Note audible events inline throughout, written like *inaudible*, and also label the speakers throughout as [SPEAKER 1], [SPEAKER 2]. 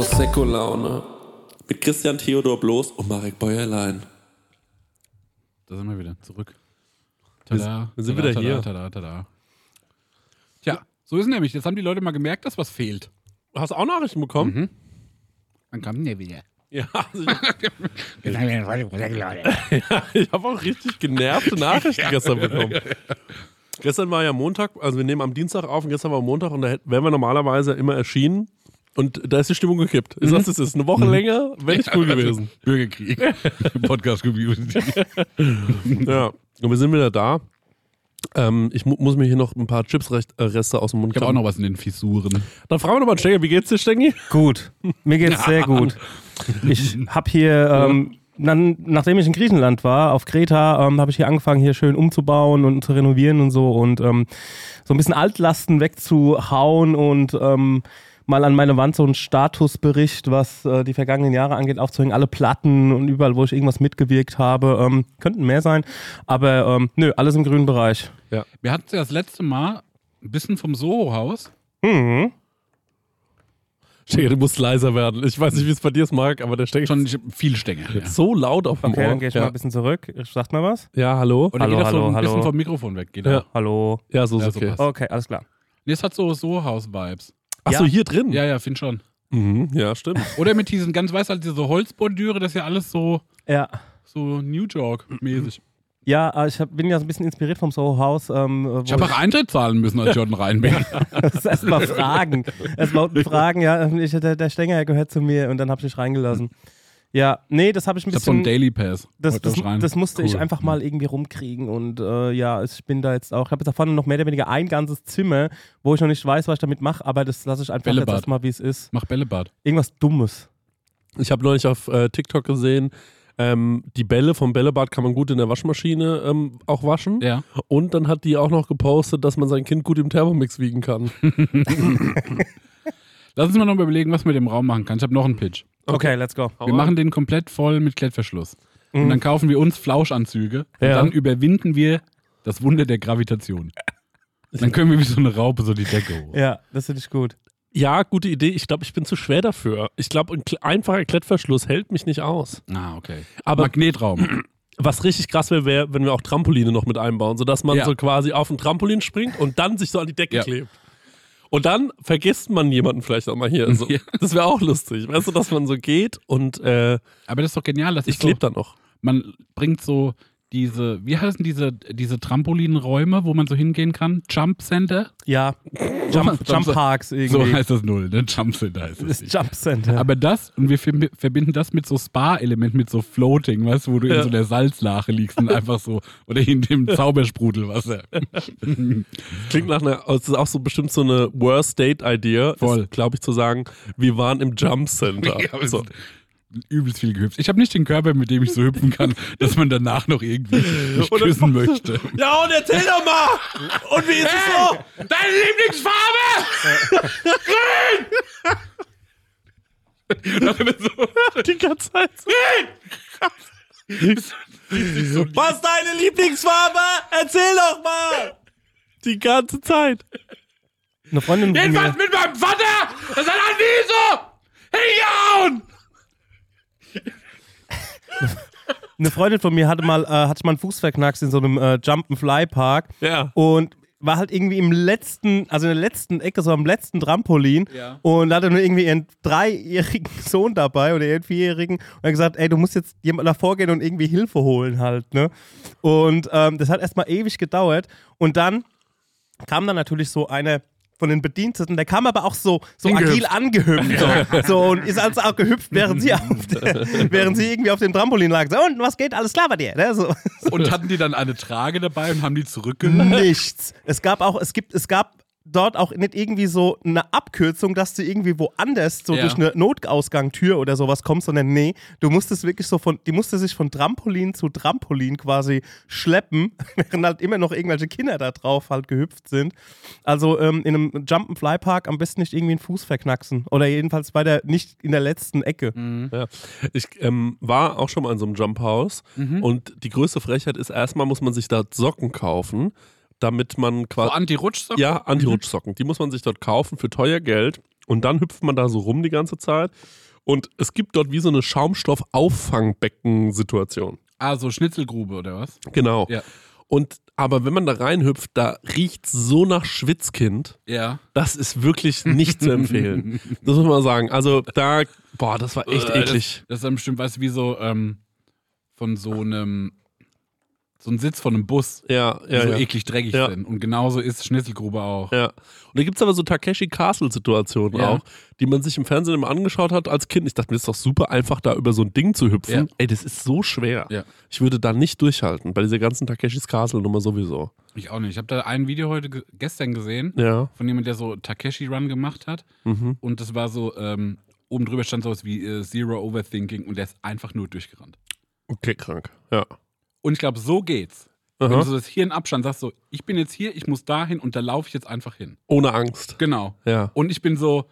[SPEAKER 1] Disco-Laune. Mit Christian Theodor Bloß und Marek Bäuerlein.
[SPEAKER 2] Da sind wir wieder zurück. Tada.
[SPEAKER 3] wir sind
[SPEAKER 2] tada,
[SPEAKER 3] wieder
[SPEAKER 2] tada,
[SPEAKER 3] hier.
[SPEAKER 2] Tada, tada. Tja, so ist nämlich. Jetzt haben die Leute mal gemerkt, dass was fehlt.
[SPEAKER 3] Hast du auch Nachrichten bekommen?
[SPEAKER 2] Dann kam der wieder.
[SPEAKER 3] Ja, also ich, *laughs* ich habe auch richtig genervte Nachrichten gestern bekommen. Gestern war ja Montag, also wir nehmen am Dienstag auf und gestern war Montag und da hätten- wären wir normalerweise immer erschienen. Und da ist die Stimmung gekippt. Ich sag's, es ist eine Woche länger, wäre nicht cool *laughs* gewesen.
[SPEAKER 2] Also, Bürgerkrieg. Podcast-Community.
[SPEAKER 3] Ja, und wir sind wieder da. Ähm, ich mu muss mir hier noch ein paar Chips-Reste aus dem Mund
[SPEAKER 2] Ich habe auch noch was in den Fissuren.
[SPEAKER 3] Dann fragen wir nochmal, Stengi, wie geht's dir, Stengi?
[SPEAKER 4] Gut, mir geht's sehr gut. Ich habe hier, ähm, nan- nachdem ich in Griechenland war, auf Kreta, ähm, habe ich hier angefangen, hier schön umzubauen und zu renovieren und so und ähm, so ein bisschen Altlasten wegzuhauen und ähm, mal an meine Wand so einen Statusbericht, was äh, die vergangenen Jahre angeht, aufzuhängen. Alle Platten und überall, wo ich irgendwas mitgewirkt habe, ähm, könnten mehr sein, aber ähm, nö, alles im grünen Bereich.
[SPEAKER 2] Wir hatten ja das letzte Mal ein bisschen vom Soho-Haus.
[SPEAKER 4] Mhm.
[SPEAKER 3] Stengi, du musst leiser werden. Ich weiß nicht, wie es bei dir ist, Marc, aber der Stengi
[SPEAKER 2] Schon viel Stängel. Ja.
[SPEAKER 3] ist so laut auf dem
[SPEAKER 4] Okay,
[SPEAKER 3] Ohr.
[SPEAKER 4] dann gehe ich
[SPEAKER 3] ja.
[SPEAKER 4] mal ein bisschen zurück. Sagt mal was?
[SPEAKER 3] ja, hallo?
[SPEAKER 2] Oder
[SPEAKER 4] Hallo,
[SPEAKER 2] geht das so
[SPEAKER 4] hallo,
[SPEAKER 2] ein bisschen
[SPEAKER 4] hallo.
[SPEAKER 2] vom Mikrofon weg? Geht
[SPEAKER 3] Ja.
[SPEAKER 2] auch.
[SPEAKER 4] Hallo.
[SPEAKER 3] Ja, so ist
[SPEAKER 2] Ja, so
[SPEAKER 3] okay.
[SPEAKER 2] passt.
[SPEAKER 4] Okay, alles klar.
[SPEAKER 2] Nee, es hat so Soho-Haus-Vibes.
[SPEAKER 3] Achso,
[SPEAKER 4] Ja.
[SPEAKER 3] hier drin?
[SPEAKER 2] Ja, ja, find schon.
[SPEAKER 3] Mhm, ja stimmt.
[SPEAKER 2] Oder mit diesen ganz weiß halt diese Holzbordüre, das ist ja alles so,
[SPEAKER 4] Ja.
[SPEAKER 2] so New York-mäßig.
[SPEAKER 4] Ja, äh, ich hab, bin ja so ein bisschen inspiriert vom Soho House. Ähm, äh, wo
[SPEAKER 2] Ich habe auch Eintritt zahlen müssen, als Jordan rein bin.
[SPEAKER 4] *laughs* erstmal Fragen. Erstmal
[SPEAKER 2] *laughs*
[SPEAKER 4] Fragen, ja. Ich, der, der Stenger gehört zu mir und dann hab ich dich reingelassen. Ja, nee, das habe ich ein
[SPEAKER 2] Ich habe so
[SPEAKER 4] bisschen.
[SPEAKER 2] einen Daily Pass.
[SPEAKER 4] das,
[SPEAKER 2] heute
[SPEAKER 4] das,
[SPEAKER 2] im Schrein.
[SPEAKER 4] das musste ich
[SPEAKER 2] Cool.
[SPEAKER 4] einfach mal irgendwie rumkriegen und äh, ja, ich bin da jetzt auch. Ich habe jetzt davon noch mehr oder weniger ein ganzes Zimmer, wo ich noch nicht weiß, was ich damit mache, aber das lasse ich einfach
[SPEAKER 2] Bällebad.
[SPEAKER 4] jetzt erstmal, wie es ist.
[SPEAKER 2] Mach Bällebad.
[SPEAKER 4] Irgendwas Dummes.
[SPEAKER 3] Ich habe neulich auf äh, TikTok gesehen, ähm, die Bälle vom Bällebad kann man gut in der Waschmaschine ähm, auch waschen.
[SPEAKER 2] Ja.
[SPEAKER 3] Und dann hat die auch noch gepostet, dass man sein Kind gut im Thermomix wiegen kann.
[SPEAKER 2] Lass uns mal noch mal überlegen, was man mit dem Raum machen kann. Ich habe noch einen Pitch.
[SPEAKER 4] Okay, let's go.
[SPEAKER 3] Hau
[SPEAKER 2] Wir
[SPEAKER 3] rein.
[SPEAKER 2] machen den komplett voll mit Klettverschluss.
[SPEAKER 4] Mhm.
[SPEAKER 2] Und dann kaufen wir uns Flauschanzüge. Und
[SPEAKER 3] Ja.
[SPEAKER 2] dann überwinden wir das Wunder der Gravitation. Dann können wir wie so eine Raupe so die Decke hoch.
[SPEAKER 4] Ja, das finde ich gut.
[SPEAKER 3] Ja, gute Idee. Ich glaube, ich bin zu schwer dafür. Ich glaube, ein kle- einfacher Klettverschluss hält mich nicht aus.
[SPEAKER 2] Ah, okay.
[SPEAKER 3] Aber-
[SPEAKER 2] Magnetraum.
[SPEAKER 3] Was richtig krass wäre, wär, wenn wir auch Trampoline noch mit einbauen, sodass man
[SPEAKER 2] Ja.
[SPEAKER 3] so quasi auf ein Trampolin springt und dann sich so an die Decke
[SPEAKER 2] Ja.
[SPEAKER 3] klebt. Und dann vergisst man jemanden vielleicht auch
[SPEAKER 2] *laughs*
[SPEAKER 3] mal hier. So.
[SPEAKER 2] Ja.
[SPEAKER 3] Das wäre auch lustig. Weißt du, dass man so geht und äh,
[SPEAKER 2] Aber das ist doch genial. Das
[SPEAKER 3] ich
[SPEAKER 2] ist so,
[SPEAKER 3] klebe dann noch.
[SPEAKER 2] man bringt so diese, wie heißen diese, diese Trampolinräume, wo man so hingehen kann? Jump Center? *laughs*
[SPEAKER 4] Ja, Jump, Jump Parks
[SPEAKER 2] So
[SPEAKER 4] irgendwie.
[SPEAKER 2] heißt das null, ne? Jump Center heißt es
[SPEAKER 4] Das
[SPEAKER 2] nicht.
[SPEAKER 4] Jump Center.
[SPEAKER 2] Aber das, und wir verbi- verbinden das mit so Spa-Element, mit so Floating, weißt du, wo du in so einer Salzlache liegst und einfach so, oder in *laughs* dem Zaubersprudelwasser.
[SPEAKER 3] Klingt nach einer, es ist auch so bestimmt so eine Worst-Date-Idea,
[SPEAKER 2] Voll.
[SPEAKER 3] glaube ich, zu sagen, wir waren im Jump Center.
[SPEAKER 2] Ja, aber
[SPEAKER 3] so.
[SPEAKER 2] es- Übelst viel gehüpft. Ich habe nicht den Körper, mit dem ich so hüpfen kann, dass man danach noch *laughs* irgendwie mich küssen möchte.
[SPEAKER 3] ja, und erzähl doch mal! Und wie ist es so?
[SPEAKER 2] Deine Lieblingsfarbe!
[SPEAKER 3] *laughs* Die ganze Zeit.
[SPEAKER 2] so
[SPEAKER 3] Was ist deine Lieblingsfarbe? Erzähl doch mal! Die ganze Zeit.
[SPEAKER 4] Eine Freundin von mir.
[SPEAKER 2] mit meinem Vater! Das hat er nie so! Hingehauen!
[SPEAKER 4] Eine Freundin von mir hatte mal, äh, hatte mal einen Fuß verknackst in so einem äh, Jump'n'Fly-Park
[SPEAKER 3] Ja.
[SPEAKER 4] und war halt irgendwie im letzten, also in der letzten Ecke, so am letzten Trampolin
[SPEAKER 2] Ja.
[SPEAKER 4] und hatte nur irgendwie ihren dreijährigen *laughs* Sohn dabei oder ihren vierjährigen und hat gesagt, ey, du musst jetzt jemand davor gehen und irgendwie Hilfe holen halt, ne? Und ähm, das hat erstmal ewig gedauert und dann kam dann natürlich so einer von den Bediensteten, der kam aber auch so, so agil
[SPEAKER 2] Hingehüpft.
[SPEAKER 4] angehüpft. So, so und ist also auch gehüpft, während sie, auf der, während sie irgendwie auf dem Trampolin lag. So, und was geht? Alles klar bei dir? Ne? So,
[SPEAKER 2] Und hatten die dann eine Trage dabei und haben die zurückgenommen?
[SPEAKER 4] nichts. Es gab auch, es gibt, es gab dort auch nicht irgendwie so eine Abkürzung, dass du irgendwie woanders so
[SPEAKER 2] Ja.
[SPEAKER 4] durch eine Notausgangtür oder sowas kommst, sondern nee, du musstest wirklich so von, die musste sich von Trampolin zu Trampolin quasi schleppen, *laughs* während halt immer noch irgendwelche Kinder da drauf halt gehüpft sind. Also ähm, in einem Jump'n'Fly-Park am besten nicht irgendwie einen Fuß verknacksen oder jedenfalls bei der, nicht in der letzten Ecke.
[SPEAKER 2] Mhm.
[SPEAKER 3] Ja. Ich ähm, war auch schon mal in so einem Jump House
[SPEAKER 2] Mhm.
[SPEAKER 3] und die größte Frechheit ist, erstmal muss man sich da Socken kaufen, damit man
[SPEAKER 2] So
[SPEAKER 3] quasi.
[SPEAKER 2] Anti-Rutschsocken?
[SPEAKER 3] Ja, Anti-Rutschsocken. Die muss man sich dort kaufen für teuer Geld. Und dann hüpft man da so rum die ganze Zeit. Und es gibt dort wie so eine Schaumstoff-Auffangbecken-Situation.
[SPEAKER 2] Ah, so Schnitzelgrube oder was?
[SPEAKER 3] Genau.
[SPEAKER 2] Ja.
[SPEAKER 3] Und aber wenn man da reinhüpft, da riecht so nach Schwitzkind.
[SPEAKER 2] Ja.
[SPEAKER 3] Das ist wirklich nicht
[SPEAKER 2] *laughs*
[SPEAKER 3] zu empfehlen. Das muss man sagen. Also da, boah, das war echt
[SPEAKER 2] Äh,
[SPEAKER 3] eklig.
[SPEAKER 2] Das ist dann bestimmt, weißt du, wie so ähm, von so einem, so ein Sitz von einem Bus,
[SPEAKER 3] Ja,
[SPEAKER 2] die
[SPEAKER 3] ja,
[SPEAKER 2] so
[SPEAKER 3] ja.
[SPEAKER 2] eklig dreckig
[SPEAKER 3] Ja.
[SPEAKER 2] sind. Und genauso ist Schnitzelgrube auch.
[SPEAKER 3] Ja. Und da gibt es aber so Takeshi Castle-Situationen
[SPEAKER 2] Ja.
[SPEAKER 3] auch, die man sich im Fernsehen immer angeschaut hat als Kind. Ich dachte mir, das ist doch super einfach, da über so ein Ding zu hüpfen.
[SPEAKER 2] Ja.
[SPEAKER 3] Ey, das ist so schwer.
[SPEAKER 2] Ja.
[SPEAKER 3] Ich würde da nicht durchhalten, bei dieser ganzen Takeshis Castle-Nummer sowieso.
[SPEAKER 2] Ich auch nicht. Ich habe da ein Video heute ge gestern gesehen
[SPEAKER 3] Ja.
[SPEAKER 2] von jemand, der so Takeshi Run gemacht hat.
[SPEAKER 3] Mhm.
[SPEAKER 2] Und das war so, ähm, oben drüber stand sowas wie äh, Zero Overthinking und der ist einfach nur durchgerannt.
[SPEAKER 3] Okay, krank. Ja.
[SPEAKER 2] Und ich glaube, so geht's. Wenn
[SPEAKER 3] Aha.
[SPEAKER 2] du so das Hirn abstand, sagst so, ich bin jetzt hier, ich muss dahin und da laufe ich jetzt einfach hin.
[SPEAKER 3] Ohne Angst.
[SPEAKER 2] Genau. *laughs*
[SPEAKER 3] Ja.
[SPEAKER 2] Und ich bin so,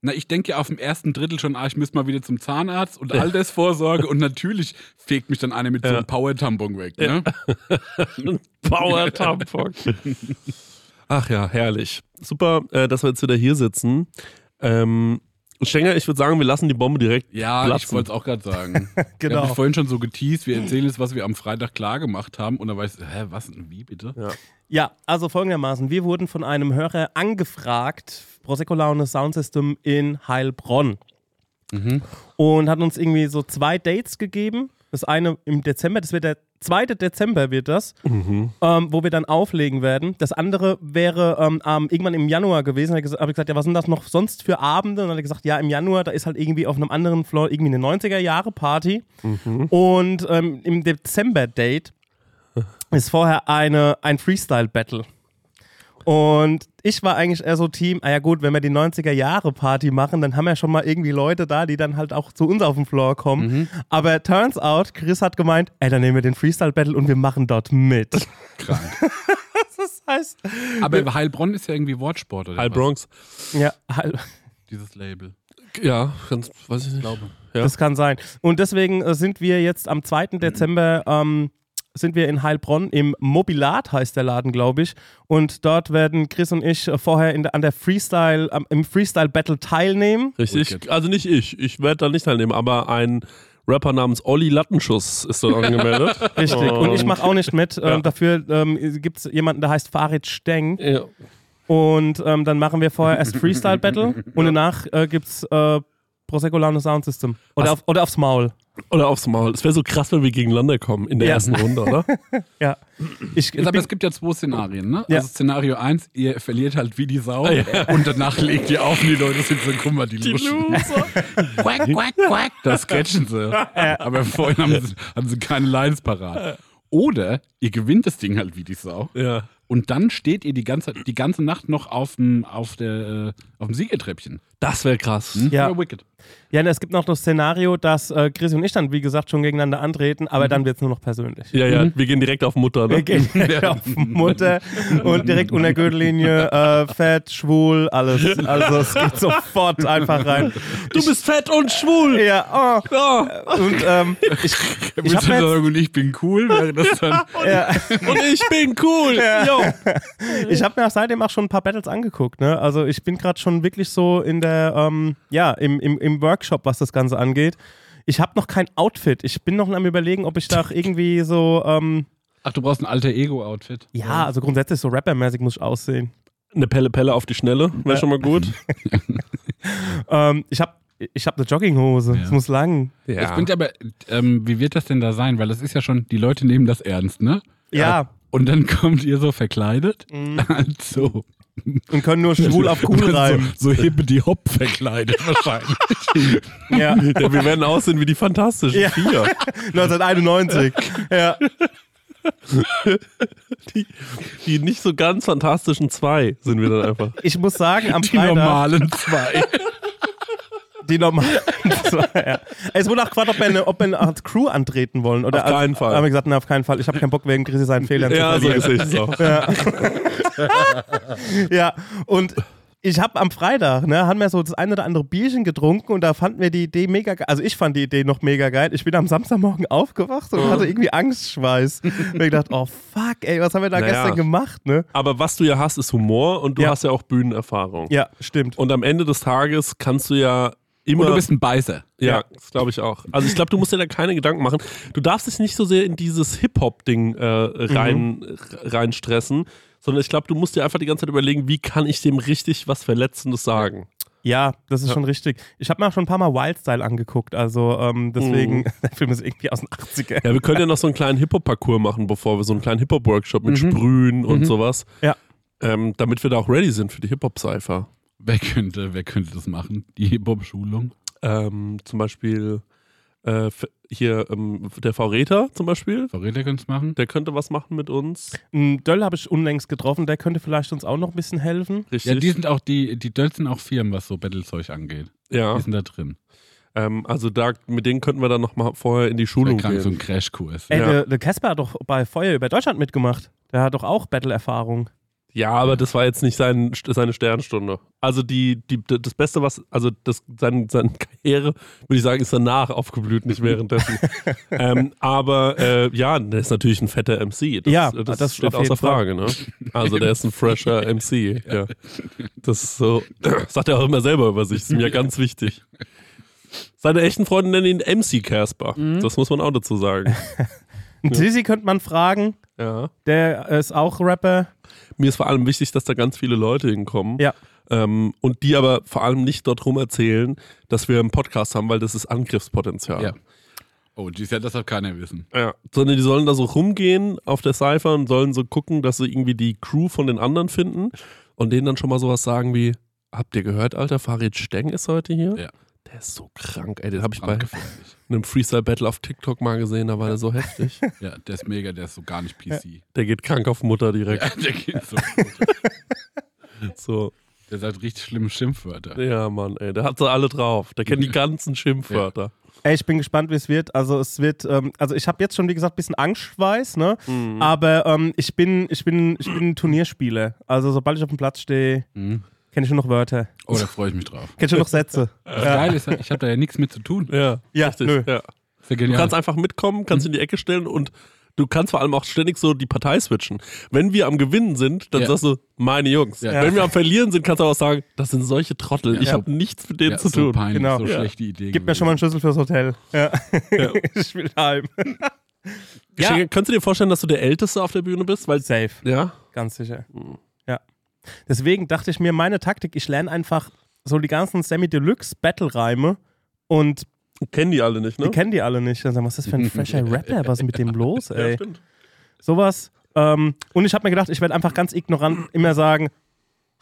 [SPEAKER 2] na, ich denke ja auf dem ersten Drittel schon, ah, ich müsste mal wieder zum Zahnarzt und all das Vorsorge. Und natürlich fegt mich dann einer mit so
[SPEAKER 3] Ja.
[SPEAKER 2] einem Power-Tampon weg. Ne?
[SPEAKER 3] Power Tampon. Ach ja, herrlich. Super, äh, dass wir jetzt wieder hier sitzen. Ähm, Schenger, ich würde sagen, wir lassen die Bombe direkt
[SPEAKER 2] Ja, ich
[SPEAKER 3] platzen.
[SPEAKER 2] wollte es auch gerade sagen.
[SPEAKER 4] *laughs* Genau.
[SPEAKER 2] Ich habe vorhin schon so geteased, wir erzählen jetzt, was wir am Freitag klar gemacht haben. Und da weiß ich, hä, was denn, wie bitte?
[SPEAKER 3] Ja.
[SPEAKER 4] Ja, also folgendermaßen. Wir wurden von einem Hörer angefragt, Prosecco Laune Soundsystem in Heilbronn. Und hat uns irgendwie so zwei Dates gegeben. Das eine im Dezember, das wird der 2. Dezember wird das, ähm, wo wir dann auflegen werden. Das andere wäre ähm, am- irgendwann im Januar gewesen. Da habe ich gesagt, ja, was sind das noch sonst für Abende? Und dann hat er gesagt, ja, im Januar, da ist halt irgendwie auf einem anderen Floor irgendwie eine 90er-Jahre-Party. Und ähm, im Dezember-Date ist vorher eine, ein Freestyle-Battle. Und ich war eigentlich eher so Team, ah ja gut, wenn wir die 90er Jahre Party machen, dann haben wir schon mal irgendwie Leute da, die dann halt auch zu uns auf den Floor kommen. Aber turns out, Chris hat gemeint, ey, dann nehmen wir den Freestyle Battle und wir machen dort mit.
[SPEAKER 2] Krank.
[SPEAKER 4] *laughs* Das heißt,
[SPEAKER 2] Aber Heilbronn ist ja irgendwie Wortsport, oder?
[SPEAKER 3] Heil
[SPEAKER 2] was?
[SPEAKER 3] Bronx.
[SPEAKER 4] ja, halt,
[SPEAKER 2] Dieses Label.
[SPEAKER 3] Ja, ganz, weiß ich nicht.
[SPEAKER 2] Glaube.
[SPEAKER 3] Ja.
[SPEAKER 4] das kann sein. Und deswegen äh, sind wir jetzt am 2. Dezember ähm, sind wir in Heilbronn im Mobilat heißt der Laden, glaube ich. Und dort werden Chris und ich äh, vorher in der, an der Freestyle, am- im Freestyle Battle teilnehmen.
[SPEAKER 3] Richtig.
[SPEAKER 2] Wicked.
[SPEAKER 3] Also nicht ich. Ich werde da nicht teilnehmen, aber ein Rapper namens Olli Lattenschuss ist dort angemeldet.
[SPEAKER 4] *laughs* Richtig. Und ich mache auch nicht mit. Ähm,
[SPEAKER 3] Ja.
[SPEAKER 4] Dafür ähm, gibt es jemanden, der heißt Farid Steng.
[SPEAKER 3] Ja.
[SPEAKER 4] Und ähm, dann machen wir vorher erst Freestyle Battle und danach äh, gibt es äh, Prosecco Laune Sound System. Oder, auf, oder aufs Maul.
[SPEAKER 3] Oder aufs Maul. Es wäre so krass, wenn wir gegeneinander kommen in der
[SPEAKER 4] Ja.
[SPEAKER 3] ersten Runde,
[SPEAKER 4] *laughs*
[SPEAKER 3] oder?
[SPEAKER 4] Ja. Ich,
[SPEAKER 2] Jetzt,
[SPEAKER 4] ich
[SPEAKER 2] aber
[SPEAKER 4] bin,
[SPEAKER 2] es gibt ja zwei Szenarien, ne?
[SPEAKER 4] Ja. Ah,
[SPEAKER 2] Also Szenario 1, ihr verliert halt wie die Sau und danach legt ihr auf und die Leute sind so, guck mal, die, Luschen. *laughs* quack, quack, quack. Das sketchen sie. aber vorhin haben sie, haben sie keine Lines parat. Oder ihr gewinnt das Ding halt wie die Sau.
[SPEAKER 3] Ja.
[SPEAKER 2] Und dann steht ihr die ganze, die ganze Nacht noch auf dem, auf der, äh, auf dem Siegertreppchen.
[SPEAKER 3] Das wäre krass.
[SPEAKER 4] Ja.
[SPEAKER 2] Oder wicked.
[SPEAKER 4] ja, ne, es gibt noch das Szenario, dass äh, Chris und ich dann, wie gesagt, schon gegeneinander antreten, aber dann wird es nur noch persönlich.
[SPEAKER 3] Ja, ja, wir gehen direkt auf Mutter. Ne?
[SPEAKER 4] Mhm. Wir *laughs* gehen direkt auf Mutter und direkt unter Gürtellinie, äh, fett, schwul, alles. Also es geht sofort einfach rein.
[SPEAKER 3] Du bist fett und schwul.
[SPEAKER 4] Ja, oh.
[SPEAKER 3] Ja.
[SPEAKER 4] Und ähm, ich, ich
[SPEAKER 2] Willst
[SPEAKER 4] hab
[SPEAKER 2] du
[SPEAKER 4] mir jetzt,
[SPEAKER 2] sagen, ich bin cool, wäre das *laughs* dann.
[SPEAKER 4] ja.
[SPEAKER 3] Und ich bin cool. Yo.
[SPEAKER 4] Ich habe mir auch seitdem auch schon ein paar Battles angeguckt. Ne? Also ich bin gerade schon wirklich so in der, ähm, ja, im, im, im Workshop, was das Ganze angeht. Ich habe noch kein Outfit. Ich bin noch am überlegen, ob ich da irgendwie so, ähm,
[SPEAKER 2] Ach, du brauchst ein alter Ego-Outfit.
[SPEAKER 4] ja, also grundsätzlich so rappermäßig muss ich aussehen.
[SPEAKER 3] Eine Pelle Pelle auf die Schnelle wäre schon mal gut.
[SPEAKER 4] Ähm, ich habe ich hab eine Jogginghose. Es muss lang.
[SPEAKER 3] Ja.
[SPEAKER 2] Ich finde aber, ähm, wie wird das denn da sein? Weil das ist ja schon, die Leute nehmen das ernst, ne?
[SPEAKER 4] Ja.
[SPEAKER 2] Und dann *laughs* kommt ihr so verkleidet *laughs* als so,
[SPEAKER 4] Und können nur schwul auf Mhm. cool
[SPEAKER 3] *laughs*
[SPEAKER 4] reimen.
[SPEAKER 2] *laughs* so, so hippe die Hopp verkleidet wahrscheinlich. *laughs*
[SPEAKER 4] Ja.
[SPEAKER 3] ja, wir werden aussehen wie die Fantastischen
[SPEAKER 4] Ja.
[SPEAKER 3] Vier.
[SPEAKER 4] *laughs* 1991. ja.
[SPEAKER 3] Die, die nicht so ganz Fantastischen Zwei sind wir dann einfach.
[SPEAKER 4] Ich muss sagen, am
[SPEAKER 2] Die
[SPEAKER 4] Freitag. *laughs*
[SPEAKER 2] normalen zwei.
[SPEAKER 4] Die normalen zwei, ja. Es wurde auch gefragt, ob wir eine, ob wir eine Art Crew antreten wollen. Oder Also,
[SPEAKER 3] Auf keinen Fall.
[SPEAKER 4] Haben wir gesagt, na, auf keinen Fall. Ich habe keinen Bock, wegen Chrissy seinen Fehlern
[SPEAKER 3] Ja,
[SPEAKER 4] zu
[SPEAKER 3] so
[SPEAKER 4] verlieren.
[SPEAKER 3] ist es auch.
[SPEAKER 4] Ja, und ich habe am Freitag, ne, haben wir so das eine oder andere Bierchen getrunken und da fanden wir die Idee mega geil. Also ich fand die Idee noch mega geil. Ich bin am Samstagmorgen *laughs* aufgewacht und hatte irgendwie
[SPEAKER 3] *laughs*
[SPEAKER 4] Angstschweiß. Und ich dachte, oh fuck, ey, was haben wir da
[SPEAKER 3] Naja.
[SPEAKER 4] gestern gemacht, ne?
[SPEAKER 3] Aber was du ja hast, ist Humor und du
[SPEAKER 4] Ja.
[SPEAKER 3] hast ja auch Bühnenerfahrung.
[SPEAKER 4] Ja, stimmt.
[SPEAKER 3] Und am Ende des Tages kannst du ja immer.
[SPEAKER 2] Und du bist ein Beißer.
[SPEAKER 3] ja, das glaube ich auch. Also ich glaube, du musst dir da keine Gedanken machen. Du darfst dich nicht so sehr in dieses Hip-Hop-Ding äh, rein, rein stressen, sondern ich glaube, du musst dir einfach die ganze Zeit überlegen, wie kann ich dem richtig was Verletzendes sagen.
[SPEAKER 4] Ja, das ist schon richtig. Ich habe mir auch schon ein paar Mal Wildstyle angeguckt, also ähm,
[SPEAKER 3] Mhm.
[SPEAKER 4] deswegen, *laughs* der Film ist irgendwie aus den 80ern.
[SPEAKER 3] Ja, wir können ja noch so einen kleinen Hip-Hop-Parcours machen, bevor wir so einen kleinen Hip-Hop-Workshop mit Sprühen und sowas,
[SPEAKER 4] Ja.
[SPEAKER 3] ähm, damit wir da auch ready sind für die Hip-Hop-Cypher.
[SPEAKER 2] Wer könnte, wer könnte das machen? Die Hip-Hop-Schulung?
[SPEAKER 3] Ähm, zum Beispiel äh, f- hier ähm, der V-Räter zum Beispiel,
[SPEAKER 2] Verräter könnte es machen.
[SPEAKER 3] der könnte was machen mit uns.
[SPEAKER 4] Ein Döll habe ich unlängst getroffen, der könnte vielleicht uns auch noch ein bisschen helfen.
[SPEAKER 3] Richtig.
[SPEAKER 2] Ja, die sind auch, die, die Dölz sind auch Firmen, was so Battlezeug angeht.
[SPEAKER 3] Ja.
[SPEAKER 2] Die sind da drin.
[SPEAKER 3] Ähm, also da, mit denen könnten wir dann nochmal vorher in die
[SPEAKER 2] Da
[SPEAKER 3] Schulung
[SPEAKER 2] krank so
[SPEAKER 3] gehen.
[SPEAKER 2] ein Crashkurs.
[SPEAKER 4] Ey,
[SPEAKER 3] Ja.
[SPEAKER 4] der- der Casper hat doch bei Feuer über Deutschland mitgemacht. Der hat doch auch Battle-Erfahrung.
[SPEAKER 3] Ja, aber das war jetzt nicht sein, seine Sternstunde. Also die, die, das Beste, was, also das, sein, seine *laughs* Karriere, würde ich sagen, ist danach aufgeblüht, nicht
[SPEAKER 4] *laughs*
[SPEAKER 3] währenddessen. ähm, aber äh, ja, der ist natürlich ein fetter MC. Das,
[SPEAKER 4] Ja,
[SPEAKER 3] das,
[SPEAKER 4] das
[SPEAKER 3] steht
[SPEAKER 4] auf jeden
[SPEAKER 3] außer Frage. Ne? Also der ist ein
[SPEAKER 4] *laughs*
[SPEAKER 3] fresher MC. Ja. Das ist so, *clears throat* sagt er auch immer selber über sich, ist mir
[SPEAKER 4] *laughs*
[SPEAKER 3] ganz wichtig. Seine echten Freunde nennen ihn MC Casper.
[SPEAKER 4] Mhm.
[SPEAKER 3] Das muss man auch dazu
[SPEAKER 4] *laughs*
[SPEAKER 3] sagen.
[SPEAKER 4] Ein Tizzy könnte man fragen,
[SPEAKER 3] Ja.
[SPEAKER 4] der ist auch Rapper.
[SPEAKER 3] Mir ist vor allem wichtig, dass da ganz viele Leute hinkommen.
[SPEAKER 4] Ja.
[SPEAKER 3] Ähm, und die aber vor allem nicht dort rum erzählen, dass wir einen Podcast haben, weil das ist Angriffspotenzial.
[SPEAKER 2] Ja. Oh, dies ja, das darf keiner wissen.
[SPEAKER 3] Ja. Sondern die sollen da so rumgehen auf der Cypher und sollen so gucken, dass sie irgendwie die Crew von den anderen finden und denen dann schon mal sowas sagen wie: Habt ihr gehört, Alter, Farid Steng ist heute hier?
[SPEAKER 2] Ja.
[SPEAKER 3] Der ist so krank, ey. Den habe ich bei
[SPEAKER 2] Brandgefährlich.
[SPEAKER 3] einem Freestyle-Battle auf TikTok mal gesehen, da war der so heftig.
[SPEAKER 2] Ja, der ist mega, der ist so gar nicht PC.
[SPEAKER 3] Der geht krank auf Mutter direkt.
[SPEAKER 2] Der geht so.
[SPEAKER 3] So.
[SPEAKER 2] Der sagt richtig schlimme Schimpfwörter.
[SPEAKER 3] Ja, Mann, ey. Der hat sie alle drauf. Der kennt die ganzen Schimpfwörter.
[SPEAKER 4] Ey, ich bin gespannt, wie es wird. Also es wird, ähm, also ich habe jetzt schon, wie gesagt, ein bisschen Angstschweiß, ne? Aber ähm, ich bin, ich bin, ich bin ein Turnierspieler. Also sobald ich auf dem Platz stehe, kenne ich schon noch Wörter,
[SPEAKER 2] Oh, da freue ich mich drauf.
[SPEAKER 4] kenne ich schon noch *laughs* Sätze.
[SPEAKER 2] Das Geile ist, ich habe da ja nichts mit zu tun.
[SPEAKER 3] Ja,
[SPEAKER 4] Ja,
[SPEAKER 3] richtig.
[SPEAKER 4] nö.
[SPEAKER 2] Ist
[SPEAKER 3] Ja.
[SPEAKER 2] ja Mhm.
[SPEAKER 3] Du
[SPEAKER 2] genial.
[SPEAKER 3] kannst einfach mitkommen, kannst in die Ecke stellen und du kannst vor allem auch ständig so die Partei switchen. Wenn wir am Gewinnen sind, dann
[SPEAKER 2] Ja.
[SPEAKER 3] sagst du, meine Jungs.
[SPEAKER 2] Ja.
[SPEAKER 3] Wenn wir am Verlieren sind, kannst du aber auch sagen, das sind solche Trottel, ich
[SPEAKER 2] Ja.
[SPEAKER 3] habe nichts mit denen
[SPEAKER 2] ja,
[SPEAKER 3] zu
[SPEAKER 2] so
[SPEAKER 3] tun.
[SPEAKER 2] Peinlich,
[SPEAKER 4] Genau.
[SPEAKER 2] so
[SPEAKER 3] Ja.
[SPEAKER 2] schlechte Idee.
[SPEAKER 4] Gib mir schon mal einen Schlüssel fürs Hotel. Ja. *laughs*
[SPEAKER 3] Ja.
[SPEAKER 4] ich will heim.
[SPEAKER 3] Ja. Schenke, Kannst du dir vorstellen, dass du der Älteste auf der Bühne bist? Weil,
[SPEAKER 4] Safe,
[SPEAKER 3] ja,
[SPEAKER 4] ganz sicher. Mhm. Ja. Deswegen dachte ich mir, meine Taktik, ich lerne einfach so die ganzen Semi-Deluxe-Battle-Reime und
[SPEAKER 3] kennen die alle nicht, ne?
[SPEAKER 4] die kennen die alle nicht. Dann sagen, was ist das für *laughs* ein fresher Rapper? Was ist mit dem los,
[SPEAKER 3] ja,
[SPEAKER 4] ey?
[SPEAKER 3] stimmt.
[SPEAKER 4] sowas. Ähm, und ich habe mir gedacht, ich werde einfach ganz ignorant immer sagen,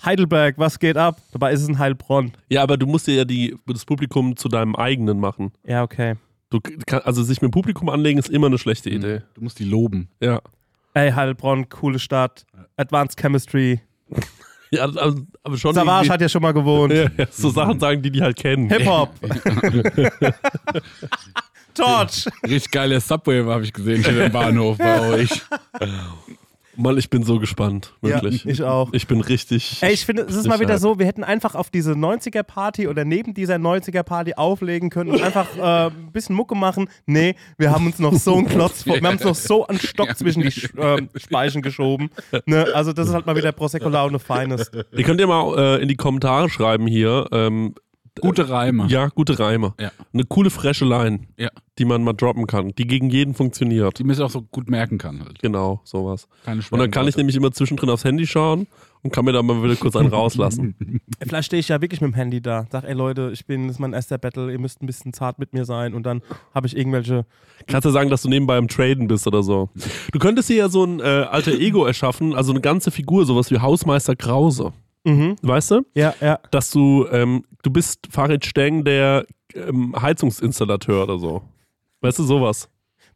[SPEAKER 4] Heidelberg, was geht ab? Dabei ist es ein Heilbronn.
[SPEAKER 3] ja, aber du musst dir ja die, das Publikum zu deinem eigenen machen.
[SPEAKER 4] Ja, okay.
[SPEAKER 3] Du, kann, also sich mit dem Publikum anlegen ist immer eine
[SPEAKER 2] Mhm.
[SPEAKER 3] schlechte Idee.
[SPEAKER 2] Hm. Du musst die loben.
[SPEAKER 3] Ja.
[SPEAKER 4] Ey, Heilbronn, coole Stadt. Advanced Chemistry.
[SPEAKER 3] ja also, aber schon
[SPEAKER 4] Savage
[SPEAKER 3] irgendwie-
[SPEAKER 4] hat ja schon mal
[SPEAKER 3] *laughs*
[SPEAKER 4] gewohnt.
[SPEAKER 3] ja, ja, so Sachen sagen, die die halt kennen. *laughs*
[SPEAKER 4] Hip-Hop. *laughs* George.
[SPEAKER 2] Richtig geile Subway habe ich gesehen hier im Bahnhof
[SPEAKER 3] *laughs*
[SPEAKER 2] bei euch.
[SPEAKER 3] Mann, ich bin so gespannt, wirklich.
[SPEAKER 4] ich auch.
[SPEAKER 3] Ich bin richtig.
[SPEAKER 4] Ey, ich finde, es ist mal
[SPEAKER 3] Sicherheit.
[SPEAKER 4] wieder so, wir hätten einfach auf diese 90er-Party oder neben dieser 90er-Party auflegen können und einfach äh, ein bisschen Mucke machen. Nee, wir haben uns noch so einen Klotz, vor, wir haben uns noch so einen Stock zwischen die Sch- ähm, Speichen geschoben. Ne? Also das ist halt mal wieder Prosecco Laune Feines.
[SPEAKER 3] Ihr könnt ja mal äh, in die Kommentare schreiben hier. Ähm,
[SPEAKER 2] Gute Reime.
[SPEAKER 3] ja, gute Reime.
[SPEAKER 2] Ja.
[SPEAKER 3] Eine coole, fresche Line,
[SPEAKER 2] ja.
[SPEAKER 3] die man mal droppen kann, die gegen jeden funktioniert.
[SPEAKER 2] Die man sich auch so gut merken kann halt.
[SPEAKER 3] Genau, sowas.
[SPEAKER 2] Keine
[SPEAKER 3] Und dann kann ich nämlich immer zwischendrin aufs Handy schauen und kann mir da mal wieder kurz
[SPEAKER 4] *laughs*
[SPEAKER 3] einen rauslassen.
[SPEAKER 4] Vielleicht stehe ich ja wirklich mit dem Handy da. Sag, ey Leute, ich bin, das ist mein erster Battle, ihr müsst ein bisschen zart mit mir sein und dann habe ich irgendwelche.
[SPEAKER 3] Kannst ja sagen, dass du nebenbei im Traden bist oder so. Du könntest hier ja so ein äh, alter Ego erschaffen, also eine ganze Figur, sowas wie Hausmeister Krause.
[SPEAKER 4] Mhm.
[SPEAKER 3] Weißt du?
[SPEAKER 4] Ja, ja.
[SPEAKER 3] dass du, ähm, du bist Farid Steng, der ähm, Heizungsinstallateur oder so. Weißt du, sowas.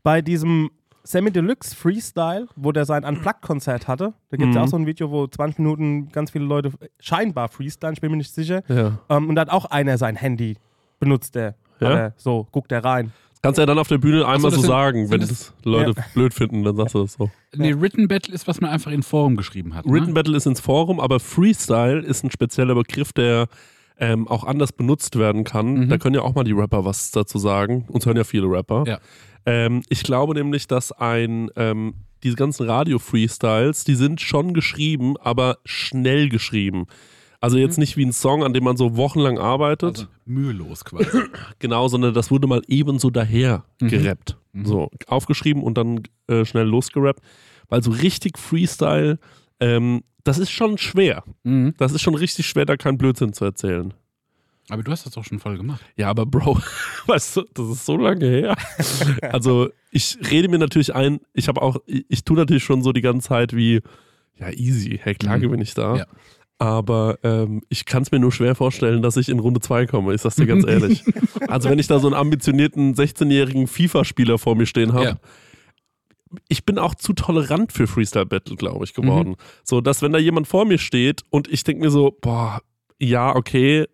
[SPEAKER 4] bei diesem Sammy Deluxe Freestyle, wo der sein Unplugged-Konzert hatte, da gibt
[SPEAKER 3] Mhm.
[SPEAKER 4] es ja auch so ein Video, wo 20 Minuten ganz viele Leute scheinbar freestylen, ich bin mir nicht sicher.
[SPEAKER 3] Ja.
[SPEAKER 4] Ähm, und da hat auch einer sein Handy benutzt, der.
[SPEAKER 3] Ja?
[SPEAKER 4] Aber so, guckt er rein.
[SPEAKER 3] Kannst ja dann auf der Bühne einmal
[SPEAKER 2] das
[SPEAKER 3] so
[SPEAKER 2] sind-
[SPEAKER 3] sagen,
[SPEAKER 2] sind
[SPEAKER 3] wenn
[SPEAKER 2] das-
[SPEAKER 3] das Leute blöd finden, dann sagst du das so.
[SPEAKER 2] Nee, Written Battle ist, was man einfach in Forum geschrieben hat.
[SPEAKER 3] Written
[SPEAKER 2] ne?
[SPEAKER 3] Battle ist ins Forum, aber Freestyle ist ein spezieller Begriff, der ähm, auch anders benutzt werden kann.
[SPEAKER 2] Mhm.
[SPEAKER 3] Da können ja auch mal die Rapper was dazu sagen. Uns hören ja viele Rapper.
[SPEAKER 2] Ja.
[SPEAKER 3] Ähm, ich glaube nämlich, dass ein ähm, diese ganzen Radio-Freestyles, die sind schon geschrieben, aber schnell geschrieben. Also jetzt nicht wie ein Song, an dem man so wochenlang
[SPEAKER 2] Mhm.
[SPEAKER 3] arbeitet.
[SPEAKER 2] Also mühelos quasi.
[SPEAKER 3] Genau, sondern das wurde mal ebenso daher gerappt. So, aufgeschrieben und dann äh, schnell losgerappt. Weil so richtig Freestyle, ähm, das ist schon schwer.
[SPEAKER 2] *clears throat* Mhm.
[SPEAKER 3] Das ist schon richtig schwer, da keinen Blödsinn zu erzählen.
[SPEAKER 2] Aber du hast das doch schon voll gemacht.
[SPEAKER 3] Ja, aber Bro, *laughs* weißt du, das ist so lange her. Also, ich rede mir natürlich ein, ich habe auch, ich, ich tue natürlich schon so die ganze Zeit wie, ja, easy, hey, klar
[SPEAKER 2] Mhm.
[SPEAKER 3] bin ich da.
[SPEAKER 2] Ja.
[SPEAKER 3] Aber ähm, ich kann es mir nur schwer vorstellen, dass ich in Runde 2 komme, ich sag's dir ganz
[SPEAKER 2] *laughs*
[SPEAKER 3] ehrlich. Also, wenn ich da so einen ambitionierten 16-jährigen FIFA-Spieler vor mir stehen habe,
[SPEAKER 2] Ja.
[SPEAKER 3] ich bin auch zu tolerant für Freestyle Battle, glaube ich, geworden.
[SPEAKER 2] Mhm.
[SPEAKER 3] So, dass wenn da jemand vor mir steht und ich denke mir so, boah, ja, okay,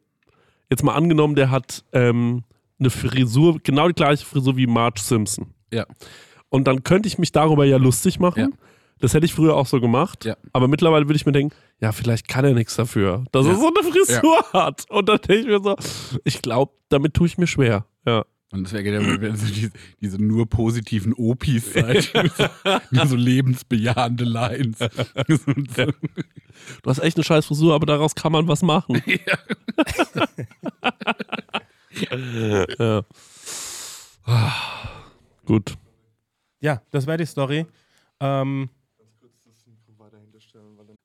[SPEAKER 3] jetzt mal angenommen, der hat ähm, eine Frisur, genau die gleiche Frisur wie Marge Simpson.
[SPEAKER 2] Ja.
[SPEAKER 3] Und dann könnte ich mich darüber ja lustig machen.
[SPEAKER 2] Ja.
[SPEAKER 3] Das hätte ich früher auch so gemacht.
[SPEAKER 2] Ja.
[SPEAKER 3] Aber mittlerweile würde ich mir denken, ja, vielleicht kann er nichts dafür, dass er
[SPEAKER 2] Ja.
[SPEAKER 3] so eine Frisur hat. Und dann denke ich mir so, ich glaube, damit tue ich mir schwer. Ja.
[SPEAKER 2] Und es wäre generell, wenn so diese, diese nur positiven Opis
[SPEAKER 3] *laughs*
[SPEAKER 2] seid. *laughs* nur so lebensbejahende Lines. Und so.
[SPEAKER 3] Du hast echt eine scheiß Frisur, aber daraus kann man
[SPEAKER 2] *laughs*
[SPEAKER 3] was machen. *laughs* ja. Ah, Gut.
[SPEAKER 4] Ja, das wäre die Story. Ähm,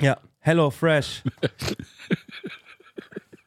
[SPEAKER 4] Ja, Hello Fresh.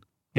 [SPEAKER 4] Oh.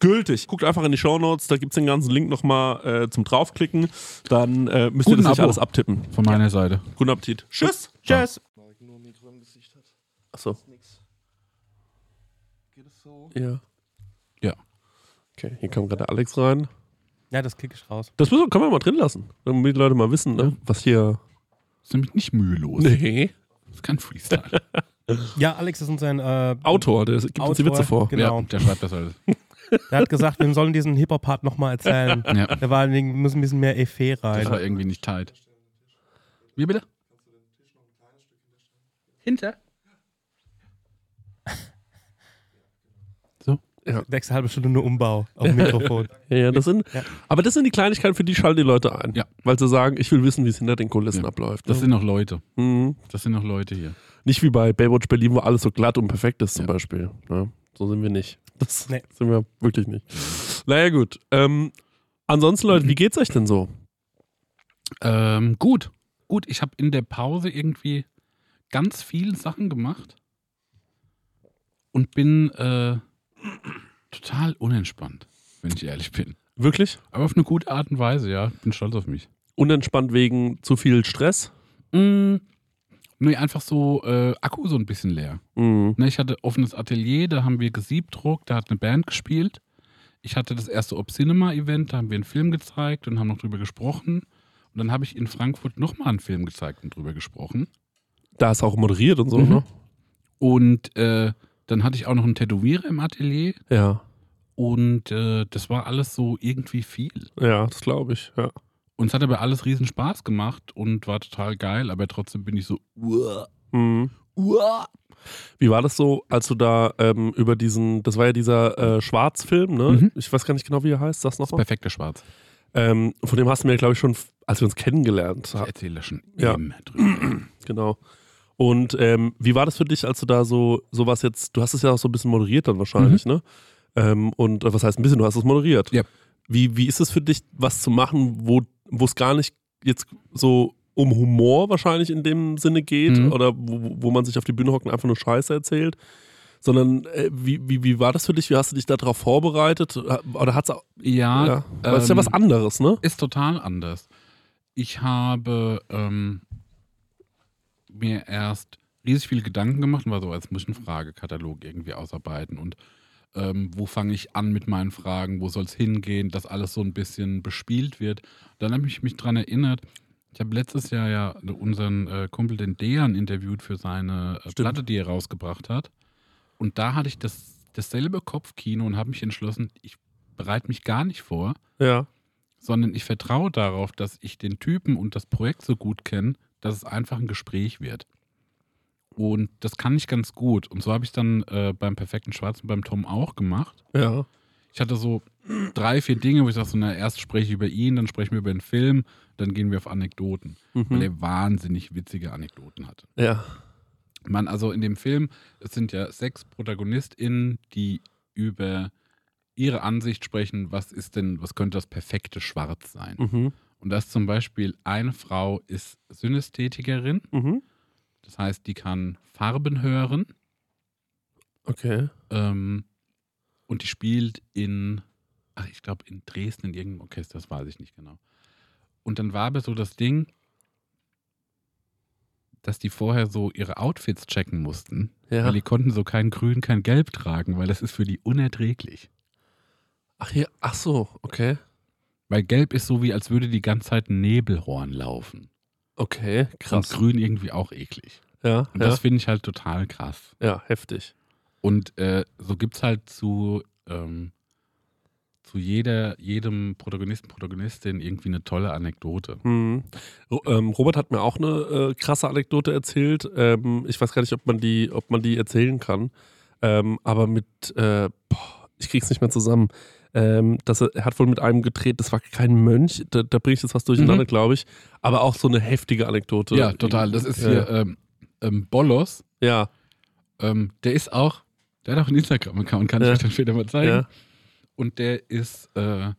[SPEAKER 3] gültig. Guckt einfach in die Shownotes, da gibt's den ganzen Link nochmal äh, zum draufklicken. Dann äh, müsst ihr
[SPEAKER 2] Guten
[SPEAKER 3] das nicht
[SPEAKER 2] Abo.
[SPEAKER 3] alles abtippen.
[SPEAKER 2] Von meiner Seite.
[SPEAKER 3] Guten Appetit. Tschüss.
[SPEAKER 4] Tschüss.
[SPEAKER 5] Marek nur Mikro im Gesicht hat.
[SPEAKER 3] Achso. Ja.
[SPEAKER 2] Ja.
[SPEAKER 3] Okay, hier kam gerade Alex rein.
[SPEAKER 4] Ja, das klicke ich raus.
[SPEAKER 3] Das müssen, können wir mal drin lassen, damit die Leute mal wissen, ne? was hier.
[SPEAKER 2] Ist nämlich nicht mühelos.
[SPEAKER 3] Nee.
[SPEAKER 2] Das ist kein Freestyle.
[SPEAKER 4] Ja, Alex ist uns ein äh,
[SPEAKER 3] Autor, der gibt uns die
[SPEAKER 4] Autor,
[SPEAKER 3] Witze vor.
[SPEAKER 4] *laughs* Genau.
[SPEAKER 2] Ja, der schreibt das alles.
[SPEAKER 4] Der hat gesagt, wir sollen diesen Hip-Hop-Part nochmal erzählen.
[SPEAKER 2] Ja.
[SPEAKER 4] Da war, wir müssen ein bisschen mehr Effet
[SPEAKER 2] Das
[SPEAKER 4] rein.
[SPEAKER 2] war irgendwie nicht tight. Wie bitte? Hinter? So?
[SPEAKER 4] Nächste halbe Stunde nur Umbau auf dem Mikrofon.
[SPEAKER 3] Ja, ja, das sind,
[SPEAKER 4] Ja.
[SPEAKER 3] Aber das sind die Kleinigkeiten, für die schalten die Leute ein.
[SPEAKER 2] Ja.
[SPEAKER 3] Weil sie sagen, ich will wissen, wie es hinter den Kulissen
[SPEAKER 2] Ja.
[SPEAKER 3] abläuft. ne?
[SPEAKER 2] Das sind noch Leute.
[SPEAKER 3] mhm.
[SPEAKER 2] Das sind noch Leute hier.
[SPEAKER 3] Nicht wie bei Baywatch Berlin, wo alles so glatt und perfekt ist, zum
[SPEAKER 2] Ja.
[SPEAKER 3] Beispiel. Ne? So sind wir nicht. *laughs* Das
[SPEAKER 4] Nee.
[SPEAKER 3] sind wir wirklich nicht. Mhm. Naja, gut. Ähm, ansonsten, Leute, wie geht's euch denn so?
[SPEAKER 2] Ähm, gut. Gut, ich habe in der Pause irgendwie ganz viele Sachen gemacht und bin äh, total unentspannt, wenn ich ehrlich bin.
[SPEAKER 3] Wirklich?
[SPEAKER 2] Aber auf eine gute Art und Weise, ja. Bin stolz auf mich.
[SPEAKER 3] Unentspannt wegen zu viel Stress?
[SPEAKER 2] Mm, nee, einfach so äh, Akku so ein bisschen leer.
[SPEAKER 3] Mhm.
[SPEAKER 2] Ne, ich hatte offenes Atelier, da haben wir gesiebdruckt, da hat eine Band gespielt. Ich hatte das erste Ob Cinema Event, da haben wir einen Film gezeigt und haben noch drüber gesprochen. Und dann habe ich in Frankfurt nochmal einen Film gezeigt und drüber gesprochen.
[SPEAKER 3] Da ist auch moderiert und so,
[SPEAKER 2] Mhm.
[SPEAKER 3] ne?
[SPEAKER 2] Und äh, dann hatte ich auch noch einen Tätowierer im Atelier
[SPEAKER 3] Ja.
[SPEAKER 2] und äh, das war alles so irgendwie viel.
[SPEAKER 3] Ja, das glaube ich. Ja.
[SPEAKER 2] Und es hat aber alles riesen Spaß gemacht und war total geil, aber trotzdem bin ich so, uah,
[SPEAKER 3] Mhm.
[SPEAKER 2] uah.
[SPEAKER 3] Wie war das so, als du da ähm, über diesen, das war ja dieser äh, Schwarzfilm, ne?
[SPEAKER 2] Mhm.
[SPEAKER 3] Ich weiß gar nicht genau, wie er heißt, sag's
[SPEAKER 2] Das ist
[SPEAKER 3] nochmal.
[SPEAKER 2] perfekter Schwarz.
[SPEAKER 3] Ähm, von dem hast du mir, glaube ich, schon, f- als wir uns kennengelernt
[SPEAKER 2] Ich
[SPEAKER 3] haben.
[SPEAKER 2] erzähle da schon
[SPEAKER 3] Ja.
[SPEAKER 2] immer drüber.
[SPEAKER 3] Genau. Und ähm, wie war das für dich, als du da so sowas jetzt, du hast es ja auch so ein bisschen moderiert dann wahrscheinlich, ne? Ähm, und äh, was heißt ein bisschen, du hast es moderiert.
[SPEAKER 2] Mhm. Ja.
[SPEAKER 3] Wie, wie ist es für dich, was zu machen, wo wo es gar nicht jetzt so um Humor wahrscheinlich in dem Sinne geht
[SPEAKER 2] Mhm.
[SPEAKER 3] oder wo, wo man sich auf die Bühne hockt und einfach nur Scheiße erzählt? Sondern äh, wie, wie, wie war das für dich? Wie hast du dich darauf vorbereitet? Oder hat's auch.
[SPEAKER 2] Ja,
[SPEAKER 3] Ja. Weil es ist ja
[SPEAKER 2] ähm,
[SPEAKER 3] was anderes, ne?
[SPEAKER 2] ist total anders. Ich habe ähm, mir erst riesig viel Gedanken gemacht und war so, als muss ich einen Fragekatalog irgendwie ausarbeiten und ähm, wo fange ich an mit meinen Fragen, wo soll es hingehen, dass alles so ein bisschen bespielt wird. Dann habe ich mich daran erinnert, ich habe letztes Jahr ja unseren äh, Kumpel den Dejan interviewt für seine äh,
[SPEAKER 3] Stimmt.
[SPEAKER 2] Platte, die er rausgebracht hat. Und da hatte ich das, dasselbe Kopfkino und habe mich entschlossen, ich bereite mich gar nicht vor,
[SPEAKER 3] Ja.
[SPEAKER 2] sondern ich vertraue darauf, dass ich den Typen und das Projekt so gut kenne, dass es einfach ein Gespräch wird. Und das kann ich ganz gut. Und so habe ich dann äh, beim perfekten Schwarzen beim Tom auch gemacht.
[SPEAKER 3] Ja.
[SPEAKER 2] Ich hatte so drei, vier Dinge, wo ich dachte, so, na, erst spreche ich über ihn, dann sprechen wir über den Film, dann gehen wir auf Anekdoten, weil
[SPEAKER 3] Mhm.
[SPEAKER 2] er wahnsinnig witzige Anekdoten hatte.
[SPEAKER 3] Ja.
[SPEAKER 2] Man, also in dem Film, es sind ja sechs ProtagonistInnen, die über ihre Ansicht sprechen, was ist denn, was könnte das perfekte Schwarz sein?
[SPEAKER 3] Mhm.
[SPEAKER 2] Und das zum Beispiel eine Frau ist Synästhetikerin,
[SPEAKER 3] Mhm.
[SPEAKER 2] das heißt, die kann Farben hören
[SPEAKER 3] Okay.
[SPEAKER 2] ähm, und die spielt in, ach, ich glaube in Dresden in irgendeinem Orchester, das weiß ich nicht genau. Und dann war aber so das Ding, dass die vorher so ihre Outfits checken mussten,
[SPEAKER 3] Ja.
[SPEAKER 2] weil die konnten so kein Grün, kein Gelb tragen, weil das ist für die unerträglich.
[SPEAKER 3] Ach, hier, ach so, okay.
[SPEAKER 2] Weil Gelb ist so wie, als würde die ganze Zeit ein Nebelhorn laufen.
[SPEAKER 3] Okay, krass.
[SPEAKER 2] Und Grün irgendwie auch eklig.
[SPEAKER 3] Ja,
[SPEAKER 2] Und
[SPEAKER 3] ja,
[SPEAKER 2] das finde ich halt total krass.
[SPEAKER 3] ja, heftig.
[SPEAKER 2] Und äh, so gibt es halt zu, ähm, zu jeder, jedem Protagonisten, Protagonistin irgendwie eine tolle Anekdote.
[SPEAKER 3] Hm. Ro- Ähm, Robert hat mir auch eine äh, krasse Anekdote erzählt. Ähm, ich weiß gar nicht, ob man die, ob man die erzählen kann. Ähm, aber mit, äh, boah, ich krieg's nicht mehr zusammen. Ähm, das, er hat wohl mit einem gedreht, das war kein Mönch, da, da bringe ich jetzt was durcheinander, glaube ich. Aber auch so eine heftige Anekdote.
[SPEAKER 2] Mhm. Ja, total. Das ist hier ähm, ähm, Bollos.
[SPEAKER 3] Ja,
[SPEAKER 2] Ähm, der ist auch, der hat auch einen Instagram-Account, kann
[SPEAKER 3] Ja.
[SPEAKER 2] ich euch dann später mal zeigen.
[SPEAKER 3] ja.
[SPEAKER 2] Und der ist äh,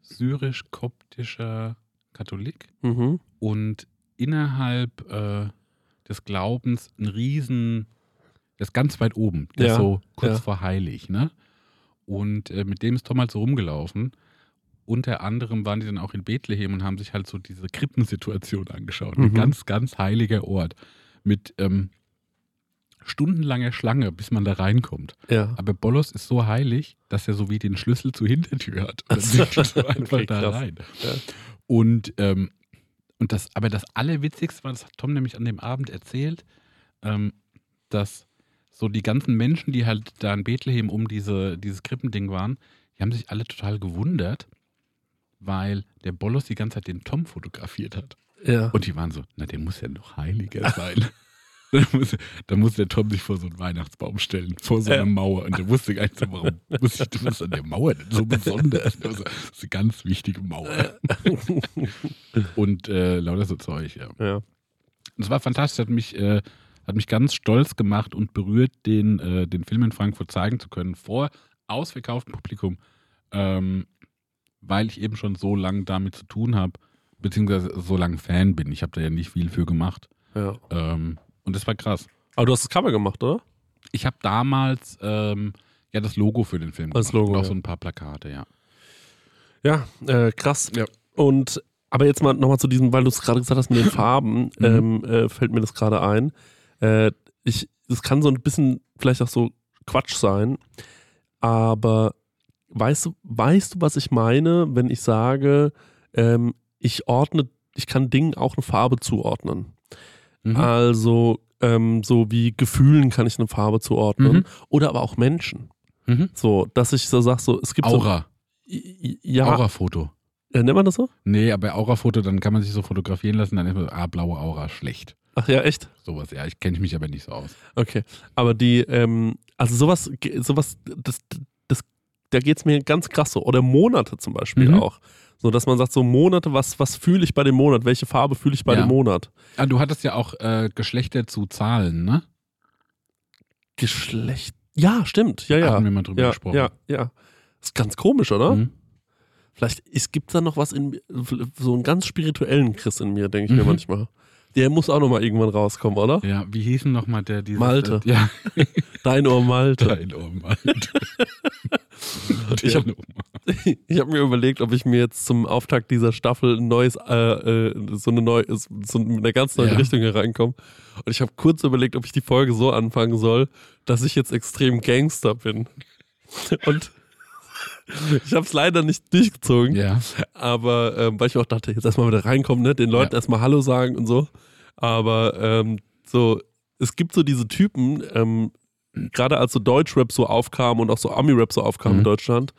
[SPEAKER 2] syrisch-koptischer Katholik
[SPEAKER 3] Mhm.
[SPEAKER 2] und innerhalb äh, des Glaubens ein Riesen, der ist ganz weit oben, der
[SPEAKER 3] Ja,
[SPEAKER 2] ist so kurz
[SPEAKER 3] ja.
[SPEAKER 2] vor heilig, ne? Und äh, mit dem ist Tom halt so rumgelaufen. Unter anderem waren die dann auch in Bethlehem und haben sich halt so diese Krippensituation angeschaut.
[SPEAKER 3] Mhm.
[SPEAKER 2] Ein ganz, ganz heiliger Ort mit ähm, stundenlange Schlange, bis man da reinkommt.
[SPEAKER 3] Ja.
[SPEAKER 2] Aber Bollos ist so heilig, dass er so wie den Schlüssel zur Hintertür hat.
[SPEAKER 3] *laughs*
[SPEAKER 2] Dann sneakst du einfach
[SPEAKER 3] Okay,
[SPEAKER 2] da
[SPEAKER 3] krass.
[SPEAKER 2] rein. Und, ähm, und das, aber das Allerwitzigste war, das hat Tom nämlich an dem Abend erzählt, ähm, dass so die ganzen Menschen, die halt da in Bethlehem um diese, dieses Krippending waren, die haben sich alle total gewundert, weil der Bollos die ganze Zeit den Tom fotografiert hat.
[SPEAKER 3] Ja.
[SPEAKER 2] Und die waren so, na, der muss ja noch heiliger sein. *laughs* Da muss, da muss der Tom sich vor so einen Weihnachtsbaum stellen, vor so einer Mauer. Und der wusste gar nicht so, warum muss ich das an der Mauer denn so besonders? Das ist eine ganz wichtige Mauer. Und äh, lauter so Zeug, ja.
[SPEAKER 3] Ja.
[SPEAKER 2] Und es war fantastisch, hat mich, äh, hat mich ganz stolz gemacht und berührt, den, äh, den Film in Frankfurt zeigen zu können, vor ausverkauftem Publikum, ähm, weil ich eben schon so lange damit zu tun habe, beziehungsweise so lange Fan bin. Ich habe da ja nicht viel für gemacht.
[SPEAKER 3] ja.
[SPEAKER 2] Ähm, und das war krass.
[SPEAKER 3] Aber du hast das Cover gemacht, oder?
[SPEAKER 2] Ich habe damals ähm, ja das Logo für den Film
[SPEAKER 3] Das Logo,
[SPEAKER 2] und auch
[SPEAKER 3] ja.
[SPEAKER 2] so ein paar Plakate, ja.
[SPEAKER 3] Ja, äh, krass.
[SPEAKER 2] Ja.
[SPEAKER 3] Und aber jetzt mal nochmal zu diesem, weil du es gerade gesagt hast
[SPEAKER 2] *laughs*
[SPEAKER 3] mit den Farben,
[SPEAKER 2] Mhm.
[SPEAKER 3] ähm, äh, fällt mir das gerade ein. Äh, ich, das kann so ein bisschen vielleicht auch so Quatsch sein, aber weißt du, weißt du, was ich meine, wenn ich sage, ähm, ich ordne, ich kann Dingen auch eine Farbe zuordnen.
[SPEAKER 2] Mhm.
[SPEAKER 3] Also ähm, so wie Gefühlen kann ich eine Farbe zuordnen
[SPEAKER 2] Mhm.
[SPEAKER 3] oder aber auch Menschen.
[SPEAKER 2] Mhm.
[SPEAKER 3] So, dass ich so sag, so es gibt
[SPEAKER 2] Aura,
[SPEAKER 3] so, I- I- ja,
[SPEAKER 2] Aura-Foto.
[SPEAKER 3] Äh, nennt man das so?
[SPEAKER 2] Nee, aber Aura-Foto, dann kann man sich so fotografieren lassen, dann ist man so, ah, blaue Aura, schlecht.
[SPEAKER 3] Ach ja, echt?
[SPEAKER 2] Sowas, ja, ich kenne mich aber nicht so aus.
[SPEAKER 3] Okay. Aber die, ähm, also sowas, ge- sowas, das, das, da geht es mir ganz krass so. Oder Monate zum Beispiel
[SPEAKER 2] Mhm.
[SPEAKER 3] auch. So, dass man sagt, so Monate, was, was fühle ich bei dem Monat? Welche Farbe fühle ich bei
[SPEAKER 2] Ja.
[SPEAKER 3] dem Monat?
[SPEAKER 2] Ah, du hattest ja auch äh, Geschlechter zu Zahlen, ne?
[SPEAKER 3] Geschlecht. Ja, stimmt. Ja,
[SPEAKER 2] Hatten
[SPEAKER 3] ja.
[SPEAKER 2] wir mal drüber
[SPEAKER 3] Ja,
[SPEAKER 2] gesprochen.
[SPEAKER 3] ja, ne? ja. Ist ganz komisch, oder?
[SPEAKER 2] Mhm.
[SPEAKER 3] Vielleicht gibt es da noch was in mir- so einen ganz spirituellen Chris in mir, denke ich mir
[SPEAKER 2] Mhm.
[SPEAKER 3] manchmal. Der muss auch nochmal irgendwann rauskommen, oder?
[SPEAKER 2] Ja, wie hieß denn nochmal der? Dieses,
[SPEAKER 3] Malte.
[SPEAKER 2] Äh, ja, *laughs*
[SPEAKER 3] Dein Ohr Malte.
[SPEAKER 2] dein *laughs*
[SPEAKER 3] *laughs*
[SPEAKER 2] Ohr, Malte.
[SPEAKER 3] Ich hab-
[SPEAKER 2] Dein Ohr.
[SPEAKER 3] Ich habe mir überlegt, ob ich mir jetzt zum Auftakt dieser Staffel ein neues, äh, äh, so eine neue, so mit einer ganz neuen
[SPEAKER 2] Ja.
[SPEAKER 3] Richtung hier reinkomme. Und ich habe kurz überlegt, ob ich die Folge so anfangen soll, dass ich jetzt extrem Gangster bin. *laughs* Und ich habe es leider nicht durchgezogen,
[SPEAKER 2] Ja,
[SPEAKER 3] aber ähm, weil ich auch dachte, jetzt erstmal wieder reinkommen, ne? den Leuten
[SPEAKER 2] Ja.
[SPEAKER 3] erstmal Hallo sagen und so. Aber ähm, so, es gibt so diese Typen, ähm, gerade als so Deutschrap so aufkam und auch so Ami-Rap so aufkam
[SPEAKER 2] Mhm.
[SPEAKER 3] in Deutschland,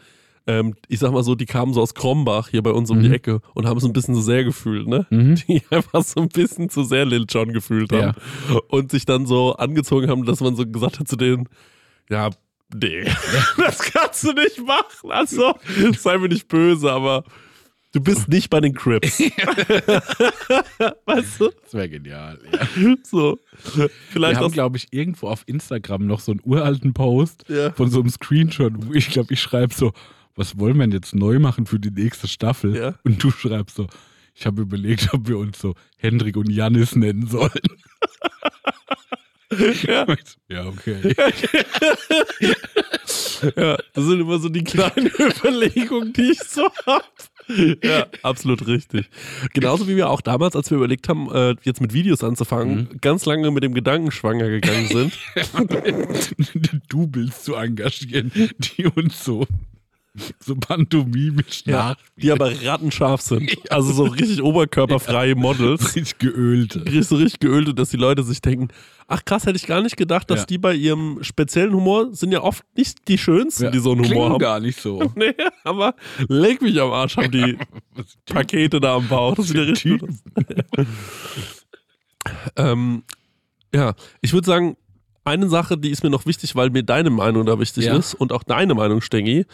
[SPEAKER 3] ähm, ich sag mal so, die kamen so aus Krombach hier bei uns um die
[SPEAKER 2] Mhm.
[SPEAKER 3] Ecke und haben es ein bisschen zu sehr gefühlt, ne? *laughs*
[SPEAKER 2] Mhm.
[SPEAKER 3] Die einfach so ein bisschen zu sehr Lil Jon gefühlt haben und sich dann so angezogen haben, dass man so gesagt hat zu denen, ja, nee, *laughs* das kannst du nicht machen. Also, sei mir nicht böse, aber du bist nicht bei den
[SPEAKER 2] *laughs*
[SPEAKER 3] Crips. weißt du?
[SPEAKER 2] das wäre genial. Ja.
[SPEAKER 3] So.
[SPEAKER 2] Wir
[SPEAKER 3] Vielleicht
[SPEAKER 2] haben,
[SPEAKER 3] auch.
[SPEAKER 2] glaube ich, irgendwo auf Instagram noch so einen uralten Post
[SPEAKER 3] Ja.
[SPEAKER 2] von so einem Screenshot, wo ich glaube, ich schreibe so, was wollen wir denn jetzt neu machen für die nächste Staffel?
[SPEAKER 3] Ja.
[SPEAKER 2] Und du schreibst so, ich habe überlegt, ob wir uns so Hendrik und Jannis nennen
[SPEAKER 3] *laughs*
[SPEAKER 2] sollen. Ja, ja okay. *laughs*
[SPEAKER 3] Ja, das sind immer so
[SPEAKER 2] *laughs*
[SPEAKER 3] die kleinen Überlegungen, die ich so hab. Ja, absolut richtig. Genauso wie wir auch damals, als wir überlegt haben, äh, jetzt mit Videos anzufangen,
[SPEAKER 2] Mhm.
[SPEAKER 3] ganz lange mit dem Gedanken schwanger gegangen sind.
[SPEAKER 2] Doubles zu engagieren, die uns so, so pantomimisch
[SPEAKER 3] Ja,
[SPEAKER 2] ja. *laughs*
[SPEAKER 3] die aber rattenscharf sind. Also so richtig oberkörperfreie Models.
[SPEAKER 2] richtig geölte.
[SPEAKER 3] Richtig, so richtig geölt, dass die Leute sich denken, ach krass, hätte ich gar nicht gedacht, dass
[SPEAKER 2] Ja.
[SPEAKER 3] die bei ihrem speziellen Humor sind ja oft nicht die schönsten, die so einen
[SPEAKER 2] Klingen
[SPEAKER 3] Humor haben.
[SPEAKER 2] gar nicht so.
[SPEAKER 3] *laughs* Nee, aber leg mich am Arsch, haben
[SPEAKER 2] *laughs*
[SPEAKER 3] die Pakete da am Bauch. Das ist wieder richtig. ähm, ja, ich würde sagen, eine Sache, die ist mir noch wichtig, weil mir deine Meinung da wichtig
[SPEAKER 2] Ja.
[SPEAKER 3] ist und auch deine Meinung, Stengi.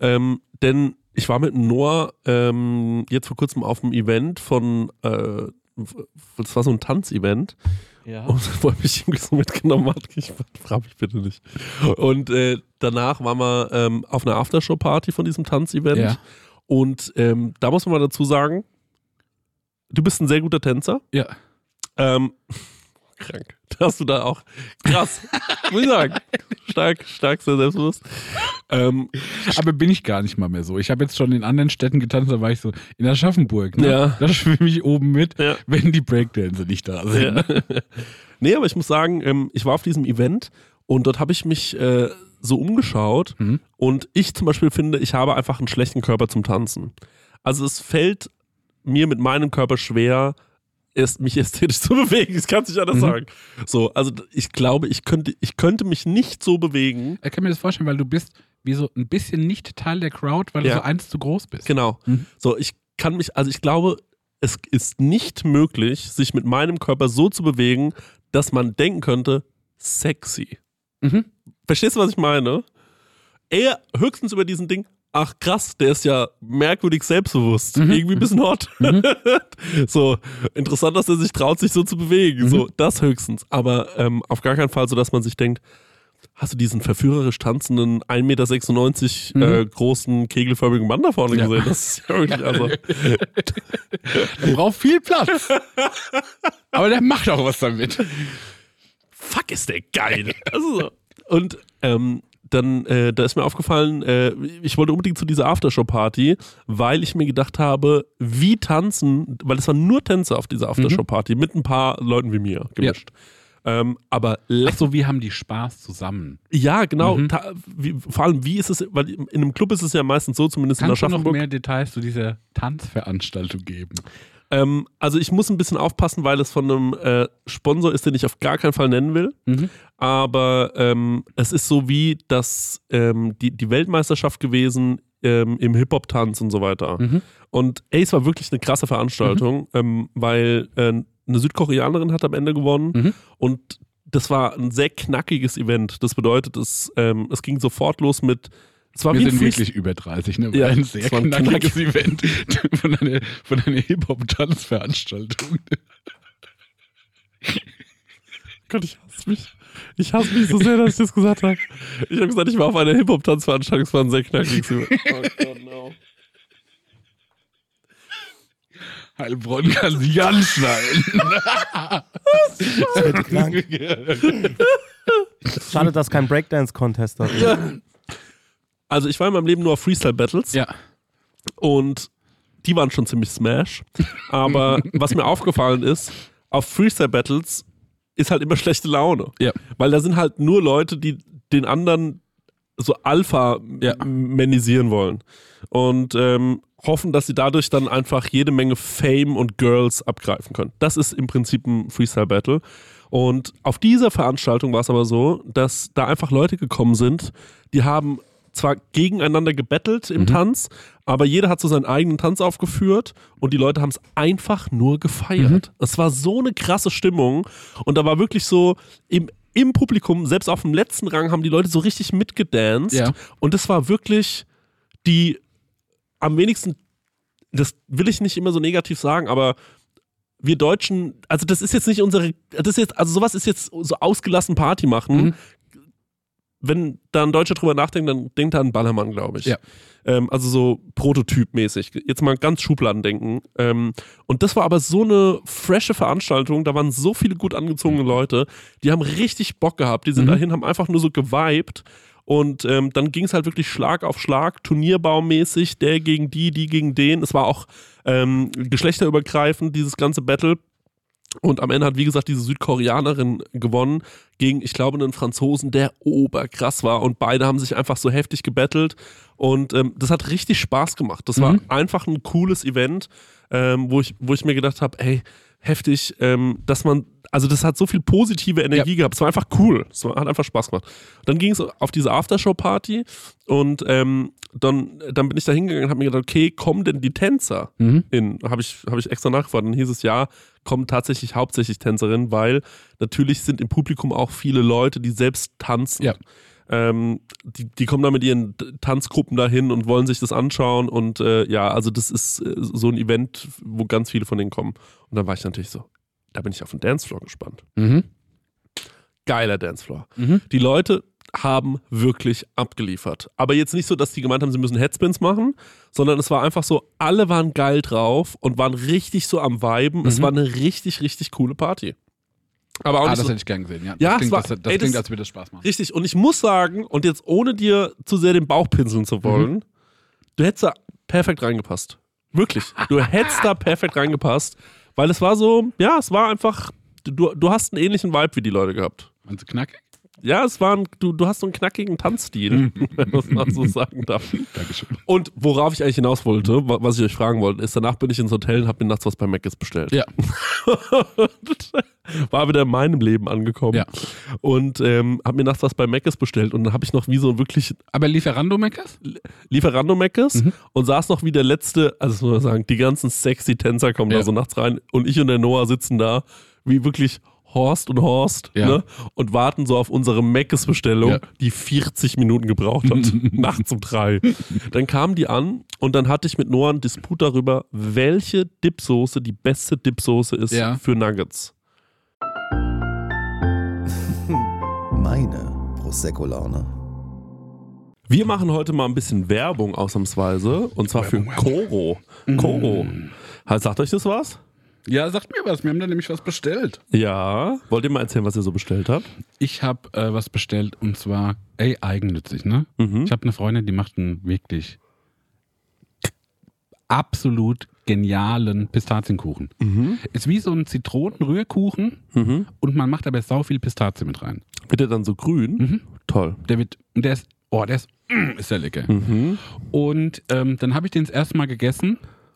[SPEAKER 3] Ähm, denn ich war mit Noah ähm, jetzt vor kurzem auf einem Event von, äh, das war so ein Tanzevent. Und *laughs* wo er mich irgendwie so mitgenommen hat, ich frag mich bitte nicht. Und äh, danach waren wir ähm, auf einer Aftershow-Party von diesem Tanzevent.
[SPEAKER 2] Ja.
[SPEAKER 3] Und ähm, da muss man mal dazu sagen, du bist ein sehr guter Tänzer.
[SPEAKER 2] Ja.
[SPEAKER 3] Ähm, *laughs* krank. Dass du da auch krass, muss ich sagen, stark, stark, sehr selbstbewusst. Ähm,
[SPEAKER 2] Aber bin ich gar nicht mal mehr so. Ich habe jetzt schon in anderen Städten getanzt, da war ich so in Aschaffenburg. Ne?
[SPEAKER 3] Ja.
[SPEAKER 2] Da schwimme ich oben mit,
[SPEAKER 3] Ja.
[SPEAKER 2] wenn die Breakdancer nicht da sind. ne?
[SPEAKER 3] Ja. *laughs* nee, aber ich muss sagen, ähm, ich war auf diesem Event und dort habe ich mich äh, so umgeschaut
[SPEAKER 2] Mhm.
[SPEAKER 3] und ich zum Beispiel finde, ich habe einfach einen schlechten Körper zum Tanzen. Also es fällt mir mit meinem Körper schwer, es, mich ästhetisch *laughs* zu bewegen. Ich kann es nicht anders sagen. So, also d- ich glaube, ich könnte, ich könnte mich nicht so bewegen.
[SPEAKER 2] Ich kann mir das vorstellen, weil du bist wie so ein bisschen nicht Teil der Crowd, weil
[SPEAKER 3] Ja.
[SPEAKER 2] du so eins zu groß bist.
[SPEAKER 3] Genau.
[SPEAKER 2] Mhm.
[SPEAKER 3] So, ich kann mich, also ich glaube, es ist nicht möglich, sich mit meinem Körper so zu bewegen, dass man denken könnte, sexy.
[SPEAKER 2] Mhm.
[SPEAKER 3] Verstehst du, was ich meine? Er höchstens über diesen Ding, ach krass, der ist ja merkwürdig selbstbewusst. Irgendwie ein bisschen hot. *laughs* so, interessant, dass er sich traut, sich so zu bewegen. So, das höchstens. Aber ähm, auf gar keinen Fall so, dass man sich denkt, hast du diesen verführerisch tanzenden 1,96 Meter äh, großen kegelförmigen Mann da vorne
[SPEAKER 2] Ja.
[SPEAKER 3] gesehen? Das ist ja wirklich, also,
[SPEAKER 2] Der braucht viel
[SPEAKER 3] *laughs*
[SPEAKER 2] Platz. Aber der macht auch was damit.
[SPEAKER 3] fuck, ist der
[SPEAKER 2] *laughs*
[SPEAKER 3] geil. Also, so. und ähm, dann, äh, da ist mir aufgefallen, äh, ich wollte unbedingt zu dieser Aftershow-Party, weil ich mir gedacht habe, wie tanzen, weil es waren nur Tänze auf
[SPEAKER 2] Mhm.
[SPEAKER 3] dieser Aftershow-Party mit ein paar Leuten wie mir gemischt. Ähm, aber
[SPEAKER 2] Ach so, wir haben die Spaß zusammen.
[SPEAKER 3] ja, genau.
[SPEAKER 2] Mhm.
[SPEAKER 3] Ta wie, vor allem, wie ist es, weil in einem Club ist es ja meistens so, zumindest in
[SPEAKER 2] Kannst du noch
[SPEAKER 3] Aschaffenburg.
[SPEAKER 2] mehr Details zu dieser Tanzveranstaltung geben?
[SPEAKER 3] Ähm, also ich muss ein bisschen aufpassen, weil es von einem äh, Sponsor ist, den ich auf gar keinen Fall nennen will.
[SPEAKER 2] Mhm.
[SPEAKER 3] Aber ähm, es ist so wie das, ähm, die, die Weltmeisterschaft gewesen ähm, im Hip-Hop-Tanz und so weiter.
[SPEAKER 2] Mhm.
[SPEAKER 3] Und ey, es war wirklich eine krasse Veranstaltung, ähm, weil äh, eine Südkoreanerin hat am Ende gewonnen
[SPEAKER 2] Mhm.
[SPEAKER 3] und das war ein sehr knackiges Event. Das bedeutet, es, ähm, es ging sofort los mit. Es war
[SPEAKER 2] Wir
[SPEAKER 3] wie ein
[SPEAKER 2] sind
[SPEAKER 3] Freestyle-
[SPEAKER 2] wirklich über 30, ne?
[SPEAKER 3] Ja,
[SPEAKER 2] ein sehr
[SPEAKER 3] das war ein
[SPEAKER 2] knackiges Event *laughs* von einer, von einer Hip-Hop-Tanzveranstaltung.
[SPEAKER 3] Gott, ich hasse mich. Ich hasse mich so sehr, dass ich das gesagt habe. *laughs* Ich habe gesagt, ich war auf einer Hip-Hop-Tanzveranstaltung, es war ein sehr knackiges Event.
[SPEAKER 2] Heilbronn kann sich anschneiden.
[SPEAKER 4] Das wird krank.
[SPEAKER 2] *laughs*
[SPEAKER 4] Schade, dass kein Breakdance-Contest da ist.
[SPEAKER 3] Also ich war in meinem Leben nur auf Freestyle-Battles
[SPEAKER 2] Ja.
[SPEAKER 3] und die waren schon ziemlich smash. *laughs* Aber was mir aufgefallen ist, auf Freestyle-Battles ist halt immer schlechte Laune.
[SPEAKER 2] Ja.
[SPEAKER 3] Weil da sind halt nur Leute, die den anderen so
[SPEAKER 2] Ja.
[SPEAKER 3] alpha-männisieren wollen. Und ähm, hoffen, dass sie dadurch dann einfach jede Menge Fame und Girls abgreifen können. Das ist im Prinzip ein Freestyle-Battle. Und auf dieser Veranstaltung war es aber so, dass da einfach Leute gekommen sind, die haben zwar gegeneinander gebettelt im Tanz, aber jeder hat so seinen eigenen Tanz aufgeführt und die Leute haben es einfach nur gefeiert. Es war so eine krasse Stimmung und da war wirklich so im, im Publikum, selbst auf dem letzten Rang, haben die Leute so richtig mitgedanced
[SPEAKER 2] Ja.
[SPEAKER 3] und es war wirklich die am wenigsten, das will ich nicht immer so negativ sagen, aber wir Deutschen, also das ist jetzt nicht unsere, das ist jetzt, also sowas ist jetzt so ausgelassen Party machen. Wenn da ein Deutscher drüber nachdenkt, dann denkt er an Ballermann, glaube ich.
[SPEAKER 2] Ja.
[SPEAKER 3] Ähm, also so prototypmäßig. Jetzt mal ganz Schubladen denken. Ähm, und das war aber so eine frische Veranstaltung, da waren so viele gut angezogene Leute, die haben richtig Bock gehabt, die sind dahin, haben einfach nur so geweibt. Und ähm, dann ging es halt wirklich Schlag auf Schlag, turnierbaummäßig, der gegen die, die gegen den. Es war auch ähm, geschlechterübergreifend, dieses ganze Battle. Und am Ende hat, wie gesagt, diese Südkoreanerin gewonnen gegen, ich glaube, einen Franzosen, der oberkrass war. Und beide haben sich einfach so heftig gebettelt. Und ähm, das hat richtig Spaß gemacht. Das war einfach ein cooles Event, ähm, wo, ich, wo ich mir gedacht habe, ey, heftig, ähm, dass man, also das hat so viel positive Energie gehabt. Es war einfach cool. Es war, hat einfach Spaß gemacht. Dann ging es auf diese Aftershow-Party und ähm, dann, dann bin ich da hingegangen und habe mir gedacht, okay, kommen denn die Tänzer?
[SPEAKER 2] Mhm.
[SPEAKER 3] in? Habe ich, hab ich extra nachgefragt. Dann hieß es, ja, kommen tatsächlich hauptsächlich Tänzerinnen, weil natürlich sind im Publikum auch viele Leute, die selbst tanzen.
[SPEAKER 2] Ja.
[SPEAKER 3] Ähm, die, die kommen da mit ihren T- Tanzgruppen dahin und wollen sich das anschauen. Und äh, ja, also das ist äh, so ein Event, wo ganz viele von denen kommen. Und dann war ich natürlich so, da bin ich auf den Dancefloor gespannt.
[SPEAKER 2] Mhm.
[SPEAKER 3] Geiler Dancefloor.
[SPEAKER 2] Mhm.
[SPEAKER 3] Die Leute haben wirklich abgeliefert. Aber jetzt nicht so, dass die gemeint haben, sie müssen Headspins machen, sondern es war einfach so, alle waren geil drauf und waren richtig so am Weiben. Es war eine richtig, richtig coole Party. Aber auch
[SPEAKER 2] Mhm. Ah,
[SPEAKER 3] nicht
[SPEAKER 2] das
[SPEAKER 3] so,
[SPEAKER 2] hätte ich gern gesehen, ja.
[SPEAKER 3] Ja,
[SPEAKER 2] das
[SPEAKER 3] es
[SPEAKER 2] klingt,
[SPEAKER 3] war-
[SPEAKER 2] das, das
[SPEAKER 3] ey, das-
[SPEAKER 2] klingt als würde das Spaß machen.
[SPEAKER 3] Richtig, und ich muss sagen, und jetzt ohne dir zu sehr den Bauch pinseln zu wollen,
[SPEAKER 2] Mhm.
[SPEAKER 3] du hättest da perfekt reingepasst. Wirklich. Du hättest da perfekt reingepasst, weil es war so, ja, es war einfach, du, du hast einen ähnlichen Vibe wie die Leute gehabt.
[SPEAKER 2] Meinst du knackig?
[SPEAKER 3] Ja, es war ein, du, du hast so einen knackigen
[SPEAKER 2] Mhm.
[SPEAKER 3] Tanzstil, *laughs* wenn man es mal so sagen darf.
[SPEAKER 2] Dankeschön.
[SPEAKER 3] Und worauf ich eigentlich hinaus wollte, wa- was ich euch fragen wollte, ist, danach bin ich ins Hotel und habe mir nachts was bei Mc's bestellt.
[SPEAKER 2] Ja.
[SPEAKER 3] *laughs* War wieder in meinem Leben angekommen.
[SPEAKER 2] Ja.
[SPEAKER 3] Und ähm, habe mir nachts was bei Mc's bestellt und dann habe ich noch wie so wirklich
[SPEAKER 2] Aber Lieferando Meckers?
[SPEAKER 3] Lieferando Meckes
[SPEAKER 2] Mhm.
[SPEAKER 3] und saß noch wie der letzte, also das muss man sagen, die ganzen sexy Tänzer kommen
[SPEAKER 2] Ja.
[SPEAKER 3] da so nachts rein und ich und der Noah sitzen da wie wirklich Horst und Horst
[SPEAKER 2] Ja.
[SPEAKER 3] ne, und warten so auf unsere Meckes Bestellung,
[SPEAKER 2] Ja.
[SPEAKER 3] die 40 Minuten gebraucht hat,
[SPEAKER 2] *laughs*
[SPEAKER 3] nachts um drei. Dann kamen die an und dann hatte ich mit Noah einen Disput darüber, welche Dipsoße die beste Dipsoße ist
[SPEAKER 2] Ja.
[SPEAKER 3] für Nuggets.
[SPEAKER 5] Meine Prosecco-Laune.
[SPEAKER 3] Wir machen heute mal ein bisschen Werbung ausnahmsweise und zwar für Koro.
[SPEAKER 2] Mhm.
[SPEAKER 3] Koro. Sagt euch das was?
[SPEAKER 2] Ja, sagt mir was. Wir haben da nämlich was bestellt.
[SPEAKER 3] Ja. Wollt ihr mal erzählen, was ihr so bestellt habt?
[SPEAKER 2] Ich habe äh, was bestellt und zwar, ey, eigennützig, ne?
[SPEAKER 3] Hm? Mhm.
[SPEAKER 2] Ich habe eine Freundin, die macht einen wirklich absolut genialen Pistazienkuchen. Ist wie so ein Zitronenrührkuchen und man macht aber sau viel Pistazie mit rein.
[SPEAKER 3] Bitte dann so grün. Toll.
[SPEAKER 2] Der wird, und der ist, oh, der ist, mm, ist der lecker. Und ähm, dann habe ich den das erste Mal gegessen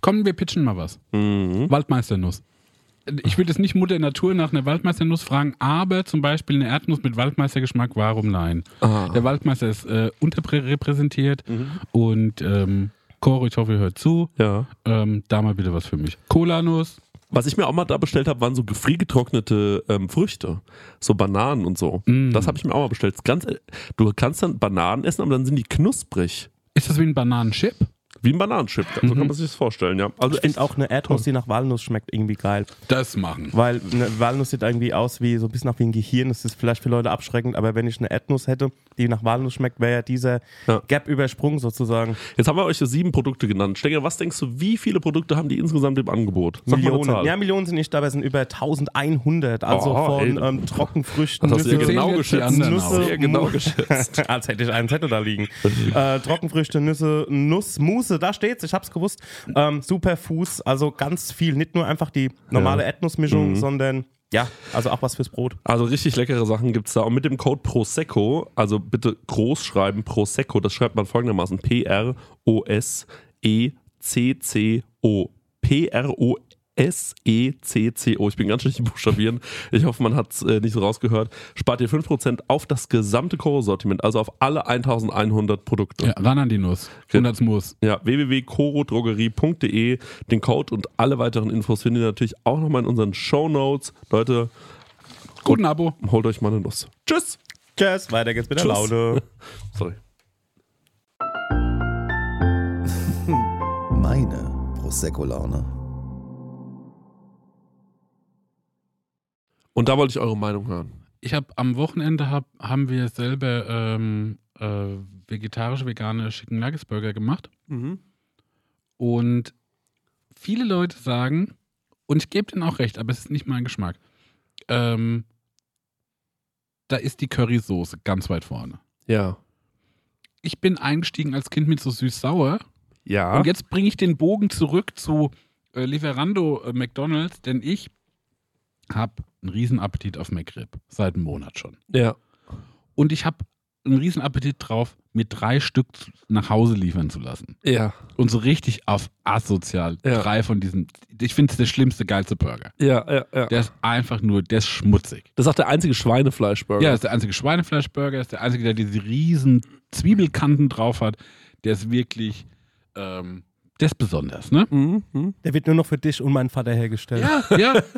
[SPEAKER 2] Kommen wir pitchen mal was. Waldmeisternuss. Ich will jetzt nicht Mutter Natur nach einer Waldmeisternuss fragen, aber zum Beispiel eine Erdnuss mit Waldmeistergeschmack, warum nein? Der Waldmeister ist äh, unterrepräsentiert und ähm, Coro, ich hoffe, ihr hört zu.
[SPEAKER 3] Ja.
[SPEAKER 2] Ähm, da mal bitte was für mich. Kolanuss.
[SPEAKER 3] Was ich mir auch mal da bestellt habe, waren so gefriergetrocknete ähm, Früchte. So Bananen und so. Das habe ich mir auch mal bestellt. Ganz, äh, du kannst dann Bananen essen, aber dann sind die knusprig.
[SPEAKER 2] Ist das wie ein Bananenchip?
[SPEAKER 3] Wie ein Bananenchip. So kann man sich das vorstellen, ja. Also
[SPEAKER 4] Ich finde
[SPEAKER 3] echt
[SPEAKER 4] auch eine Erdnuss, die nach Walnuss schmeckt, irgendwie geil.
[SPEAKER 2] Das machen.
[SPEAKER 4] Weil eine Walnuss sieht irgendwie aus wie so ein bisschen nach wie ein Gehirn. Das ist vielleicht für Leute abschreckend, aber wenn ich eine Erdnuss hätte, die nach Walnuss schmeckt, wäre ja dieser
[SPEAKER 3] Ja.
[SPEAKER 4] Gap übersprungen sozusagen.
[SPEAKER 3] Jetzt haben wir euch so sieben Produkte genannt. Stenger, was denkst du, wie viele Produkte haben die insgesamt im Angebot? Sag mal eine
[SPEAKER 4] Millionen.
[SPEAKER 3] Zahl.
[SPEAKER 4] Ja, Millionen sind nicht dabei, es sind über 1100. Also
[SPEAKER 3] Oh,
[SPEAKER 4] von
[SPEAKER 3] ey.
[SPEAKER 4] ähm, Trockenfrüchten,
[SPEAKER 3] Das hast du ja
[SPEAKER 2] Zählen
[SPEAKER 3] genau
[SPEAKER 2] jetzt die
[SPEAKER 3] geschätzt.
[SPEAKER 2] anderen
[SPEAKER 4] Nüsse,
[SPEAKER 2] auf.
[SPEAKER 3] Sehr genau
[SPEAKER 4] Mo-
[SPEAKER 3] geschätzt.
[SPEAKER 4] *laughs* als hätte ich einen Zettel da liegen. äh, Trockenfrüchte, Nüsse, Nuss, Muße, da steht's, ich hab's gewusst. Ähm, Superfuß, also ganz viel. Nicht nur einfach die normale Erdnussmischung,
[SPEAKER 3] Mhm.
[SPEAKER 4] sondern ja, also auch was fürs Brot.
[SPEAKER 3] Also richtig leckere Sachen gibt es da. Und mit dem Code Prosecco, also bitte groß schreiben, Prosecco, das schreibt man folgendermaßen. E P-R-O-S-E-C-C-O. E P-R-O-S-E-C-C-O. Ich bin ganz schlecht im Buchstabieren. Ich hoffe, man hat es äh, nicht so rausgehört. Spart ihr 5% auf das gesamte Koro-Sortiment, also auf alle 1100 Produkte.
[SPEAKER 2] Ja, ran an die Nuss. Und das muss.
[SPEAKER 3] Ja, www.corodrogerie.de. Den Code und alle weiteren Infos findet ihr natürlich auch nochmal in unseren Show Notes. Leute,
[SPEAKER 2] Guten Abo.
[SPEAKER 3] holt euch mal eine Nuss. Tschüss!
[SPEAKER 4] Tschüss, weiter geht's mit der
[SPEAKER 3] Tschüss. *laughs*
[SPEAKER 4] Laune.
[SPEAKER 3] Sorry.
[SPEAKER 5] Meine Prosecco-Laune.
[SPEAKER 3] Und da wollte ich eure Meinung hören.
[SPEAKER 2] Ich habe am Wochenende hab, haben wir selber ähm, äh, vegetarische, vegane Chicken Nuggets Burger gemacht.
[SPEAKER 3] Mhm.
[SPEAKER 2] Und viele Leute sagen, und ich gebe denen auch recht, aber es ist nicht mein Geschmack, ähm, da ist die Currysoße ganz weit vorne.
[SPEAKER 3] Ja.
[SPEAKER 2] Ich bin eingestiegen als Kind mit so süß-sauer
[SPEAKER 3] Ja.
[SPEAKER 2] Und jetzt bringe ich den Bogen zurück zu äh, Lieferando äh, McDonalds, denn ich habe einen Riesenappetit auf McRib. Seit einem Monat schon.
[SPEAKER 3] ja.
[SPEAKER 2] Und ich habe einen Riesenappetit drauf, mir drei Stück zu- nach Hause liefern zu lassen.
[SPEAKER 3] Ja.
[SPEAKER 2] Und so richtig auf asozial.
[SPEAKER 3] Ja.
[SPEAKER 2] Drei von diesen. Ich finde es der schlimmste, geilste Burger.
[SPEAKER 3] Ja, ja, ja.
[SPEAKER 2] Der ist einfach nur, der ist schmutzig.
[SPEAKER 3] Das ist auch der einzige Schweinefleischburger.
[SPEAKER 2] Ja, das ist der einzige Schweinefleischburger, das ist der einzige, der diese riesen Zwiebelkanten drauf hat. Der ist wirklich, ähm, der ist besonders, ne?
[SPEAKER 3] Mhm. Mhm.
[SPEAKER 4] Der wird nur noch für dich und meinen Vater hergestellt.
[SPEAKER 2] Ja, ja. *laughs*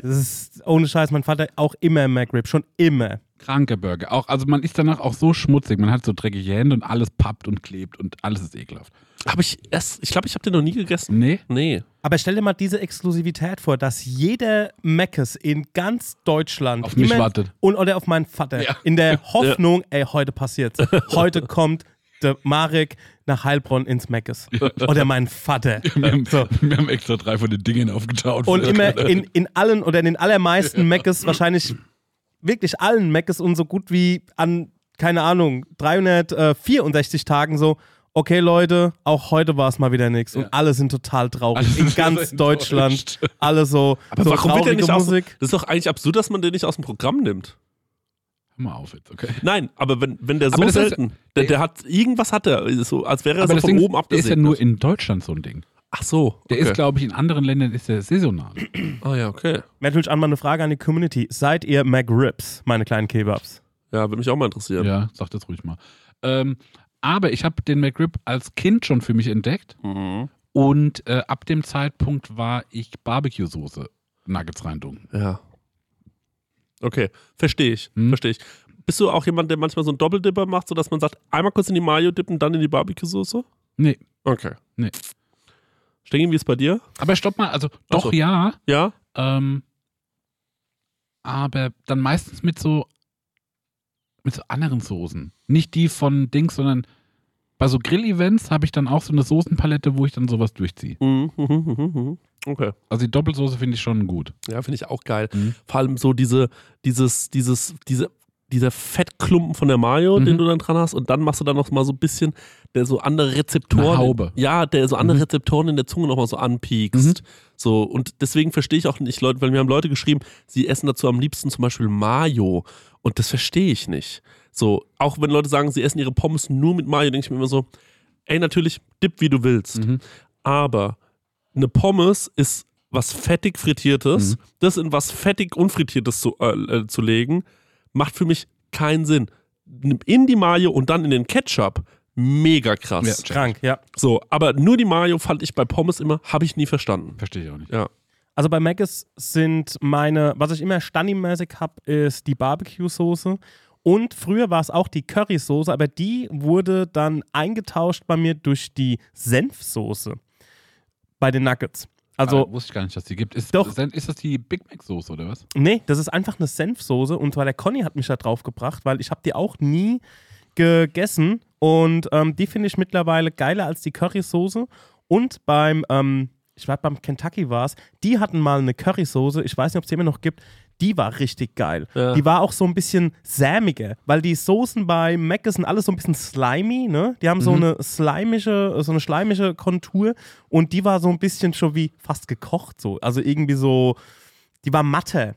[SPEAKER 4] Das ist ohne Scheiß, mein Vater auch immer McRib, schon immer.
[SPEAKER 2] Kranke Burger. Auch, also man ist danach auch so schmutzig. Man hat so dreckige Hände und alles pappt und klebt und alles ist ekelhaft.
[SPEAKER 3] Hab ich erst, ich glaube, ich habe den noch nie gegessen.
[SPEAKER 2] Nee?
[SPEAKER 3] Nee.
[SPEAKER 4] Aber stell dir mal diese Exklusivität vor, dass jeder Meckes in ganz Deutschland
[SPEAKER 2] Auf mich wartet.
[SPEAKER 4] Und oder auf meinen Vater.
[SPEAKER 2] Ja.
[SPEAKER 4] In der Hoffnung, ey,
[SPEAKER 2] *laughs*
[SPEAKER 4] heute passiert's. Heute kommt der Marek nach Heilbronn
[SPEAKER 2] *laughs*
[SPEAKER 4] ins Meckes. Oder mein Vater.
[SPEAKER 2] Wir haben, *laughs* wir haben extra drei von den Dingen aufgetaut.
[SPEAKER 4] Und immer
[SPEAKER 2] *laughs*
[SPEAKER 4] in, in allen oder in den allermeisten Meckes, wahrscheinlich wirklich allen Meckes und so gut wie an, keine Ahnung, 364 Tagen so, okay Leute, auch heute war es mal wieder nichts. Und alle sind total traurig.
[SPEAKER 2] Alle
[SPEAKER 4] in
[SPEAKER 2] sind
[SPEAKER 4] ganz
[SPEAKER 2] enttäuscht.
[SPEAKER 4] Deutschland, alle so,
[SPEAKER 3] Aber
[SPEAKER 4] so
[SPEAKER 3] warum wird der
[SPEAKER 4] traurige
[SPEAKER 3] nicht aus?
[SPEAKER 4] Musik.
[SPEAKER 3] Das ist doch eigentlich absurd, dass man den nicht aus dem Programm nimmt.
[SPEAKER 2] Hör mal auf jetzt, okay?
[SPEAKER 3] Nein, aber wenn, wenn der
[SPEAKER 2] Aber
[SPEAKER 3] so
[SPEAKER 2] das ist-
[SPEAKER 3] selten, der, der hat irgendwas hat er, ist so, als
[SPEAKER 4] Also
[SPEAKER 3] wäre er so
[SPEAKER 2] das
[SPEAKER 3] von
[SPEAKER 2] Ding,
[SPEAKER 3] oben
[SPEAKER 2] der ist ja
[SPEAKER 3] abgesehen.
[SPEAKER 4] ne?
[SPEAKER 2] nur in Deutschland so ein Ding.
[SPEAKER 3] Ach so.
[SPEAKER 2] Der ist, glaube ich, in anderen Ländern ist der saisonal.
[SPEAKER 3] Ah ja, okay.
[SPEAKER 4] Wäre Natürlich an mal eine Frage an die Community. Seid ihr McRibs, meine kleinen Kebabs?
[SPEAKER 3] Ja, würde mich auch mal interessieren.
[SPEAKER 2] Ja, sag das ruhig mal. Ähm, aber ich habe den McRib als Kind schon für mich entdeckt.
[SPEAKER 4] Mhm.
[SPEAKER 2] Und äh, ab dem Zeitpunkt war ich Barbecue-Soße Nuggets reindunken.
[SPEAKER 3] Ja. Okay, verstehe ich,
[SPEAKER 2] Hm?
[SPEAKER 3] verstehe ich. Bist du auch jemand, der manchmal so einen Doppeldipper macht, sodass man sagt, einmal kurz in die Mayo dippen, dann in die Barbecue-Soße?
[SPEAKER 2] Nee,
[SPEAKER 3] Okay.
[SPEAKER 2] Nee.
[SPEAKER 3] Stengen, wie ist bei dir?
[SPEAKER 2] aber stopp mal, also doch
[SPEAKER 3] so.
[SPEAKER 2] ja,
[SPEAKER 3] Ja?
[SPEAKER 2] Ähm, aber dann meistens mit so mit so anderen Soßen. Nicht die von Dings, sondern bei so Grill-Events habe ich dann auch so eine Soßenpalette, wo ich dann sowas durchziehe.
[SPEAKER 3] Mhm, mhm, mhm, mhm. Okay.
[SPEAKER 2] Also die Doppelsoße finde ich schon gut.
[SPEAKER 3] Ja, finde ich auch geil.
[SPEAKER 2] Mhm.
[SPEAKER 3] Vor allem so diese, dieses, dieses, diese, dieser Fettklumpen von der Mayo,
[SPEAKER 2] Mhm.
[SPEAKER 3] den du dann dran hast, und dann machst du dann noch mal so ein bisschen, der so andere Rezeptoren.
[SPEAKER 2] Eine Haube.
[SPEAKER 3] Ja, der so andere
[SPEAKER 2] Mhm.
[SPEAKER 3] Rezeptoren in der Zunge noch mal so anpiekst. So, und deswegen verstehe ich auch nicht Leute, weil mir haben Leute geschrieben, sie essen dazu am liebsten zum Beispiel Mayo. Und das verstehe ich nicht. So, auch wenn Leute sagen, sie essen ihre Pommes nur mit Mayo, denke ich mir immer so, ey, natürlich, dip wie du willst.
[SPEAKER 2] Mhm.
[SPEAKER 3] Aber eine Pommes ist was fettig frittiertes.
[SPEAKER 2] Mhm.
[SPEAKER 3] Das in was fettig unfrittiertes zu, äh, äh, zu legen, macht für mich keinen Sinn. Nimm In die Mayo und dann in den Ketchup. Mega krass.
[SPEAKER 2] Ja.
[SPEAKER 4] Krank, ja.
[SPEAKER 3] So, aber nur die Mayo fand ich bei Pommes immer, habe ich nie verstanden.
[SPEAKER 2] Verstehe ich auch nicht.
[SPEAKER 3] Ja.
[SPEAKER 4] Also bei Mc's sind meine, was ich immer Stani-mäßig habe, ist die Barbecue-Soße Und früher war es auch die Currysoße, aber die wurde dann eingetauscht bei mir durch die Senfsoße bei den Nuggets. Also,
[SPEAKER 2] Ah, wusste ich gar nicht, dass die gibt. Ist,
[SPEAKER 4] Doch. Ah,
[SPEAKER 2] ist das die Big Mac Soße oder was?
[SPEAKER 4] Nee, das ist einfach eine Senfsoße und zwar der Conny hat mich da drauf gebracht, weil ich habe die auch nie gegessen und ähm, die finde ich mittlerweile geiler als die Currysoße und beim, ähm, ich weiß beim Kentucky war es, die hatten mal eine Currysoße, ich weiß nicht, ob es die immer noch gibt, die war richtig geil.
[SPEAKER 3] Ja.
[SPEAKER 4] Die war auch so ein bisschen sämiger, weil die Soßen bei Mac sind alles so ein bisschen slimy, ne? Die haben so
[SPEAKER 2] Mhm.
[SPEAKER 4] eine slimische, so eine schleimische Kontur und die war so ein bisschen schon wie fast gekocht so, also irgendwie so, die war
[SPEAKER 2] Mhm.
[SPEAKER 4] matte.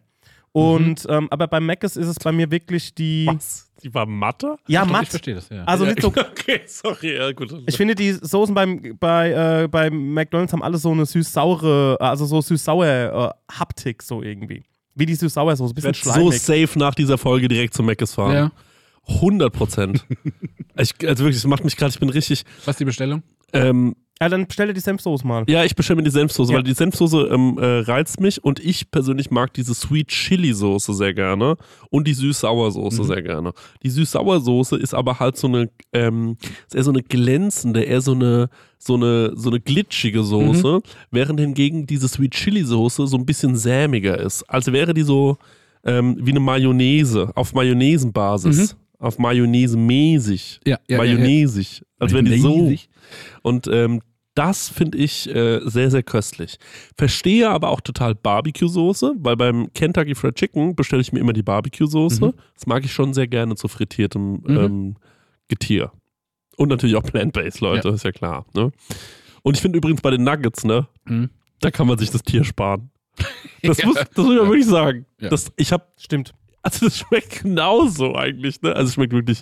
[SPEAKER 4] Und ähm, aber bei Mc's ist es bei mir wirklich die.
[SPEAKER 3] Was? Die war matte?
[SPEAKER 4] Ja,
[SPEAKER 2] Doch, Ich
[SPEAKER 4] matt.
[SPEAKER 2] verstehe das, ja.
[SPEAKER 4] Also nicht
[SPEAKER 3] *laughs*
[SPEAKER 4] so.
[SPEAKER 3] Okay, sorry. Ja, gut.
[SPEAKER 4] Ich finde die Soßen beim, bei, äh, bei McDonalds haben alle so eine süß-saure, also so süß-sauer äh, Haptik so irgendwie. Wie die süß-sauer Soße, bisschen
[SPEAKER 3] werde so
[SPEAKER 4] schleimig.
[SPEAKER 3] safe nach dieser Folge direkt zu Meckes fahren.
[SPEAKER 2] ja.
[SPEAKER 3] 100 *laughs* Prozent. ich, also wirklich, das macht mich gerade, ich bin richtig.
[SPEAKER 2] Was ist die Bestellung?
[SPEAKER 3] Ähm,
[SPEAKER 4] ja, dann bestelle die Senfsoße mal.
[SPEAKER 3] ja, ich bestelle mir die Senfsoße,
[SPEAKER 4] Ja.
[SPEAKER 3] weil die Senfsoße ähm, äh, reizt mich und ich persönlich mag diese Sweet Chili Soße sehr gerne und die süß-sauer
[SPEAKER 4] Mhm.
[SPEAKER 3] Soße sehr gerne. Die süß-sauer Soße ist aber halt so eine, ähm, ist eher so eine glänzende, eher so eine, so eine, so eine glitschige Soße,
[SPEAKER 4] Mhm.
[SPEAKER 3] während hingegen diese Sweet Chili Soße so ein bisschen sämiger ist. Als wäre die so ähm, wie eine Mayonnaise, auf
[SPEAKER 4] Mhm.
[SPEAKER 3] Mayonnaisenbasis. Auf Mayonnaise mäßig.
[SPEAKER 2] Ja, ja, ja, ja.
[SPEAKER 3] Mayonnaisig. Als wäre die so.
[SPEAKER 2] Mayonnaisig.
[SPEAKER 3] Und ähm, das finde ich äh, sehr, sehr köstlich. Verstehe aber auch total Barbecue-Soße, weil beim Kentucky Fried Chicken bestelle ich mir immer die Barbecue-Soße.
[SPEAKER 2] Mhm.
[SPEAKER 3] Das mag ich schon sehr gerne zu frittiertem ähm, Getier. Und natürlich auch Plant-Based, Leute, ist ja klar. Ne? Und ich finde übrigens bei den Nuggets, ne,
[SPEAKER 2] Mhm.
[SPEAKER 3] da kann man sich das Tier sparen. Das,
[SPEAKER 2] Ja.
[SPEAKER 3] muss, das muss ich mal wirklich sagen.
[SPEAKER 2] Ja.
[SPEAKER 3] Das, ich habe
[SPEAKER 4] Stimmt.
[SPEAKER 3] also das schmeckt genauso eigentlich, ne? Also es schmeckt wirklich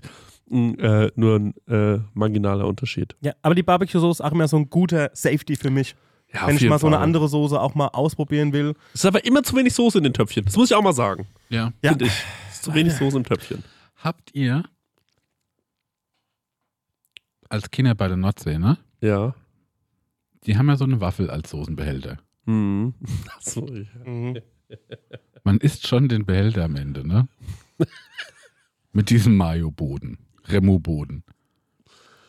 [SPEAKER 3] mh, äh, nur ein äh, marginaler Unterschied.
[SPEAKER 4] Ja, aber die Barbecue-Soße ist auch immer so ein guter Safety für mich.
[SPEAKER 3] Ja,
[SPEAKER 4] wenn
[SPEAKER 3] auf
[SPEAKER 4] ich mal
[SPEAKER 3] jeden
[SPEAKER 4] so eine
[SPEAKER 3] Fall.
[SPEAKER 4] andere Soße auch mal ausprobieren will.
[SPEAKER 3] Es ist aber immer zu wenig Soße in den Töpfchen. Das muss ich auch mal sagen.
[SPEAKER 2] Ja.
[SPEAKER 4] Ja.
[SPEAKER 3] Finde ich. Es ist zu wenig Soße im Töpfchen.
[SPEAKER 2] Habt ihr als Kinder bei der Nordsee, ne?
[SPEAKER 3] Ja.
[SPEAKER 2] Die haben ja so eine Waffel als Soßenbehälter.
[SPEAKER 3] Hm. *laughs* Sorry.
[SPEAKER 4] Mhm.
[SPEAKER 2] Man isst schon den Behälter am Ende, ne? Mit diesem Mayo-Boden, Remo-Boden.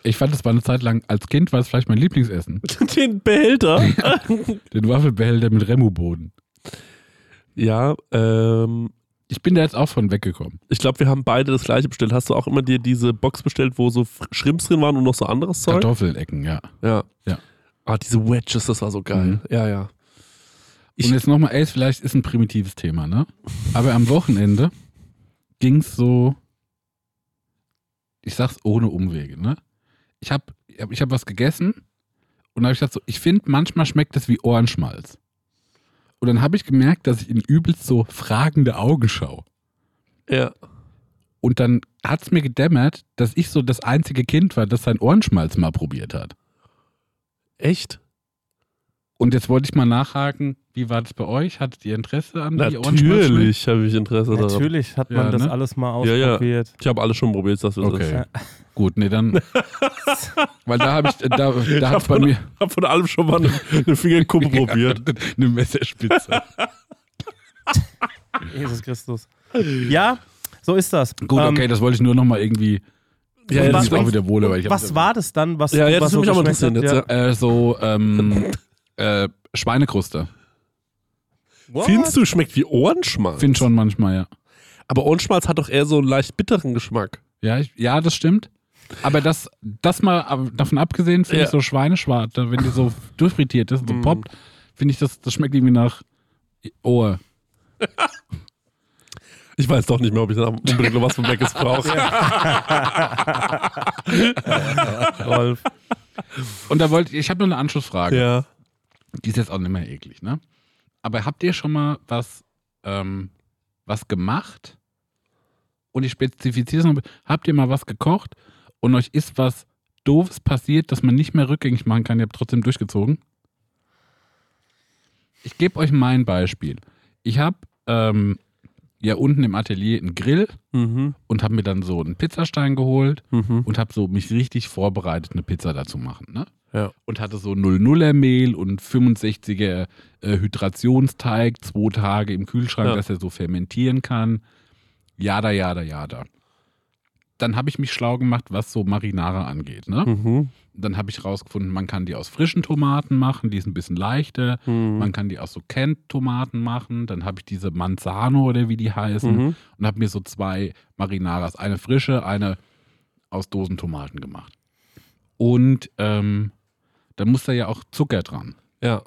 [SPEAKER 2] Ich fand, das war eine Zeit lang, als Kind war es vielleicht mein Lieblingsessen.
[SPEAKER 3] Den Behälter.
[SPEAKER 2] *laughs* Den Waffelbehälter mit Remo-Boden.
[SPEAKER 3] ja, ähm,
[SPEAKER 2] Ich bin da jetzt auch von weggekommen.
[SPEAKER 3] ich glaube, wir haben beide das gleiche bestellt. Hast du auch immer dir diese Box bestellt, wo so Fr- Shrimps drin waren und noch so anderes Zeug?
[SPEAKER 2] Kartoffelecken, ja.
[SPEAKER 3] Ja.
[SPEAKER 2] Ja.
[SPEAKER 3] Ah, diese Wedges, das war so geil.
[SPEAKER 2] Mhm.
[SPEAKER 3] Ja, ja. Ich-
[SPEAKER 2] Und jetzt nochmal, Ace, vielleicht ist ein primitives Thema, ne? Aber am Wochenende ging's so, ich sag's ohne Umwege, ne? Ich hab, ich hab, ich hab was gegessen und habe ich gedacht so, ich finde, manchmal schmeckt das wie Ohrenschmalz. Und dann habe ich gemerkt, dass ich in übelst so fragende Augen schaue.
[SPEAKER 3] Ja.
[SPEAKER 2] Und dann hat's mir gedämmert, dass ich so das einzige Kind war, das sein Ohrenschmalz mal probiert hat.
[SPEAKER 3] Echt?
[SPEAKER 2] Und jetzt wollte ich mal nachhaken, wie war das bei euch? Hattet ihr Interesse an die Ohrenschmalz?
[SPEAKER 3] Natürlich habe ich Interesse daran.
[SPEAKER 4] Natürlich hat man
[SPEAKER 2] Ja,
[SPEAKER 4] das
[SPEAKER 2] ne?
[SPEAKER 4] alles mal
[SPEAKER 3] Ja, ja.
[SPEAKER 4] ausprobiert.
[SPEAKER 3] Ich habe alles schon probiert, dass wir
[SPEAKER 2] Okay. Gut, nee,
[SPEAKER 3] *laughs*
[SPEAKER 2] dann. Weil da habe ich, da, da hat's bei
[SPEAKER 3] Davon-
[SPEAKER 2] mir
[SPEAKER 3] Ich habe von allem schon mal eine,
[SPEAKER 2] *laughs*
[SPEAKER 3] eine Fingerkuppe probiert.
[SPEAKER 2] eine Messerspitze.
[SPEAKER 4] Jesus Christus. Ja, so ist das. Ähm,
[SPEAKER 2] Gut, okay, das wollte ich nur nochmal irgendwie.
[SPEAKER 3] Ähm, Ja,
[SPEAKER 2] das
[SPEAKER 4] was-
[SPEAKER 2] ist auch wieder wohl, aber ich hab-
[SPEAKER 4] Was war das dann, was
[SPEAKER 3] Ja, ja, das
[SPEAKER 4] was
[SPEAKER 3] würde mich auch mal interessieren
[SPEAKER 4] geschmeckt
[SPEAKER 3] jetzt. Ja.
[SPEAKER 4] hat?
[SPEAKER 2] Äh, so
[SPEAKER 3] *laughs*
[SPEAKER 2] ähm, äh, Schweinekruste.
[SPEAKER 4] Ja.
[SPEAKER 3] Findest du, schmeckt wie Ohrenschmalz?
[SPEAKER 2] Find schon manchmal, ja.
[SPEAKER 3] Aber Ohrenschmalz hat doch eher so einen leicht bitteren Geschmack.
[SPEAKER 2] Ja, ich, ja das stimmt. Aber das, das mal ab- davon abgesehen, finde
[SPEAKER 3] Ja. Mhm.
[SPEAKER 2] ich so Schweineschwarte, wenn die so durchfrittiert ist, und so poppt, finde ich, das, das schmeckt irgendwie nach Ohr.
[SPEAKER 3] Ich weiß doch nicht mehr, ob ich da unbedingt noch was von Meckes brauche.
[SPEAKER 2] *laughs*
[SPEAKER 4] Rolf.
[SPEAKER 2] Und da wollte ich, ich habe nur eine Anschlussfrage.
[SPEAKER 3] ja.
[SPEAKER 2] Die ist jetzt auch nicht mehr eklig, ne? Aber habt ihr schon mal was, ähm, was gemacht? Und ich spezifiziere es noch. Habt ihr mal was gekocht und euch ist was Doofes passiert, das man nicht mehr rückgängig machen kann? Ihr habt trotzdem durchgezogen? Ich gebe euch mein Beispiel. Ich habe ähm, ja unten im Atelier einen Grill
[SPEAKER 3] Mhm.
[SPEAKER 2] und habe mir dann so einen Pizzastein geholt
[SPEAKER 3] Mhm.
[SPEAKER 2] und habe so mich richtig vorbereitet, eine Pizza dazu machen. Ne?
[SPEAKER 3] Ja.
[SPEAKER 2] Und hatte so 00er Mehl und 65er äh, Hydrationsteig, zwei Tage im Kühlschrank,
[SPEAKER 3] Ja.
[SPEAKER 2] dass er so fermentieren kann. Jada, jada, jada. dann habe ich mich schlau gemacht, was so Marinara angeht. Ne?
[SPEAKER 3] Mhm.
[SPEAKER 2] Dann habe ich rausgefunden, man kann die aus frischen Tomaten machen, die ist ein bisschen leichter.
[SPEAKER 3] Mhm.
[SPEAKER 2] Man kann die aus so Canned-Tomaten machen. Dann habe ich diese Manzano oder wie die heißen
[SPEAKER 3] Mhm.
[SPEAKER 2] und habe mir so zwei Marinaras, eine frische, eine aus Dosentomaten gemacht. Und ähm, dann muss da ja auch Zucker dran.
[SPEAKER 3] Ja.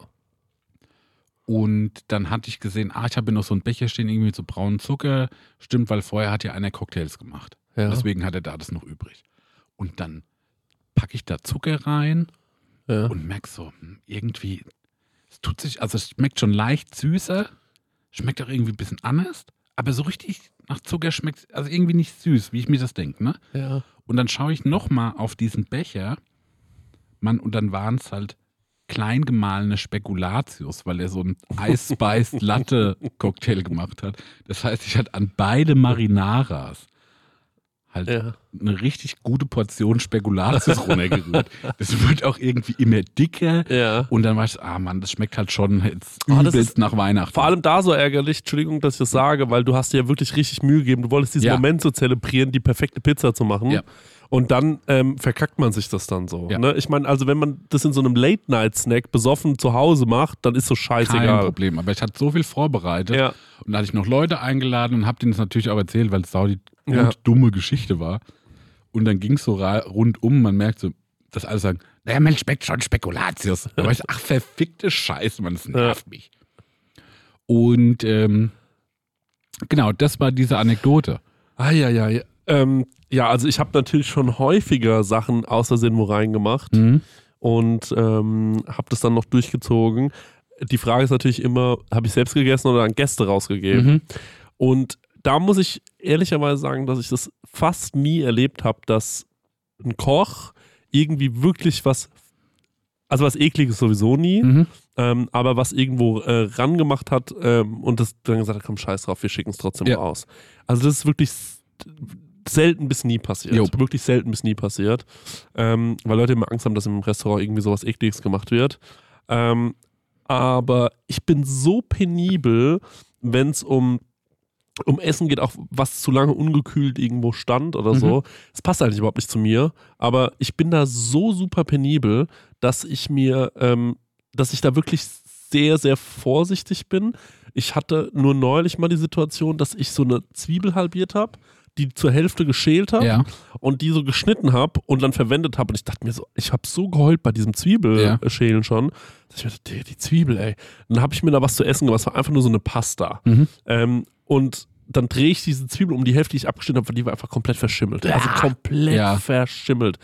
[SPEAKER 2] Und dann hatte ich gesehen, ah, ich habe hier noch so einen Becher stehen, irgendwie mit so braunen Zucker. Stimmt, weil vorher hat ja einer Cocktails gemacht.
[SPEAKER 3] Ja.
[SPEAKER 2] Deswegen hat er da das noch übrig. Und dann packe ich da Zucker rein
[SPEAKER 3] ja.
[SPEAKER 2] und merke so, hm, irgendwie, es tut sich, also es schmeckt schon leicht süßer, schmeckt auch irgendwie ein bisschen anders, aber so richtig nach Zucker schmeckt es, also irgendwie nicht süß, wie ich mir das denke. Ne?
[SPEAKER 3] ja.
[SPEAKER 2] Und dann schaue ich nochmal auf diesen Becher, Mann, und dann waren es halt klein gemahlene Spekulatius, weil er so einen Eis-Spice-Latte-Cocktail gemacht hat. Das heißt, ich hatte an beide Marinaras halt
[SPEAKER 3] Ja.
[SPEAKER 2] eine richtig gute Portion Spekulatius
[SPEAKER 3] *laughs*
[SPEAKER 2] runtergerührt. Das wird auch irgendwie immer dicker.
[SPEAKER 3] Ja.
[SPEAKER 2] Und dann war ich, so, ah Mann, das schmeckt halt schon jetzt
[SPEAKER 3] Ah, das
[SPEAKER 2] übelst
[SPEAKER 3] ist-
[SPEAKER 2] nach Weihnachten.
[SPEAKER 3] Vor allem da so ärgerlich, Entschuldigung, dass ich das sage, weil du hast dir ja wirklich richtig Mühe gegeben. Du wolltest diesen
[SPEAKER 2] Ja.
[SPEAKER 3] Moment so zelebrieren, die perfekte Pizza zu machen.
[SPEAKER 2] Ja.
[SPEAKER 3] Und dann ähm, verkackt man sich das dann so.
[SPEAKER 2] Ja.
[SPEAKER 3] Ne? Ich meine, also wenn man das in so einem Late-Night-Snack besoffen zu Hause macht, dann ist so
[SPEAKER 2] Kein
[SPEAKER 3] scheißegal.
[SPEAKER 2] Problem, aber ich hatte so viel vorbereitet
[SPEAKER 3] Ja.
[SPEAKER 2] und da hatte ich noch Leute eingeladen und habe denen das natürlich auch erzählt, weil es sau die
[SPEAKER 3] Ja.
[SPEAKER 2] und dumme Geschichte war. Und dann ging es so ra- rundum, man merkt so, dass alle sagen, naja, Mensch, schmeckt schon Spekulatius. Aber ich so, ach, verfickte Scheiße, Mann, das nervt mich. Und ähm, genau, das war diese Anekdote.
[SPEAKER 3] Ah, ja, ja, ja. Ähm, ja, also ich habe natürlich schon häufiger Sachen außer Sinn wo reingemacht
[SPEAKER 2] Mhm.
[SPEAKER 3] und ähm, habe das dann noch durchgezogen. Die Frage ist natürlich immer, habe ich selbst gegessen oder an Gäste rausgegeben?
[SPEAKER 2] Mhm.
[SPEAKER 3] Und da muss ich ehrlicherweise sagen, dass ich das fast nie erlebt habe, dass ein Koch irgendwie wirklich was, also was ekliges sowieso nie,
[SPEAKER 2] Mhm.
[SPEAKER 3] ähm, aber was irgendwo äh, rangemacht hat ähm, und das dann gesagt hat, komm scheiß drauf, wir schicken es trotzdem
[SPEAKER 2] Ja.
[SPEAKER 3] raus. Also das ist wirklich s- selten bis nie passiert.
[SPEAKER 2] Jupp.
[SPEAKER 3] Wirklich selten bis nie passiert. Ähm, weil Leute immer Angst haben, dass im Restaurant irgendwie sowas ekliges gemacht wird. Ähm, aber ich bin so penibel, wenn es um, um Essen geht, auch was zu lange ungekühlt irgendwo stand oder so. Es passt eigentlich überhaupt nicht zu mir, aber ich bin da so super penibel, dass ich mir, ähm, dass ich da wirklich sehr, sehr vorsichtig bin. Ich hatte nur neulich mal die Situation, dass ich so eine Zwiebel halbiert habe, die zur Hälfte geschält habe
[SPEAKER 2] Ja.
[SPEAKER 3] und die so geschnitten habe und dann verwendet habe. Und ich dachte mir so, ich habe so geheult bei diesem Zwiebelschälen schon. Dass ich mir dachte, die, die Zwiebel, ey. Dann habe ich mir da was zu essen gemacht. Es war einfach nur so eine Pasta.
[SPEAKER 2] Mhm.
[SPEAKER 3] Ähm, und dann drehe ich diese Zwiebel um die Hälfte, die ich abgeschnitten habe, weil die war einfach komplett verschimmelt. Also komplett
[SPEAKER 2] Ja.
[SPEAKER 3] verschimmelt.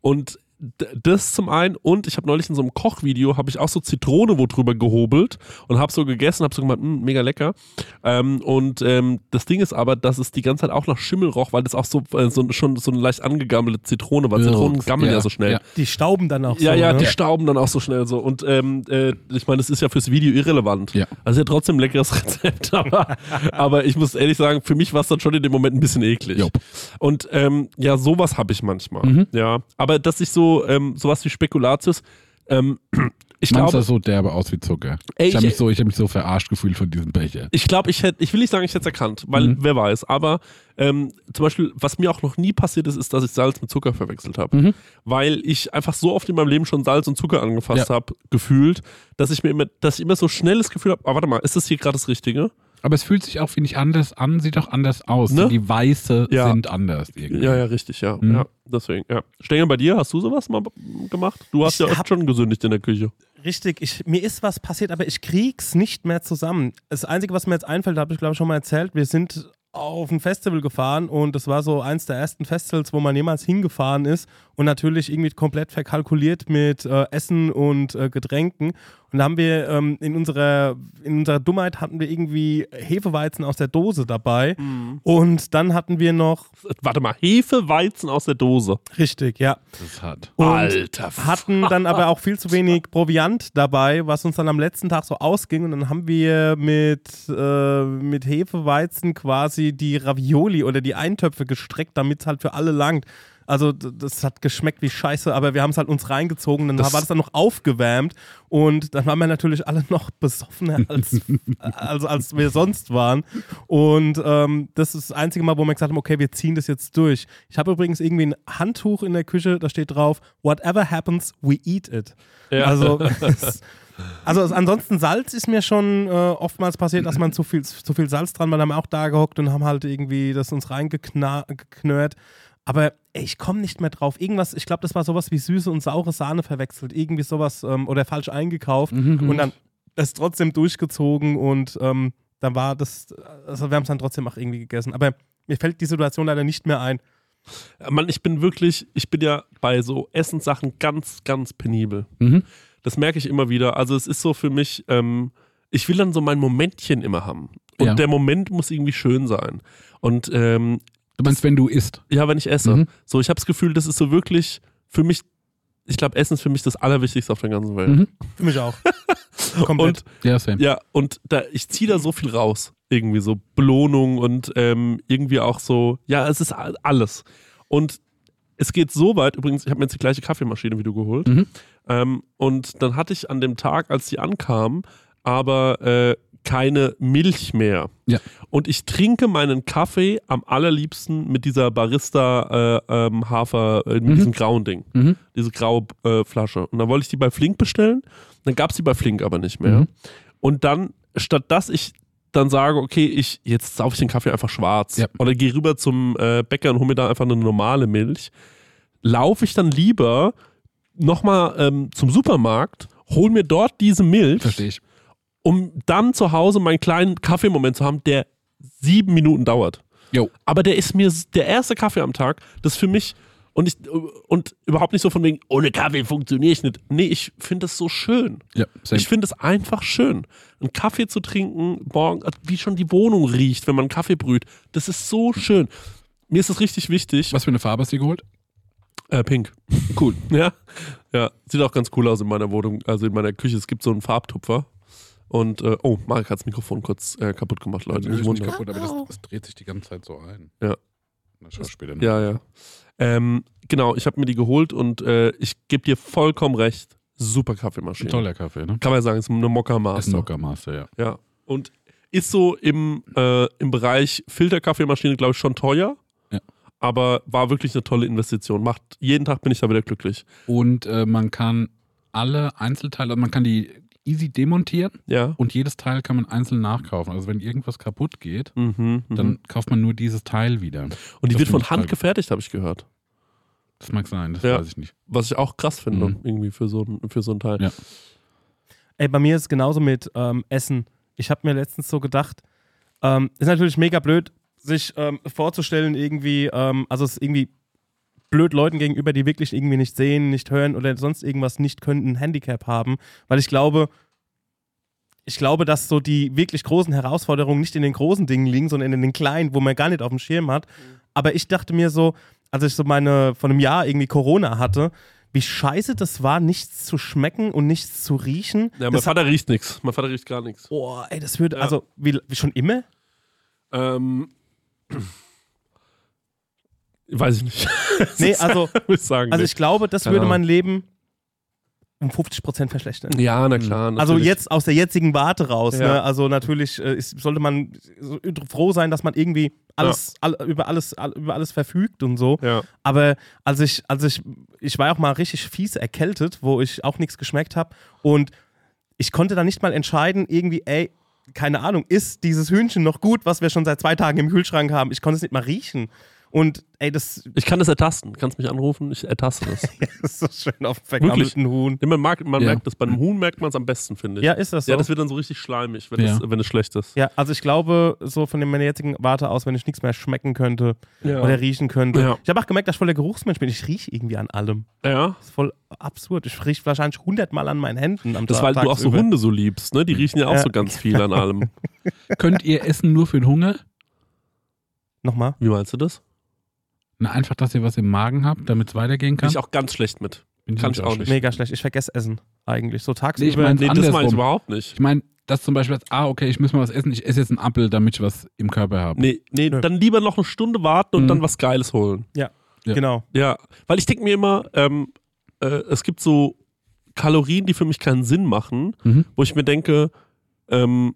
[SPEAKER 3] Und d- das zum einen und ich habe neulich in so einem Kochvideo habe ich auch so Zitrone wo drüber gehobelt und habe so gegessen, habe so gemacht, "Mm, mega lecker. Ähm, und ähm, das Ding ist aber, dass es die ganze Zeit auch nach Schimmel roch, weil das auch so, äh, so schon so eine leicht angegammelte Zitrone war. Zitronen gammeln ja, so schnell.
[SPEAKER 2] Ja.
[SPEAKER 4] Die stauben dann auch
[SPEAKER 3] Ja,
[SPEAKER 4] so.
[SPEAKER 3] ja,
[SPEAKER 4] ne?
[SPEAKER 3] die stauben dann auch so schnell so. Und ähm, äh, ich meine, das ist ja fürs Video irrelevant.
[SPEAKER 2] Ja.
[SPEAKER 3] Also ja trotzdem
[SPEAKER 2] *laughs*
[SPEAKER 3] ein leckeres Rezept, aber, aber ich muss ehrlich sagen, für mich war es dann schon in dem Moment ein bisschen eklig.
[SPEAKER 2] Jupp. Mhm.
[SPEAKER 3] Und ähm, ja, sowas habe ich manchmal. Ja. Aber dass ich so, ähm, sowas wie Spekulatius, ähm, *clears throat* ich
[SPEAKER 2] Man sah
[SPEAKER 3] glaube,
[SPEAKER 2] so derbe aus wie Zucker.
[SPEAKER 3] Ey,
[SPEAKER 2] ich habe
[SPEAKER 3] ich-
[SPEAKER 2] mich, so, ich hab mich so verarscht gefühlt von diesem Becher.
[SPEAKER 3] ich glaube, ich hätte, ich will nicht sagen, ich hätte es erkannt, weil
[SPEAKER 2] Mhm.
[SPEAKER 3] wer weiß, aber ähm, zum Beispiel, was mir auch noch nie passiert ist, ist, dass ich Salz mit Zucker verwechselt
[SPEAKER 2] Mhm.
[SPEAKER 3] habe. Weil ich einfach so oft in meinem Leben schon Salz und Zucker angefasst
[SPEAKER 2] Ja.
[SPEAKER 3] habe, gefühlt, dass ich mir immer, dass ich immer so schnell das Gefühl habe, ah, warte mal, ist das hier gerade das Richtige?
[SPEAKER 2] Aber es fühlt sich auch, finde ich, anders an, sieht auch anders aus.
[SPEAKER 3] Ne?
[SPEAKER 2] Die Weiße
[SPEAKER 3] Ja.
[SPEAKER 2] sind anders irgendwie.
[SPEAKER 3] Ja, ja, richtig, ja.
[SPEAKER 4] Mhm.
[SPEAKER 3] Ja, deswegen, ja. Stengel, bei dir, hast du sowas mal b- gemacht? Du hast
[SPEAKER 4] Ich
[SPEAKER 3] ja oft
[SPEAKER 4] hab-
[SPEAKER 3] schon gesündigt in der Küche.
[SPEAKER 4] Richtig, ich, mir ist was passiert, aber ich krieg's nicht mehr zusammen. Das Einzige, was mir jetzt einfällt, habe ich glaube ich schon mal erzählt, wir sind auf ein Festival gefahren und das war so eins der ersten Festivals, wo man jemals hingefahren ist und natürlich irgendwie komplett verkalkuliert mit äh, Essen und äh, Getränken. Und da haben wir ähm, in, unserer, in unserer Dummheit hatten wir irgendwie Hefeweizen aus der Dose dabei und dann hatten wir noch,
[SPEAKER 3] Warte mal, Hefeweizen aus der Dose.
[SPEAKER 4] richtig, ja,
[SPEAKER 2] Das hat.
[SPEAKER 4] und
[SPEAKER 3] Alter,
[SPEAKER 4] hatten dann aber auch viel zu wenig Proviant dabei, was uns dann am letzten Tag so ausging. Und dann haben wir mit, äh, mit Hefeweizen quasi die Ravioli oder die Eintöpfe gestreckt, damit es halt für alle langt. Also d- das hat geschmeckt wie Scheiße, aber wir haben es halt uns reingezogen. Dann war das dann noch aufgewärmt und dann waren wir natürlich alle noch *laughs* besoffener als, als, als wir sonst waren. Und ähm, das ist das einzige Mal, wo wir gesagt haben, okay, wir ziehen das jetzt durch. Ich habe übrigens irgendwie ein Handtuch in der Küche, da steht drauf, whatever happens, we eat it. Also Also es- ansonsten Salz ist mir schon äh, oftmals passiert, dass man zu viel, zu viel Salz dran, weil dann haben wir auch da gehockt und haben halt irgendwie das uns reingeknört. Aber ey, ich komme nicht mehr drauf. Irgendwas, ich glaube, das war sowas wie süße und saure Sahne verwechselt. Irgendwie sowas ähm, oder falsch eingekauft und dann das trotzdem durchgezogen und ähm, dann war das, also wir haben es dann trotzdem auch irgendwie gegessen. Aber mir fällt die Situation leider nicht mehr ein.
[SPEAKER 3] Mann, ich bin wirklich, ich bin ja bei so Essenssachen ganz, ganz penibel.
[SPEAKER 2] Mhm.
[SPEAKER 3] Das merke ich immer wieder. Also es ist so für mich, ähm, ich will dann so mein Momentchen immer haben. Und
[SPEAKER 2] Ja.
[SPEAKER 3] der Moment muss irgendwie schön sein. Und ähm,
[SPEAKER 2] Du meinst, wenn du isst.
[SPEAKER 3] ja, wenn ich esse.
[SPEAKER 2] Mhm.
[SPEAKER 3] So, ich habe das Gefühl, das ist so wirklich für mich, ich glaube, Essen ist für mich das Allerwichtigste auf der ganzen Welt.
[SPEAKER 2] Mhm.
[SPEAKER 4] Für mich auch.
[SPEAKER 3] Und
[SPEAKER 4] Mhm. Komplett.
[SPEAKER 2] Ja, same.
[SPEAKER 3] ja, und da, ich ziehe da so viel raus. Irgendwie so Belohnung und ähm, irgendwie auch so, ja, es ist a- alles. Und es geht so weit, übrigens, ich habe mir jetzt die gleiche Kaffeemaschine wie du geholt.
[SPEAKER 2] Mhm.
[SPEAKER 3] Ähm, und dann hatte ich an dem Tag, als die ankam, aber äh, keine Milch mehr.
[SPEAKER 2] Ja.
[SPEAKER 3] Und ich trinke meinen Kaffee am allerliebsten mit dieser Barista äh, ähm, Hafer, äh, mit diesem grauen Ding,
[SPEAKER 2] Mhm.
[SPEAKER 3] diese graue äh, Flasche. Und dann wollte ich die bei Flink bestellen, dann gab es die bei Flink aber nicht mehr.
[SPEAKER 2] Mhm.
[SPEAKER 3] Und dann, statt dass ich dann sage, okay, ich, jetzt saufe ich den Kaffee einfach schwarz
[SPEAKER 2] Ja.
[SPEAKER 3] oder gehe rüber zum äh, Bäcker und hole mir da einfach eine normale Milch, laufe ich dann lieber nochmal ähm, zum Supermarkt, hole mir dort diese Milch
[SPEAKER 2] Verstehe ich.
[SPEAKER 3] um dann zu Hause meinen kleinen Kaffeemoment zu haben, der sieben Minuten dauert.
[SPEAKER 2] Jo.
[SPEAKER 3] Aber der ist mir s- der erste Kaffee am Tag, das ist für mich und ich und überhaupt nicht so von wegen ohne Kaffee funktioniere ich nicht. Nee, ich finde das so schön.
[SPEAKER 2] Ja, same.
[SPEAKER 3] Ich finde es einfach schön, einen Kaffee zu trinken, morgen äh, wie schon die Wohnung riecht, wenn man einen Kaffee brüht. Das ist so schön. Mir ist es richtig wichtig.
[SPEAKER 2] Was für eine Farbe hast du dir geholt?
[SPEAKER 3] Äh, pink. Cool. *laughs* Ja. ja. Sieht auch ganz cool aus in meiner Wohnung, also in meiner Küche. Es gibt so einen Farbtupfer. Und, äh, oh, Marek hat das Mikrofon kurz äh, kaputt gemacht, Leute. Ich wundere.
[SPEAKER 2] kaputt, aber das, das dreht sich die ganze Zeit so ein.
[SPEAKER 3] Ja.
[SPEAKER 2] Na, schau später noch.
[SPEAKER 3] Ja, ja. Ähm, genau, ich habe mir die geholt und äh, ich gebe dir vollkommen recht. Super Kaffeemaschine.
[SPEAKER 2] Toller Kaffee, ne?
[SPEAKER 3] Kann man sagen, ist eine Mokka
[SPEAKER 2] Das ist ein
[SPEAKER 3] Master.
[SPEAKER 2] Master, ja.
[SPEAKER 3] Ja. Und ist so im, äh, im Bereich Filterkaffeemaschine, glaube ich, schon teuer.
[SPEAKER 2] Ja.
[SPEAKER 3] Aber war wirklich eine tolle Investition. Macht, jeden Tag bin ich da wieder glücklich.
[SPEAKER 2] Und äh, man kann alle Einzelteile, also man kann die easy demontieren
[SPEAKER 3] Ja.
[SPEAKER 2] und jedes Teil kann man einzeln nachkaufen. Also wenn irgendwas kaputt geht,
[SPEAKER 3] Mhm, mhm.
[SPEAKER 2] dann kauft man nur dieses Teil wieder.
[SPEAKER 3] und die
[SPEAKER 2] das
[SPEAKER 3] wird
[SPEAKER 2] finde
[SPEAKER 3] von
[SPEAKER 2] ich
[SPEAKER 3] Hand
[SPEAKER 2] toll.
[SPEAKER 3] gefertigt, habe ich gehört.
[SPEAKER 2] Das mag sein, das
[SPEAKER 3] Ja.
[SPEAKER 2] weiß ich nicht.
[SPEAKER 3] Was ich auch krass finde,
[SPEAKER 2] Mhm.
[SPEAKER 3] irgendwie für so, ein- für so einen Teil.
[SPEAKER 2] Ja.
[SPEAKER 4] Ey, bei mir ist es genauso mit ähm, Essen. Ich habe mir letztens so gedacht, ähm, ist natürlich mega blöd, sich ähm, vorzustellen, irgendwie, ähm, also es ist irgendwie blöd Leuten gegenüber, die wirklich irgendwie nicht sehen, nicht hören oder sonst irgendwas nicht können, ein Handicap haben, weil ich glaube, ich glaube, dass so die wirklich großen Herausforderungen nicht in den großen Dingen liegen, sondern in den kleinen, wo man gar nicht auf dem Schirm hat. Aber ich dachte mir so, als ich so meine, von einem Jahr irgendwie Corona hatte, wie scheiße das war, nichts zu schmecken und nichts zu riechen.
[SPEAKER 3] Ja, mein
[SPEAKER 4] das
[SPEAKER 3] Vater riecht nichts. Mein Vater riecht gar nichts.
[SPEAKER 4] Boah, ey, das würde,
[SPEAKER 3] Ja.
[SPEAKER 4] also, wie, wie
[SPEAKER 3] *laughs*
[SPEAKER 4] schon immer?
[SPEAKER 3] Ähm, *clears throat* weiß ich nicht. *laughs*
[SPEAKER 4] Nee, also,
[SPEAKER 3] Muss ich sagen.
[SPEAKER 4] also ich glaube, das
[SPEAKER 3] Keine
[SPEAKER 4] würde mein
[SPEAKER 3] Ahnung.
[SPEAKER 4] Leben um 50 Prozent verschlechtern.
[SPEAKER 3] nicht. ja, na klar.
[SPEAKER 4] Also
[SPEAKER 3] natürlich.
[SPEAKER 4] jetzt aus der jetzigen Warte raus.
[SPEAKER 3] Ja.
[SPEAKER 4] Ne? Also natürlich äh, ist, sollte man so froh sein, dass man irgendwie alles, all, über, alles, all, über alles verfügt und so.
[SPEAKER 3] Ja.
[SPEAKER 4] Aber als ich, als ich, ich war auch mal richtig fies erkältet, wo ich auch nichts geschmeckt habe und ich konnte dann nicht mal entscheiden, irgendwie, ey, keine Ahnung, ist dieses Hühnchen noch gut, was wir schon seit zwei Tagen im Kühlschrank haben? Ich konnte es nicht mal riechen. Und ey, das
[SPEAKER 3] Ich kann das ertasten. Kannst mich anrufen, ich ertaste *laughs* das.
[SPEAKER 4] ist so schön auf dem vergammelten Huhn.
[SPEAKER 3] Nee, man mag, man
[SPEAKER 2] Ja.
[SPEAKER 3] merkt das. Bei einem Huhn merkt man es am besten, finde ich.
[SPEAKER 4] Ja, ist das so?
[SPEAKER 3] Ja, das wird dann so richtig schleimig, wenn,
[SPEAKER 2] Ja.
[SPEAKER 3] es, wenn es schlecht ist.
[SPEAKER 4] Ja, also ich glaube, so von meiner jetzigen Warte aus, wenn ich nichts mehr schmecken könnte
[SPEAKER 3] Ja.
[SPEAKER 4] oder riechen könnte.
[SPEAKER 3] Ja.
[SPEAKER 4] Ich habe auch gemerkt, dass ich voll der Geruchsmensch bin. Ich rieche irgendwie an allem.
[SPEAKER 3] ja.
[SPEAKER 4] Das ist voll absurd. Ich rieche wahrscheinlich hundertmal an meinen Händen am
[SPEAKER 3] Das,
[SPEAKER 4] Tag.
[SPEAKER 3] weil du auch so
[SPEAKER 4] tagsüber. Mhm.
[SPEAKER 3] Hunde so liebst, ne? Die riechen ja auch
[SPEAKER 4] Ja.
[SPEAKER 3] so ganz viel an
[SPEAKER 4] *laughs*
[SPEAKER 3] allem.
[SPEAKER 2] Könnt ihr essen nur für den Hunger?
[SPEAKER 4] Nochmal.
[SPEAKER 3] Wie meinst du das?
[SPEAKER 2] Na, einfach, dass ihr was im Magen habt, damit es weitergehen
[SPEAKER 3] Bin
[SPEAKER 2] kann.
[SPEAKER 3] ich auch ganz schlecht mit.
[SPEAKER 2] Bin
[SPEAKER 3] kann
[SPEAKER 2] nämlich
[SPEAKER 3] ich auch nicht.
[SPEAKER 4] Mega schlecht. Ich vergesse Essen eigentlich. So tagsüber.
[SPEAKER 2] Nee, ich mein-
[SPEAKER 3] Nee, das meine ich
[SPEAKER 2] Andersrum.
[SPEAKER 3] überhaupt nicht.
[SPEAKER 2] Ich meine, dass zum Beispiel, jetzt, ah, okay, ich muss mal was essen, ich esse jetzt einen Apfel, damit ich was im Körper habe.
[SPEAKER 3] Nee, nee,
[SPEAKER 4] Nö.
[SPEAKER 3] dann lieber noch eine Stunde warten und
[SPEAKER 2] Mhm.
[SPEAKER 3] dann was Geiles holen.
[SPEAKER 4] ja.
[SPEAKER 2] Ja.
[SPEAKER 4] Genau.
[SPEAKER 3] Ja, weil ich denke mir immer, ähm, äh, es gibt so Kalorien, die für mich keinen Sinn machen,
[SPEAKER 2] Mhm.
[SPEAKER 3] wo ich mir denke, ähm,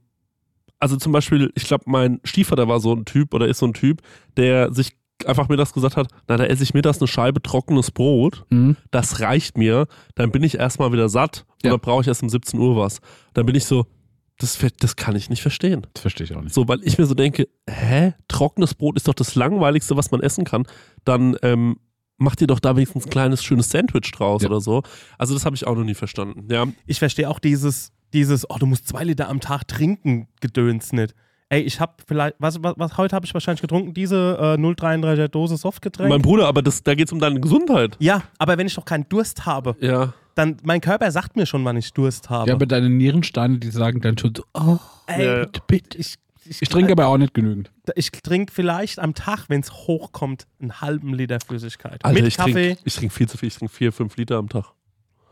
[SPEAKER 3] also zum Beispiel, ich glaube, mein Stiefvater war so ein Typ oder ist so ein Typ, der sich einfach mir das gesagt hat, na, da esse ich mir das eine Scheibe trockenes Brot,
[SPEAKER 2] Mhm.
[SPEAKER 3] das reicht mir, dann bin ich erstmal wieder satt
[SPEAKER 2] Ja.
[SPEAKER 3] oder brauche ich erst um 17 Uhr was. Dann bin ich so, das, ver- das kann ich nicht verstehen.
[SPEAKER 2] Das verstehe ich auch nicht.
[SPEAKER 3] So, weil ich mir so denke, hä, trockenes Brot ist doch das langweiligste, was man essen kann. Dann ähm, macht ihr doch da wenigstens ein kleines schönes Sandwich draus
[SPEAKER 2] Ja.
[SPEAKER 3] oder so. Also das habe ich auch noch nie verstanden. Ja,
[SPEAKER 4] Ich verstehe auch dieses, dieses, oh, du musst zwei Liter am Tag trinken, Gedöns nicht. Ey, ich habe vielleicht, was, was, was heute habe ich wahrscheinlich getrunken? Diese äh, 0,33er Dose Softgetränk.
[SPEAKER 3] mein Bruder, aber das, da geht es um deine Gesundheit.
[SPEAKER 4] ja, aber wenn ich noch keinen Durst habe,
[SPEAKER 3] Ja.
[SPEAKER 4] dann mein Körper sagt mir schon, wann ich Durst habe.
[SPEAKER 2] Ja, aber deine Nierensteine, die sagen dann schon so, oh,
[SPEAKER 4] Ey,
[SPEAKER 3] Ja.
[SPEAKER 2] bitte, bitte.
[SPEAKER 4] ich, ich,
[SPEAKER 2] Ich
[SPEAKER 4] äh,
[SPEAKER 3] Äh.
[SPEAKER 2] trinke aber auch nicht genügend.
[SPEAKER 4] ich trinke vielleicht am Tag, wenn es hochkommt, einen halben Liter Flüssigkeit.
[SPEAKER 2] Also
[SPEAKER 3] Alter,
[SPEAKER 4] Mit
[SPEAKER 3] ich
[SPEAKER 4] Kaffee.
[SPEAKER 3] trinke trink viel zu viel. Ich trinke vier, fünf Liter am Tag.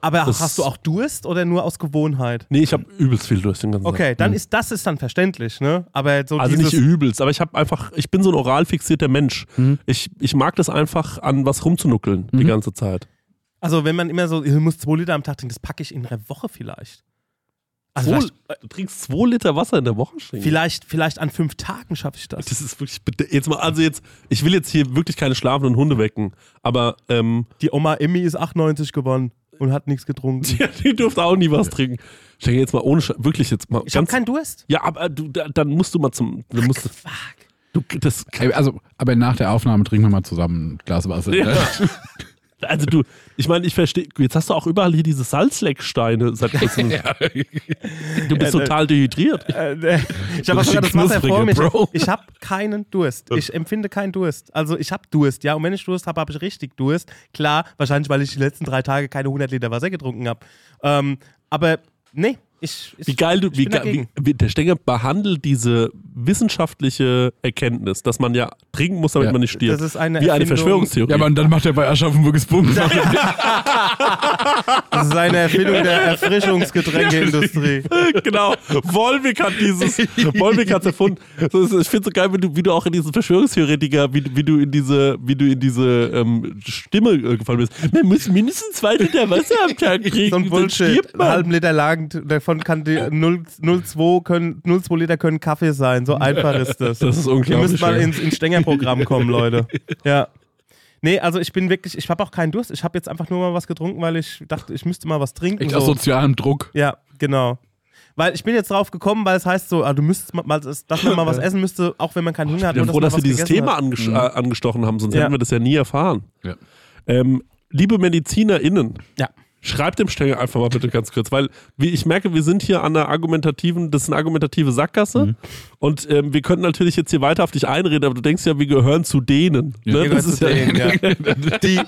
[SPEAKER 4] aber
[SPEAKER 3] das-
[SPEAKER 4] hast du auch Durst oder nur aus Gewohnheit?
[SPEAKER 3] Nee, ich habe übelst viel durch den ganzen Tag. Mhm.
[SPEAKER 4] Okay, dann ist das ist dann verständlich, ne? Aber so
[SPEAKER 3] Hm. Also
[SPEAKER 4] dieses,
[SPEAKER 3] nicht übelst, aber ich habe einfach, ich bin so ein oral fixierter Mensch. Ich, ich mag das einfach, an was rumzunuckeln
[SPEAKER 4] Mhm.
[SPEAKER 3] die ganze Zeit.
[SPEAKER 4] also wenn man immer so, ich muss zwei Liter am Tag trinken, das packe ich in einer Woche vielleicht. Also
[SPEAKER 3] Zwei-
[SPEAKER 4] vielleicht,
[SPEAKER 3] du trinkst zwei Liter Wasser in der Woche, Schinken.
[SPEAKER 4] vielleicht, vielleicht an fünf Tagen schaffe ich das.
[SPEAKER 3] Das ist wirklich bede- jetzt mal also jetzt ich will jetzt hier wirklich keine schlafenden Hunde wecken, aber ähm, *laughs*
[SPEAKER 4] Die Oma Emmy ist 98 gewonnen und hat nichts getrunken.
[SPEAKER 3] die, die dürfte auch nie was trinken. Ich denke jetzt mal ohne Sch wirklich jetzt mal
[SPEAKER 4] Ich habe keinen Durst.
[SPEAKER 3] Ja, aber du da, dann musst du mal zum du musst *laughs* du das
[SPEAKER 2] Ey, Also, aber nach der Aufnahme trinken wir mal zusammen ein Glas Wasser.
[SPEAKER 3] Ja.
[SPEAKER 2] ne?
[SPEAKER 3] *laughs* also du ich meine, ich verstehe jetzt hast du auch überall hier diese Salzlecksteine seit kurzem. Du bist
[SPEAKER 4] ne.
[SPEAKER 3] total dehydriert.
[SPEAKER 4] Äh, nee. ich habe
[SPEAKER 3] Richtig
[SPEAKER 4] sogar das Wasser vor mir.
[SPEAKER 3] knusprige, Bro.
[SPEAKER 4] Ich habe keinen Durst. Ich empfinde keinen Durst. Also ich habe Durst, ja. Und wenn ich Durst habe, habe ich richtig Durst. Klar, wahrscheinlich, weil ich die letzten drei Tage keine 100 Liter Wasser getrunken habe. Ähm, aber nee, ich, ich
[SPEAKER 3] Wie geil du,
[SPEAKER 4] ich
[SPEAKER 3] wie,
[SPEAKER 4] bin
[SPEAKER 3] geil-
[SPEAKER 4] dagegen.
[SPEAKER 3] wie, wie der Stenger behandelt diese wissenschaftliche Erkenntnis, dass man ja trinken muss, damit
[SPEAKER 2] Ja.
[SPEAKER 3] man nicht stirbt.
[SPEAKER 4] Das ist eine
[SPEAKER 3] wie eine
[SPEAKER 4] Erfindung-
[SPEAKER 3] Verschwörungstheorie.
[SPEAKER 2] Ja, aber und dann macht er bei Aschaffenburg Punkt.
[SPEAKER 4] Das ist eine Erfindung
[SPEAKER 3] *laughs*
[SPEAKER 4] der Erfrischungsgetränkeindustrie.
[SPEAKER 3] *laughs* genau. Wolwig hat dieses, Wolwig hat's erfunden. So ist- Ich finde so geil, wie du, wie du auch in diesen Verschwörungstheoretiker, wie, du- wie du in diese, wie du in diese ähm, Stimme äh, gefallen bist. Man muss mindestens zwei Liter Wasser am Tag trinken.
[SPEAKER 4] *laughs* So ein
[SPEAKER 3] sonst
[SPEAKER 4] Bullshit.
[SPEAKER 3] stirbt
[SPEAKER 4] Einen
[SPEAKER 3] man.
[SPEAKER 4] halben Liter lang, davon kann die 0, 0,2 können, 0,2 Liter können Kaffee sein. So einfach ist das.
[SPEAKER 3] Das ist unglaublich.
[SPEAKER 4] Ihr müsst mal
[SPEAKER 3] ja.
[SPEAKER 4] ins, ins Stenger-Programm
[SPEAKER 3] *laughs*
[SPEAKER 4] kommen, Leute. Ja. Nee, also ich bin wirklich, ich habe auch keinen Durst. Ich habe jetzt einfach nur mal was getrunken, weil ich dachte, ich müsste mal was trinken.
[SPEAKER 2] Echt aus sozialem Druck.
[SPEAKER 4] Ja, genau. Weil ich bin jetzt drauf gekommen, weil es heißt so, ah, du müsstest mal, mal- dass man mal was essen müsste, auch wenn man keinen Hunger hat.
[SPEAKER 3] Ich bin
[SPEAKER 4] nur,
[SPEAKER 3] froh, dass
[SPEAKER 4] man
[SPEAKER 3] wir
[SPEAKER 4] was
[SPEAKER 3] dieses
[SPEAKER 4] gegessen
[SPEAKER 3] Thema
[SPEAKER 4] hat. Mhm.
[SPEAKER 3] anges- äh, angestochen haben, sonst
[SPEAKER 4] Ja.
[SPEAKER 3] hätten wir das ja nie erfahren.
[SPEAKER 2] Ja.
[SPEAKER 3] Ähm, liebe MedizinerInnen,
[SPEAKER 4] Ja.
[SPEAKER 3] schreibt dem Stenger einfach mal bitte ganz kurz, weil wie ich merke, wir sind hier an einer argumentativen, das ist eine argumentative Sackgasse
[SPEAKER 4] Mhm.
[SPEAKER 3] und ähm, wir könnten natürlich jetzt hier weiter auf dich einreden, aber du denkst ja, wir gehören zu denen. Ne?
[SPEAKER 4] Wir gehören zu
[SPEAKER 3] *laughs*
[SPEAKER 4] denen, ja. Die, die,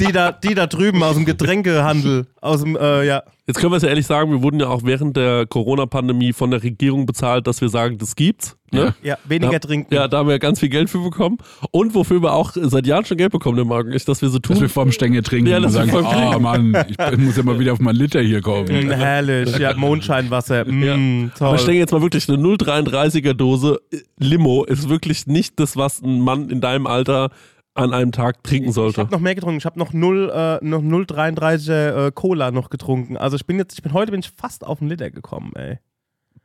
[SPEAKER 4] die, da, die da drüben aus dem Getränkehandel, aus dem, äh, ja.
[SPEAKER 3] Jetzt können wir es ja ehrlich sagen, wir wurden ja auch während der Corona-Pandemie von der Regierung bezahlt, dass wir sagen, das gibt's. Ne?
[SPEAKER 4] Ja, weniger
[SPEAKER 3] Ja.
[SPEAKER 4] trinken.
[SPEAKER 3] Ja, da haben wir ganz viel Geld für bekommen. Und wofür wir auch seit Jahren schon Geld bekommen, der Marc, und ich, dass wir so
[SPEAKER 2] Dass wir
[SPEAKER 3] tun.
[SPEAKER 2] vorm Stängel trinken
[SPEAKER 3] Ja,
[SPEAKER 2] und
[SPEAKER 3] dass wir
[SPEAKER 2] sagen,
[SPEAKER 3] vorm
[SPEAKER 2] oh Mann, ich muss ja mal wieder auf meinen Liter hier kommen.
[SPEAKER 4] Mm, herrlich, ja, Mondscheinwasser. Mm,
[SPEAKER 3] Aber ich
[SPEAKER 4] toll.
[SPEAKER 3] denke jetzt mal wirklich, eine 0,33er Dose äh, Limo ist wirklich nicht das, was ein Mann in deinem Alter an einem Tag trinken
[SPEAKER 4] Ich
[SPEAKER 3] sollte.
[SPEAKER 4] habe noch mehr getrunken. Ich habe noch 0, äh, noch 0,33er äh, Cola noch getrunken. Also ich bin jetzt, ich bin heute bin ich fast auf den Liter gekommen, ey.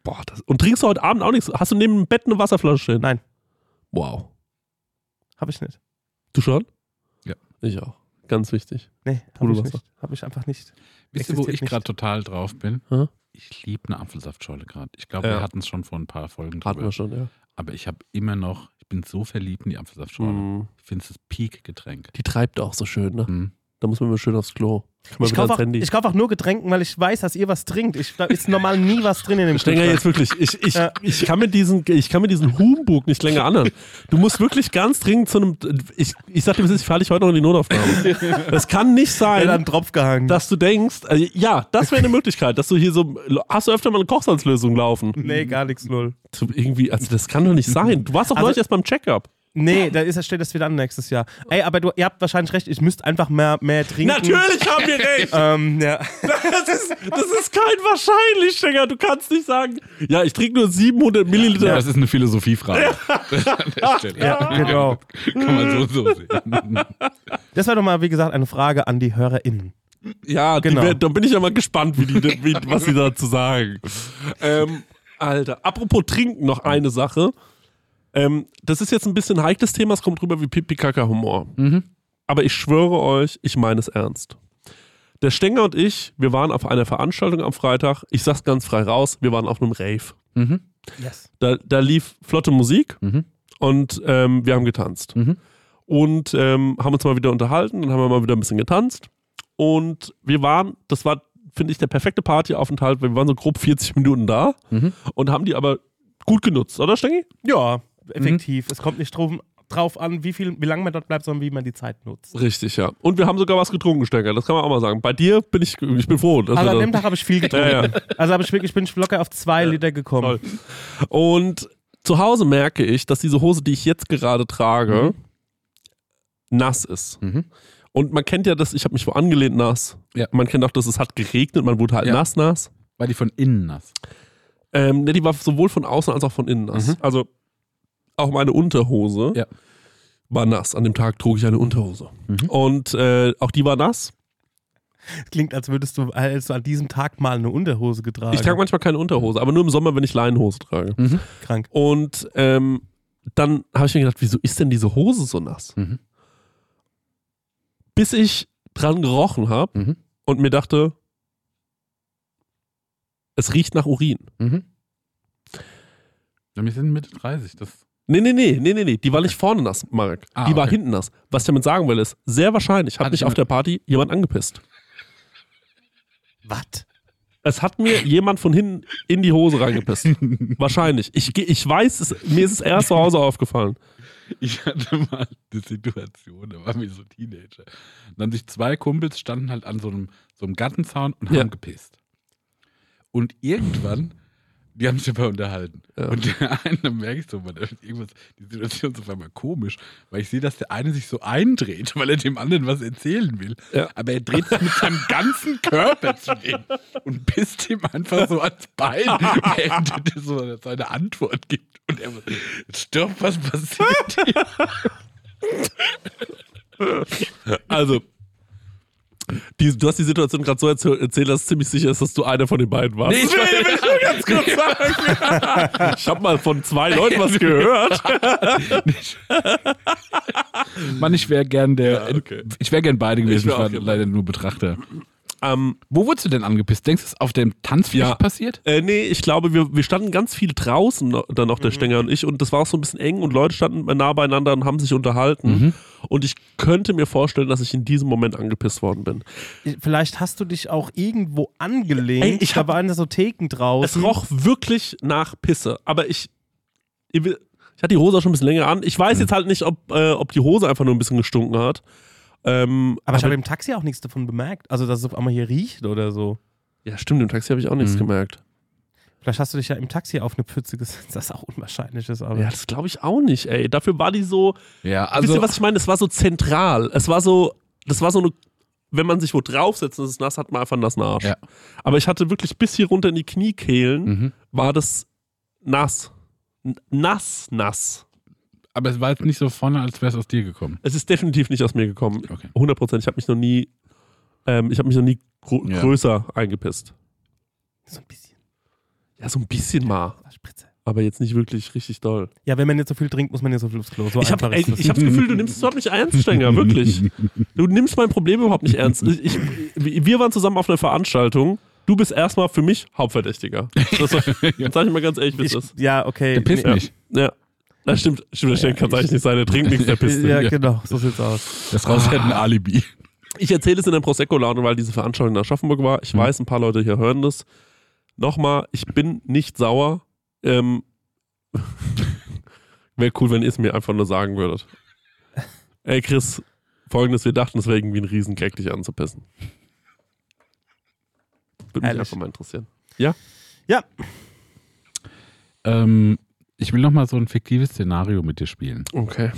[SPEAKER 3] Boah, das, und trinkst du heute Abend auch nichts? Hast du neben dem Bett eine Wasserflasche stehen?
[SPEAKER 4] Nein.
[SPEAKER 3] Wow.
[SPEAKER 4] Hab ich nicht.
[SPEAKER 3] Du schon?
[SPEAKER 2] Ja.
[SPEAKER 3] Ich auch. Ganz wichtig.
[SPEAKER 4] Nee, hab ich
[SPEAKER 3] Pudelwasser.
[SPEAKER 4] nicht. Hab ich einfach nicht.
[SPEAKER 2] Wisst ihr, wo
[SPEAKER 4] Existiert
[SPEAKER 2] ich
[SPEAKER 4] nicht.
[SPEAKER 2] gerade total drauf bin?
[SPEAKER 3] Hä?
[SPEAKER 2] Ich liebe eine Apfelsaftschorle gerade. Ich glaube,
[SPEAKER 3] Ja.
[SPEAKER 2] wir hatten es schon vor ein paar Folgen
[SPEAKER 3] Hatten
[SPEAKER 2] drüber.
[SPEAKER 3] wir schon, ja.
[SPEAKER 2] Aber ich habe immer noch, ich bin so verliebt in die Apfelsaftschorle.
[SPEAKER 3] Mhm.
[SPEAKER 2] Ich finde es das Peak-Getränk.
[SPEAKER 3] Die treibt auch so schön, ne?
[SPEAKER 2] Mhm.
[SPEAKER 3] Da muss man immer schön aufs Klo. Mal wieder
[SPEAKER 4] Ich kaufe
[SPEAKER 3] ans
[SPEAKER 4] auch,
[SPEAKER 3] Handy.
[SPEAKER 4] ich kauf auch nur Getränken, weil ich weiß, dass ihr was trinkt. Ich, da ist normal nie was drin in dem
[SPEAKER 3] Stenger,
[SPEAKER 4] Kühlschrank.
[SPEAKER 3] jetzt wirklich, ich, ich,
[SPEAKER 4] Ja.
[SPEAKER 3] ich, kann mir diesen, ich kann mir diesen Humbug nicht länger anhören. Du musst wirklich ganz dringend zu einem. Ich, ich sag dir, ich fahre dich heute noch in die Notaufnahme. Das kann nicht
[SPEAKER 4] Wer da einen
[SPEAKER 3] sein,
[SPEAKER 4] Tropf gehangen.
[SPEAKER 3] dass du denkst, äh, ja, das wäre eine Möglichkeit, dass du hier so. Hast du öfter mal eine Kochsalzlösung laufen?
[SPEAKER 4] nee, gar nichts, null.
[SPEAKER 3] So Irgendwie, also das kann doch nicht sein. Du warst doch
[SPEAKER 4] Also-
[SPEAKER 3] neulich erst beim Check-up.
[SPEAKER 4] Nee, da ist, steht das wieder an nächstes Jahr. Ey, aber du, ihr habt wahrscheinlich recht, ich müsste einfach mehr, mehr trinken.
[SPEAKER 3] Natürlich haben wir recht.
[SPEAKER 4] Ähm, ja.
[SPEAKER 3] Das ist, das ist kein wahrscheinlich, Digga. Du kannst nicht sagen, ja, ich trinke nur 700 Milliliter.
[SPEAKER 2] Ja, das ist eine Philosophiefrage. *laughs* An der Stelle.
[SPEAKER 4] ja, genau.
[SPEAKER 2] Kann man so, so sehen.
[SPEAKER 4] Das war doch mal, wie gesagt, eine Frage an die HörerInnen.
[SPEAKER 3] Ja, die
[SPEAKER 4] Genau.
[SPEAKER 3] wär- da bin ich ja mal gespannt, wie die, wie, was sie dazu sagen. Ähm, Alter, apropos Trinken noch eine Sache. Ähm, das ist jetzt ein bisschen heikles Thema, es kommt rüber wie pipi kaka humor
[SPEAKER 2] Mhm,
[SPEAKER 3] Aber ich schwöre euch, ich meine es ernst. Der Stenger und ich, wir waren auf einer Veranstaltung am Freitag. Ich sag's ganz frei raus, wir waren auf einem Rave.
[SPEAKER 4] Yes.
[SPEAKER 3] Da, da lief flotte Musik
[SPEAKER 2] Mhm.
[SPEAKER 3] und ähm, wir haben getanzt.
[SPEAKER 2] Mhm.
[SPEAKER 3] Und ähm, haben uns mal wieder unterhalten und haben wir mal wieder ein bisschen getanzt. Und wir waren, das war, finde ich, der perfekte Partyaufenthalt, weil wir waren so grob 40 Minuten da
[SPEAKER 2] Mhm.
[SPEAKER 3] und haben die aber gut genutzt, oder Stengi?
[SPEAKER 4] Ja,
[SPEAKER 3] Mhm.
[SPEAKER 4] effektiv. Es kommt nicht drauf, drauf an, wie, viel, wie lange man dort bleibt, sondern wie man die Zeit nutzt.
[SPEAKER 3] Richtig, ja. Und wir haben sogar was getrunken, Stenger, das kann man auch mal sagen. Bei dir bin ich, ich bin froh. Dass
[SPEAKER 4] Also an
[SPEAKER 3] wir
[SPEAKER 4] dem
[SPEAKER 3] das,
[SPEAKER 4] Tag habe ich viel getrunken.
[SPEAKER 3] Ja, ja.
[SPEAKER 4] Also habe ich wirklich, bin ich locker auf zwei Liter gekommen.
[SPEAKER 3] Toll. Und zu Hause merke ich, dass diese Hose, die ich jetzt gerade trage, nass ist.
[SPEAKER 2] Mhm.
[SPEAKER 3] Und man kennt ja das, ich habe mich wo angelehnt nass.
[SPEAKER 2] Ja.
[SPEAKER 3] Man kennt auch, dass es hat geregnet, man wurde halt
[SPEAKER 2] Ja.
[SPEAKER 3] nass nass.
[SPEAKER 2] War die von innen nass?
[SPEAKER 3] Ähm, ne, die war sowohl von außen als auch von innen nass.
[SPEAKER 2] Mhm.
[SPEAKER 3] Also auch meine Unterhose
[SPEAKER 2] Ja.
[SPEAKER 3] war nass. An dem Tag trug ich eine Unterhose.
[SPEAKER 2] Mhm.
[SPEAKER 3] Und äh, auch die war nass.
[SPEAKER 4] Klingt, als würdest du, als du an diesem Tag mal eine Unterhose getragen.
[SPEAKER 3] Ich trage manchmal keine Unterhose, aber nur im Sommer, wenn ich Leinenhose trage.
[SPEAKER 4] krank.
[SPEAKER 3] Und ähm, dann habe ich mir gedacht, wieso ist denn diese Hose so nass?
[SPEAKER 2] Mhm.
[SPEAKER 3] Bis ich dran gerochen habe
[SPEAKER 2] Mhm.
[SPEAKER 3] und mir dachte, es riecht nach Urin.
[SPEAKER 2] Mhm. Ja, wir sind Mitte 30. Das
[SPEAKER 3] Nee, nee, nee, nee, nee, nee. Die war nicht vorne nass, Marek.
[SPEAKER 2] Ah,
[SPEAKER 3] die war
[SPEAKER 2] okay.
[SPEAKER 3] hinten nass. Was ich damit sagen will, ist, sehr wahrscheinlich hat
[SPEAKER 2] Hat
[SPEAKER 3] mich
[SPEAKER 2] jemand-
[SPEAKER 3] auf der Party jemand angepisst.
[SPEAKER 4] Was?
[SPEAKER 3] Es hat mir jemand von hinten in die
[SPEAKER 2] *laughs*
[SPEAKER 3] Hose reingepisst. wahrscheinlich. Ich, geh- ich weiß, es, mir ist es erst zu Hause aufgefallen.
[SPEAKER 2] *laughs* Ich hatte mal eine Situation, da waren wir so Teenager. Und dann sich zwei Kumpels standen halt an so einem, so einem Gartenzaun und haben
[SPEAKER 3] Ja.
[SPEAKER 2] gepisst. Und irgendwann, die haben sich aber unterhalten.
[SPEAKER 3] Ja.
[SPEAKER 2] Und der eine, dann merke ich so, man, irgendwas, die Situation ist auf einmal komisch, weil ich sehe, dass der eine sich so eindreht, *laughs* weil er dem anderen was erzählen will.
[SPEAKER 3] Ja.
[SPEAKER 2] Aber er dreht sich mit seinem ganzen Körper zu dem und pisst ihm einfach so ans *laughs* Bein, während er so seine Antwort gibt. Und er so, stopp, was passiert hier?
[SPEAKER 3] Also, die, du hast die Situation gerade so erzäh- erzählt, dass es ziemlich sicher ist, dass du einer von den beiden warst.
[SPEAKER 2] Nee, ich
[SPEAKER 3] *laughs*
[SPEAKER 2] war-
[SPEAKER 3] ganz kurz sagen.
[SPEAKER 2] *laughs*
[SPEAKER 3] ich habe mal von zwei Leuten was gehört.
[SPEAKER 2] *laughs* Mann, ich wäre gern der.
[SPEAKER 3] Ja, okay.
[SPEAKER 2] Ich wäre gern beide gewesen,
[SPEAKER 3] wär
[SPEAKER 2] ich war
[SPEAKER 3] auch gern
[SPEAKER 2] leider nur Betrachter.
[SPEAKER 3] Ähm,
[SPEAKER 2] Wo wurdest du denn angepisst? Denkst du, es ist auf dem Tanzfläche
[SPEAKER 3] Ja.
[SPEAKER 2] passiert?
[SPEAKER 3] Äh, nee, ich glaube, wir, wir standen ganz viel draußen, noch- dann noch der
[SPEAKER 4] Mhm.
[SPEAKER 3] Stenger und ich. Und das war auch so ein bisschen eng und Leute standen nah beieinander und haben sich
[SPEAKER 2] Mhm.
[SPEAKER 3] unterhalten.
[SPEAKER 4] Mhm.
[SPEAKER 3] Und ich könnte mir vorstellen, dass ich in diesem Moment angepisst worden bin.
[SPEAKER 4] Vielleicht hast du dich auch irgendwo angelehnt.
[SPEAKER 3] Ey, ich hab-
[SPEAKER 4] da waren da so Theken
[SPEAKER 3] Es
[SPEAKER 4] draußen.
[SPEAKER 3] roch wirklich nach Pisse. Aber ich. Ich will- ich hatte die Hose auch schon ein bisschen länger an. Ich
[SPEAKER 4] Mhm.
[SPEAKER 3] weiß jetzt halt nicht, ob, äh, ob die Hose einfach nur ein bisschen gestunken hat. Ähm,
[SPEAKER 4] aber ich habe im Taxi auch nichts davon bemerkt. Also, dass es auf einmal hier riecht oder so.
[SPEAKER 3] ja, stimmt, im Taxi habe ich auch
[SPEAKER 4] Mhm.
[SPEAKER 3] nichts gemerkt.
[SPEAKER 4] Vielleicht hast du dich ja im Taxi auf eine Pfütze gesetzt, das auch unwahrscheinlich ist, aber.
[SPEAKER 3] Ja, das glaube ich auch nicht, ey. Dafür war die so.
[SPEAKER 2] Ja,
[SPEAKER 3] Wisst
[SPEAKER 2] also.
[SPEAKER 3] ihr, was ich meine? Es war so zentral. Es war so, das war so eine, wenn man sich wo draufsetzt und es ist nass, hat man einfach einen nassen Arsch.
[SPEAKER 2] Ja.
[SPEAKER 3] Aber ich hatte wirklich bis hier runter in die Kniekehlen,
[SPEAKER 2] Mhm.
[SPEAKER 3] war das nass. N nass, nass.
[SPEAKER 2] Aber es war jetzt nicht so vorne, als wäre es aus dir gekommen.
[SPEAKER 3] Es ist definitiv nicht aus mir gekommen.
[SPEAKER 2] Okay.
[SPEAKER 3] 100 Prozent. Ich habe mich noch nie, ähm, ich habe mich noch nie gro
[SPEAKER 2] Ja.
[SPEAKER 3] größer eingepisst.
[SPEAKER 4] So ein bisschen.
[SPEAKER 3] Ja, so ein bisschen mal.
[SPEAKER 4] Das war Spritze.
[SPEAKER 3] Aber jetzt nicht wirklich richtig doll.
[SPEAKER 4] Ja, wenn man jetzt so viel trinkt, muss man jetzt so viel aufs Klo. So
[SPEAKER 3] Ich habe
[SPEAKER 4] einfach
[SPEAKER 3] ich
[SPEAKER 4] ist das.
[SPEAKER 3] hab das Gefühl, du nimmst es überhaupt nicht ernst, Stenger, wirklich. Du nimmst mein Problem überhaupt nicht ernst. Ich, ich, wir waren zusammen auf einer Veranstaltung. Du bist erstmal für mich Hauptverdächtiger. Das war, sag ich mal ganz ehrlich, wie es ist.
[SPEAKER 4] Ich- ja, okay.
[SPEAKER 2] Der pisst
[SPEAKER 4] Nee.
[SPEAKER 2] nicht.
[SPEAKER 3] Ja. Das stimmt, stimmt, das stimmt, kann es eigentlich nicht sein. Der trinkt
[SPEAKER 4] *laughs*
[SPEAKER 3] nichts, der pisst.
[SPEAKER 4] Ja,
[SPEAKER 2] Ja.
[SPEAKER 4] genau, so sieht's aus.
[SPEAKER 2] Das raus hätte ein Alibi.
[SPEAKER 3] Ich erzähle es in der Prosecco-Laune, weil diese Veranstaltung in Aschaffenburg war. Ich weiß, ein paar Leute hier hören das. Nochmal, ich bin nicht sauer. Ähm, *laughs* Wäre cool, wenn ihr es mir einfach nur sagen würdet. Ey, Chris, folgendes: Wir dachten, es wäre irgendwie ein Riesengag, dich anzupissen. Würde mich
[SPEAKER 4] Ehrlich?
[SPEAKER 3] einfach mal interessieren.
[SPEAKER 4] Ja,
[SPEAKER 2] Ähm, Ich will nochmal so ein fiktives Szenario mit dir spielen.
[SPEAKER 3] Okay.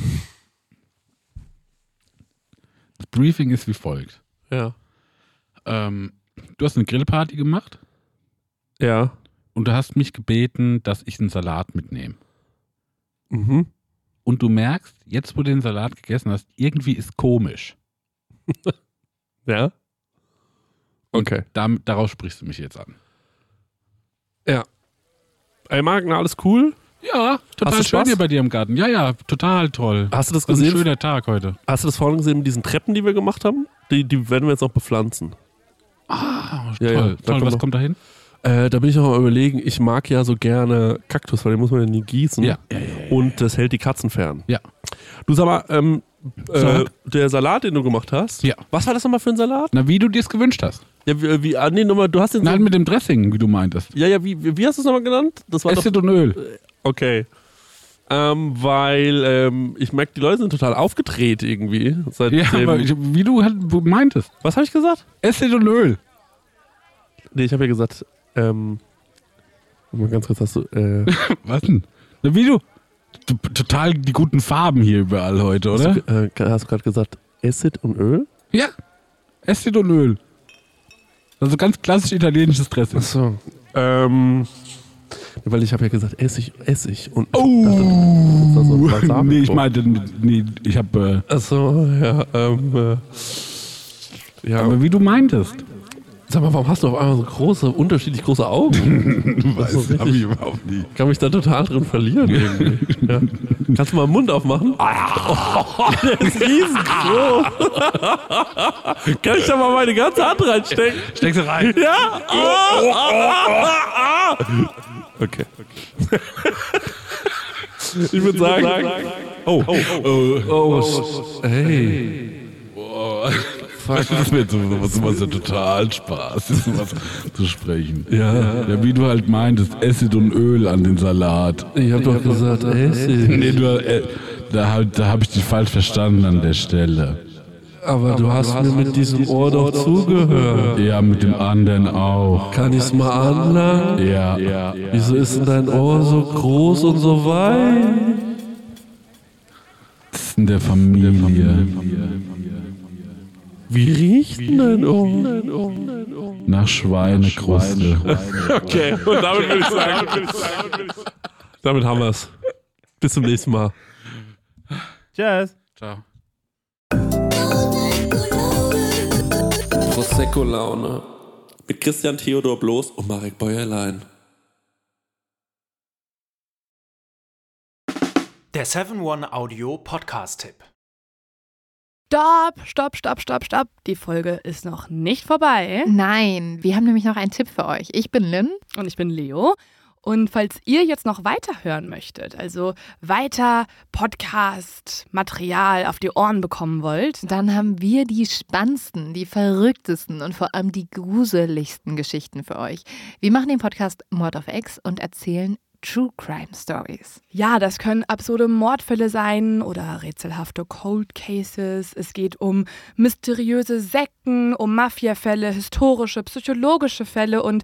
[SPEAKER 2] Das Briefing ist wie folgt.
[SPEAKER 3] Ja.
[SPEAKER 2] Ähm, du hast eine Grillparty gemacht
[SPEAKER 3] Ja.
[SPEAKER 2] und du hast mich gebeten, dass ich einen Salat mitnehme.
[SPEAKER 3] Mhm.
[SPEAKER 2] Und du merkst, jetzt wo du den Salat gegessen hast, irgendwie ist komisch.
[SPEAKER 3] Ja. Okay.
[SPEAKER 2] Dam- daraus sprichst du mich jetzt an.
[SPEAKER 3] Ja. Ey, Magna, alles cool?
[SPEAKER 2] Ja, total
[SPEAKER 3] du
[SPEAKER 2] schön
[SPEAKER 3] Spaß?
[SPEAKER 2] hier bei dir im Garten. Ja, ja, total toll.
[SPEAKER 3] Hast du das
[SPEAKER 2] Was ein
[SPEAKER 3] gesehen?
[SPEAKER 2] schöner Tag heute.
[SPEAKER 3] Hast du das vorhin gesehen mit diesen Treppen, die wir gemacht haben? Die, die werden wir jetzt auch bepflanzen.
[SPEAKER 2] Ah, toll,
[SPEAKER 3] Ja, ja, da
[SPEAKER 2] toll.
[SPEAKER 3] kommt
[SPEAKER 2] Was
[SPEAKER 3] noch-
[SPEAKER 2] kommt da hin?
[SPEAKER 3] Äh, da bin ich auch mal überlegen, ich mag ja so gerne Kaktus, weil den muss man ja nie gießen.
[SPEAKER 2] Ja.
[SPEAKER 3] Und das hält die Katzen fern.
[SPEAKER 2] Ja.
[SPEAKER 3] Du sag mal, ähm, äh,
[SPEAKER 2] Salat?
[SPEAKER 3] der Salat, den du gemacht hast,
[SPEAKER 2] Ja.
[SPEAKER 3] was war das nochmal für ein Salat?
[SPEAKER 2] Na, wie du dir es gewünscht hast.
[SPEAKER 3] Ja, wie, wie ah, nee, nochmal, du hast den
[SPEAKER 2] Nein,
[SPEAKER 3] so,
[SPEAKER 2] mit dem Dressing, wie du meintest.
[SPEAKER 3] Ja, ja, wie, wie wie hast du es nochmal genannt? Das war doch,
[SPEAKER 2] Essig und Öl.
[SPEAKER 3] okay. Ähm, weil ähm, ich merke, die Leute sind total aufgedreht irgendwie. Seitdem,
[SPEAKER 2] Ja, aber ich, wie du halt wo- meintest.
[SPEAKER 3] was habe ich gesagt?
[SPEAKER 2] Essig und Öl.
[SPEAKER 3] Nee, ich habe ja gesagt, ähm, mal ganz kurz hast du, *laughs* äh,
[SPEAKER 2] Was denn? Na, wie du? du? Total die guten Farben hier überall heute, oder?
[SPEAKER 3] hast du, äh, hast du gerade gesagt Acid und Öl?
[SPEAKER 2] Ja. Essig und Öl. Also ganz klassisch italienisches Dressing.
[SPEAKER 3] Achso. Ähm, weil ich habe ja gesagt Essig, Essig und
[SPEAKER 2] Oh,
[SPEAKER 3] das ist so ein
[SPEAKER 2] nee, ich
[SPEAKER 3] Balsamico.
[SPEAKER 2] meinte, nee, ich äh, habe,
[SPEAKER 3] Achso, ja, ähm, äh,
[SPEAKER 2] äh,
[SPEAKER 3] ja.
[SPEAKER 2] aber wie du meintest.
[SPEAKER 3] Sag mal, warum hast du auf einmal so große, unterschiedlich große Augen? *laughs*
[SPEAKER 2] Weiß
[SPEAKER 3] ist
[SPEAKER 2] hab ich überhaupt nicht.
[SPEAKER 3] Ich kann mich da total drin verlieren *laughs* irgendwie. Ja. Kannst du mal den Mund aufmachen? *laughs* Der ist riesengroß. kann ich da mal meine ganze Hand reinstecken?
[SPEAKER 2] Steckst du rein?
[SPEAKER 3] Ja! *laughs* Okay. Ich würde sagen. Oh, oh, Hey.
[SPEAKER 2] Oh. *laughs* Das macht mir sowas, sowas ja total Spaß, ist sowas zu sprechen. Ja. ja, wie du halt meintest, Essig und Öl an den Salat.
[SPEAKER 3] Ich habe doch gesagt, Essig.
[SPEAKER 2] Nee, du, äh, da habe da hab ich dich falsch verstanden an der Stelle.
[SPEAKER 3] Aber du hast mir mit diesem Ohr doch zugehört.
[SPEAKER 2] Ja, mit dem anderen auch.
[SPEAKER 3] Kann ich's mal anlangen?
[SPEAKER 2] Ja, ja.
[SPEAKER 3] Wieso ist denn dein Ohr so groß und so weit?
[SPEAKER 2] Das ist in der Familie.
[SPEAKER 3] Wie riecht denn dein Ohr?
[SPEAKER 2] Nach Schweinekruste.
[SPEAKER 3] Okay, und damit würde ich sagen. Damit haben wir's. Bis zum nächsten Mal.
[SPEAKER 4] Tschüss.
[SPEAKER 2] Ciao.
[SPEAKER 1] Prosecco Laune. Mit Christian Theodor Bloß und Marek Bäuerlein.
[SPEAKER 6] Der 7-One-Audio-Podcast-Tipp.
[SPEAKER 7] Stopp, stopp, stopp, stopp, stopp. Die Folge ist noch nicht vorbei.
[SPEAKER 8] Mhm. Nein, wir haben nämlich noch einen Tipp für euch. Ich bin Lynn.
[SPEAKER 7] Und ich bin Leo. Und falls ihr jetzt noch weiterhören möchtet, also weiter Podcast-Material auf die Ohren bekommen wollt,
[SPEAKER 8] Dann haben wir die spannendsten, die verrücktesten und vor allem die gruseligsten Geschichten für euch. Wir machen den Podcast Mord of X und erzählen True Crime Stories.
[SPEAKER 7] ja, das können absurde Mordfälle sein oder rätselhafte Cold Cases. Es geht um mysteriöse Säcken, um Mafiafälle, historische, psychologische Fälle und